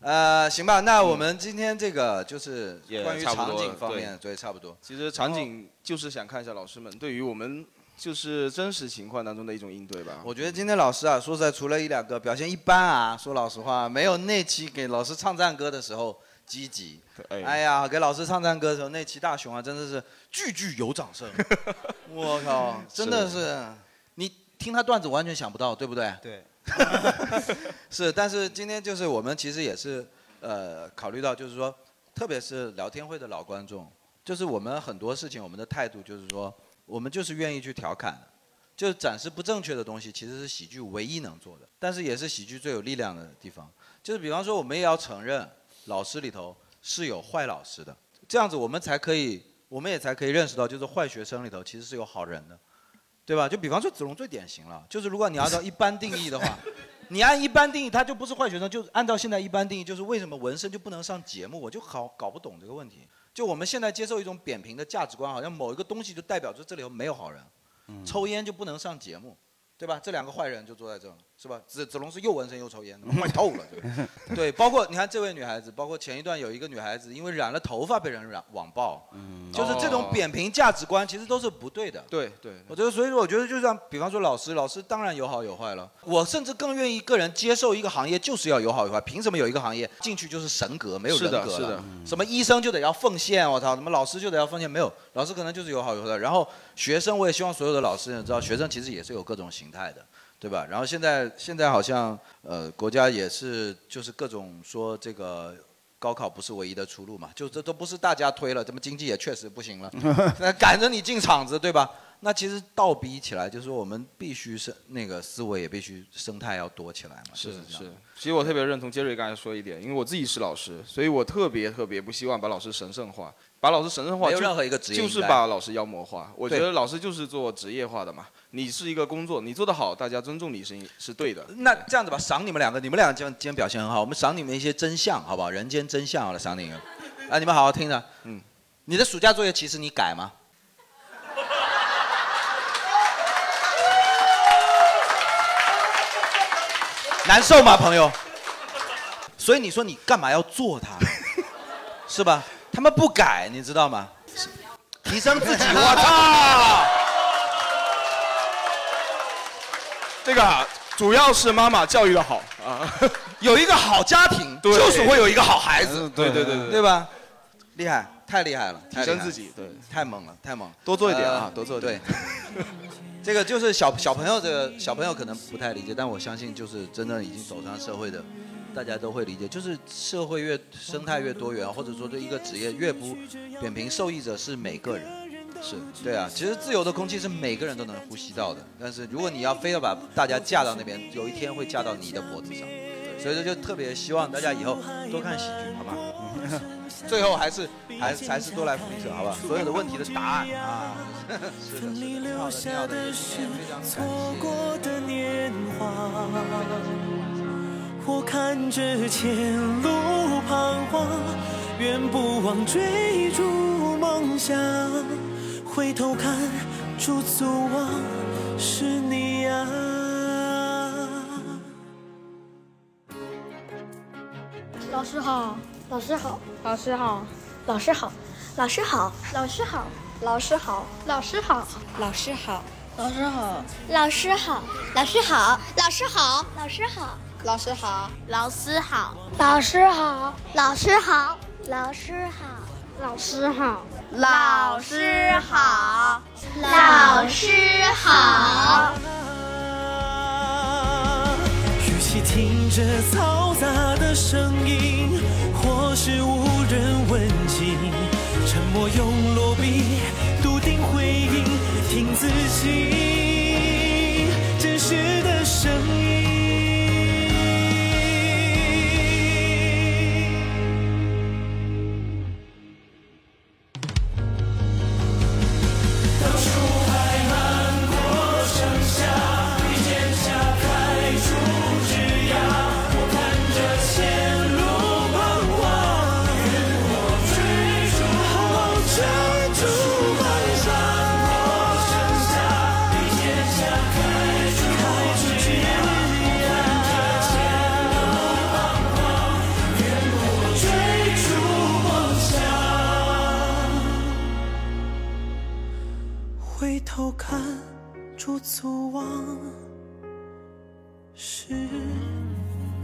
呃，行吧，那我们今天这个就是也关于差不场多景了方对面，对，差不多。其实场景就是想看一下老师们对于我们就是真实情况当中的一种应对吧。我觉得今天老师啊，说实在，除了一两个表现一般啊，说老实话，没有那期给老师唱赞歌的时候积极。哎呀，给老师唱赞歌的时候，那期大熊啊，真的是句句有掌声。我靠，真的是是，你听他段子完全想不到，对不对？对。 是，但是今天就是我们其实也是呃考虑到，就是说，特别是聊天会的老观众，就是我们很多事情我们的态度就是说，我们就是愿意去调侃的，就是展示不正确的东西，其实是喜剧唯一能做的，但是也是喜剧最有力量的地方。就是比方说，我们也要承认，老师里头是有坏老师的，这样子我们才可以，我们也才可以认识到，就是坏学生里头其实是有好人的。对吧？就比方说子龙最典型了，就是如果你按照一般定义的话， 你按一般定义，他就不是坏学生，就是按照现在一般定义，就是为什么纹身就不能上节目，我就好搞不懂这个问题。就我们现在接受一种扁平的价值观，好像某一个东西就代表着这里头没有好人，抽烟就不能上节目，对吧？这两个坏人就坐在这儿，是吧？子子龙是又纹身又抽烟的，坏透了，对吧？对，包括你看这位女孩子，包括前一段有一个女孩子因为染了头发被人染网暴，就是这种扁平价值观其实都是不对的。对对，我觉得，所以说，我觉得就像，比方说老师，老师当然有好有坏了。我甚至更愿意个人接受一个行业就是要有好有坏，凭什么有一个行业进去就是神格，没有是人的格是了嗯的什么医生就得要奉献，我操，什么老师就得要奉献，没有，老师可能就是有好有坏。然后学生，我也希望所有的老师也知道，学生其实也是有各种形态的，对吧？然后现在现在好像呃，国家也是就是各种说这个。高考不是唯一的出路嘛，就这都不是大家推了，咱们经济也确实不 行了，那赶着你进厂子，对吧？那其实倒逼起来，就是说我们必须是那个思维也必须生态要多起来嘛。是就是这样是，其实我特别认同杰瑞刚才说一点，因为我自己是老师，所以我特别特别不希望把老师神圣化，把老师神圣化没有就任何一个职业就是应该把老师妖魔化。我觉对得老师就是做职业化的嘛，你是一个工作，你做得好，大家尊重你是是对的。那这样子吧，赏你们两个，你们俩今今天表现很好，我们赏你们一些真相，好不好？人间真相，好了，赏你们。啊，你们好好听着。嗯，你的暑假作业其实你改吗？ 难受吗，朋友？所以你说你干嘛要做它， 是吧？他们不改，你知道吗？提升自己，我操！这个啊主要是妈妈教育的好啊， 有一个好家庭，就是会有一个好孩子，嗯对对对对，对？吧？厉害，太厉害了，提太厉升害自了己，对，太猛了，太猛了，多做一点啊呃多做一点对， 这个就是小小朋友的小朋友可能不太理解，但我相信就是真正已经走上社会的，大家都会理解，就是社会越生态越多元，或者说对一个职业越不扁平，受益者是每个人。是对啊，其实自由的空气是每个人都能呼吸到的，但是如果你要非要把大家架到那边，有一天会架到你的脖子上，所以说就特别希望大家以后多看喜剧，好吗？最后还是还是还是多来福利社，好吧？所有的问题的答案啊， 是的，是的，挺好的，挺好的，也非常感谢。过的年华，我看着前路彷徨，远不忘追逐梦想。回头看，驻足望，是你啊。老师好，老师好，老师好，老师好，老师好，老师好，老师好，老师好，老师好，老师好，老师好，老师好，老师好，老师好，老师好，老师好，老师好，老师好，老师好，老师好，老师好，老师好。与其听着嘈杂的声音，或是无人问津，沉默用落笔笃定回应，听自己真实的声音。回头看，驻足望是啊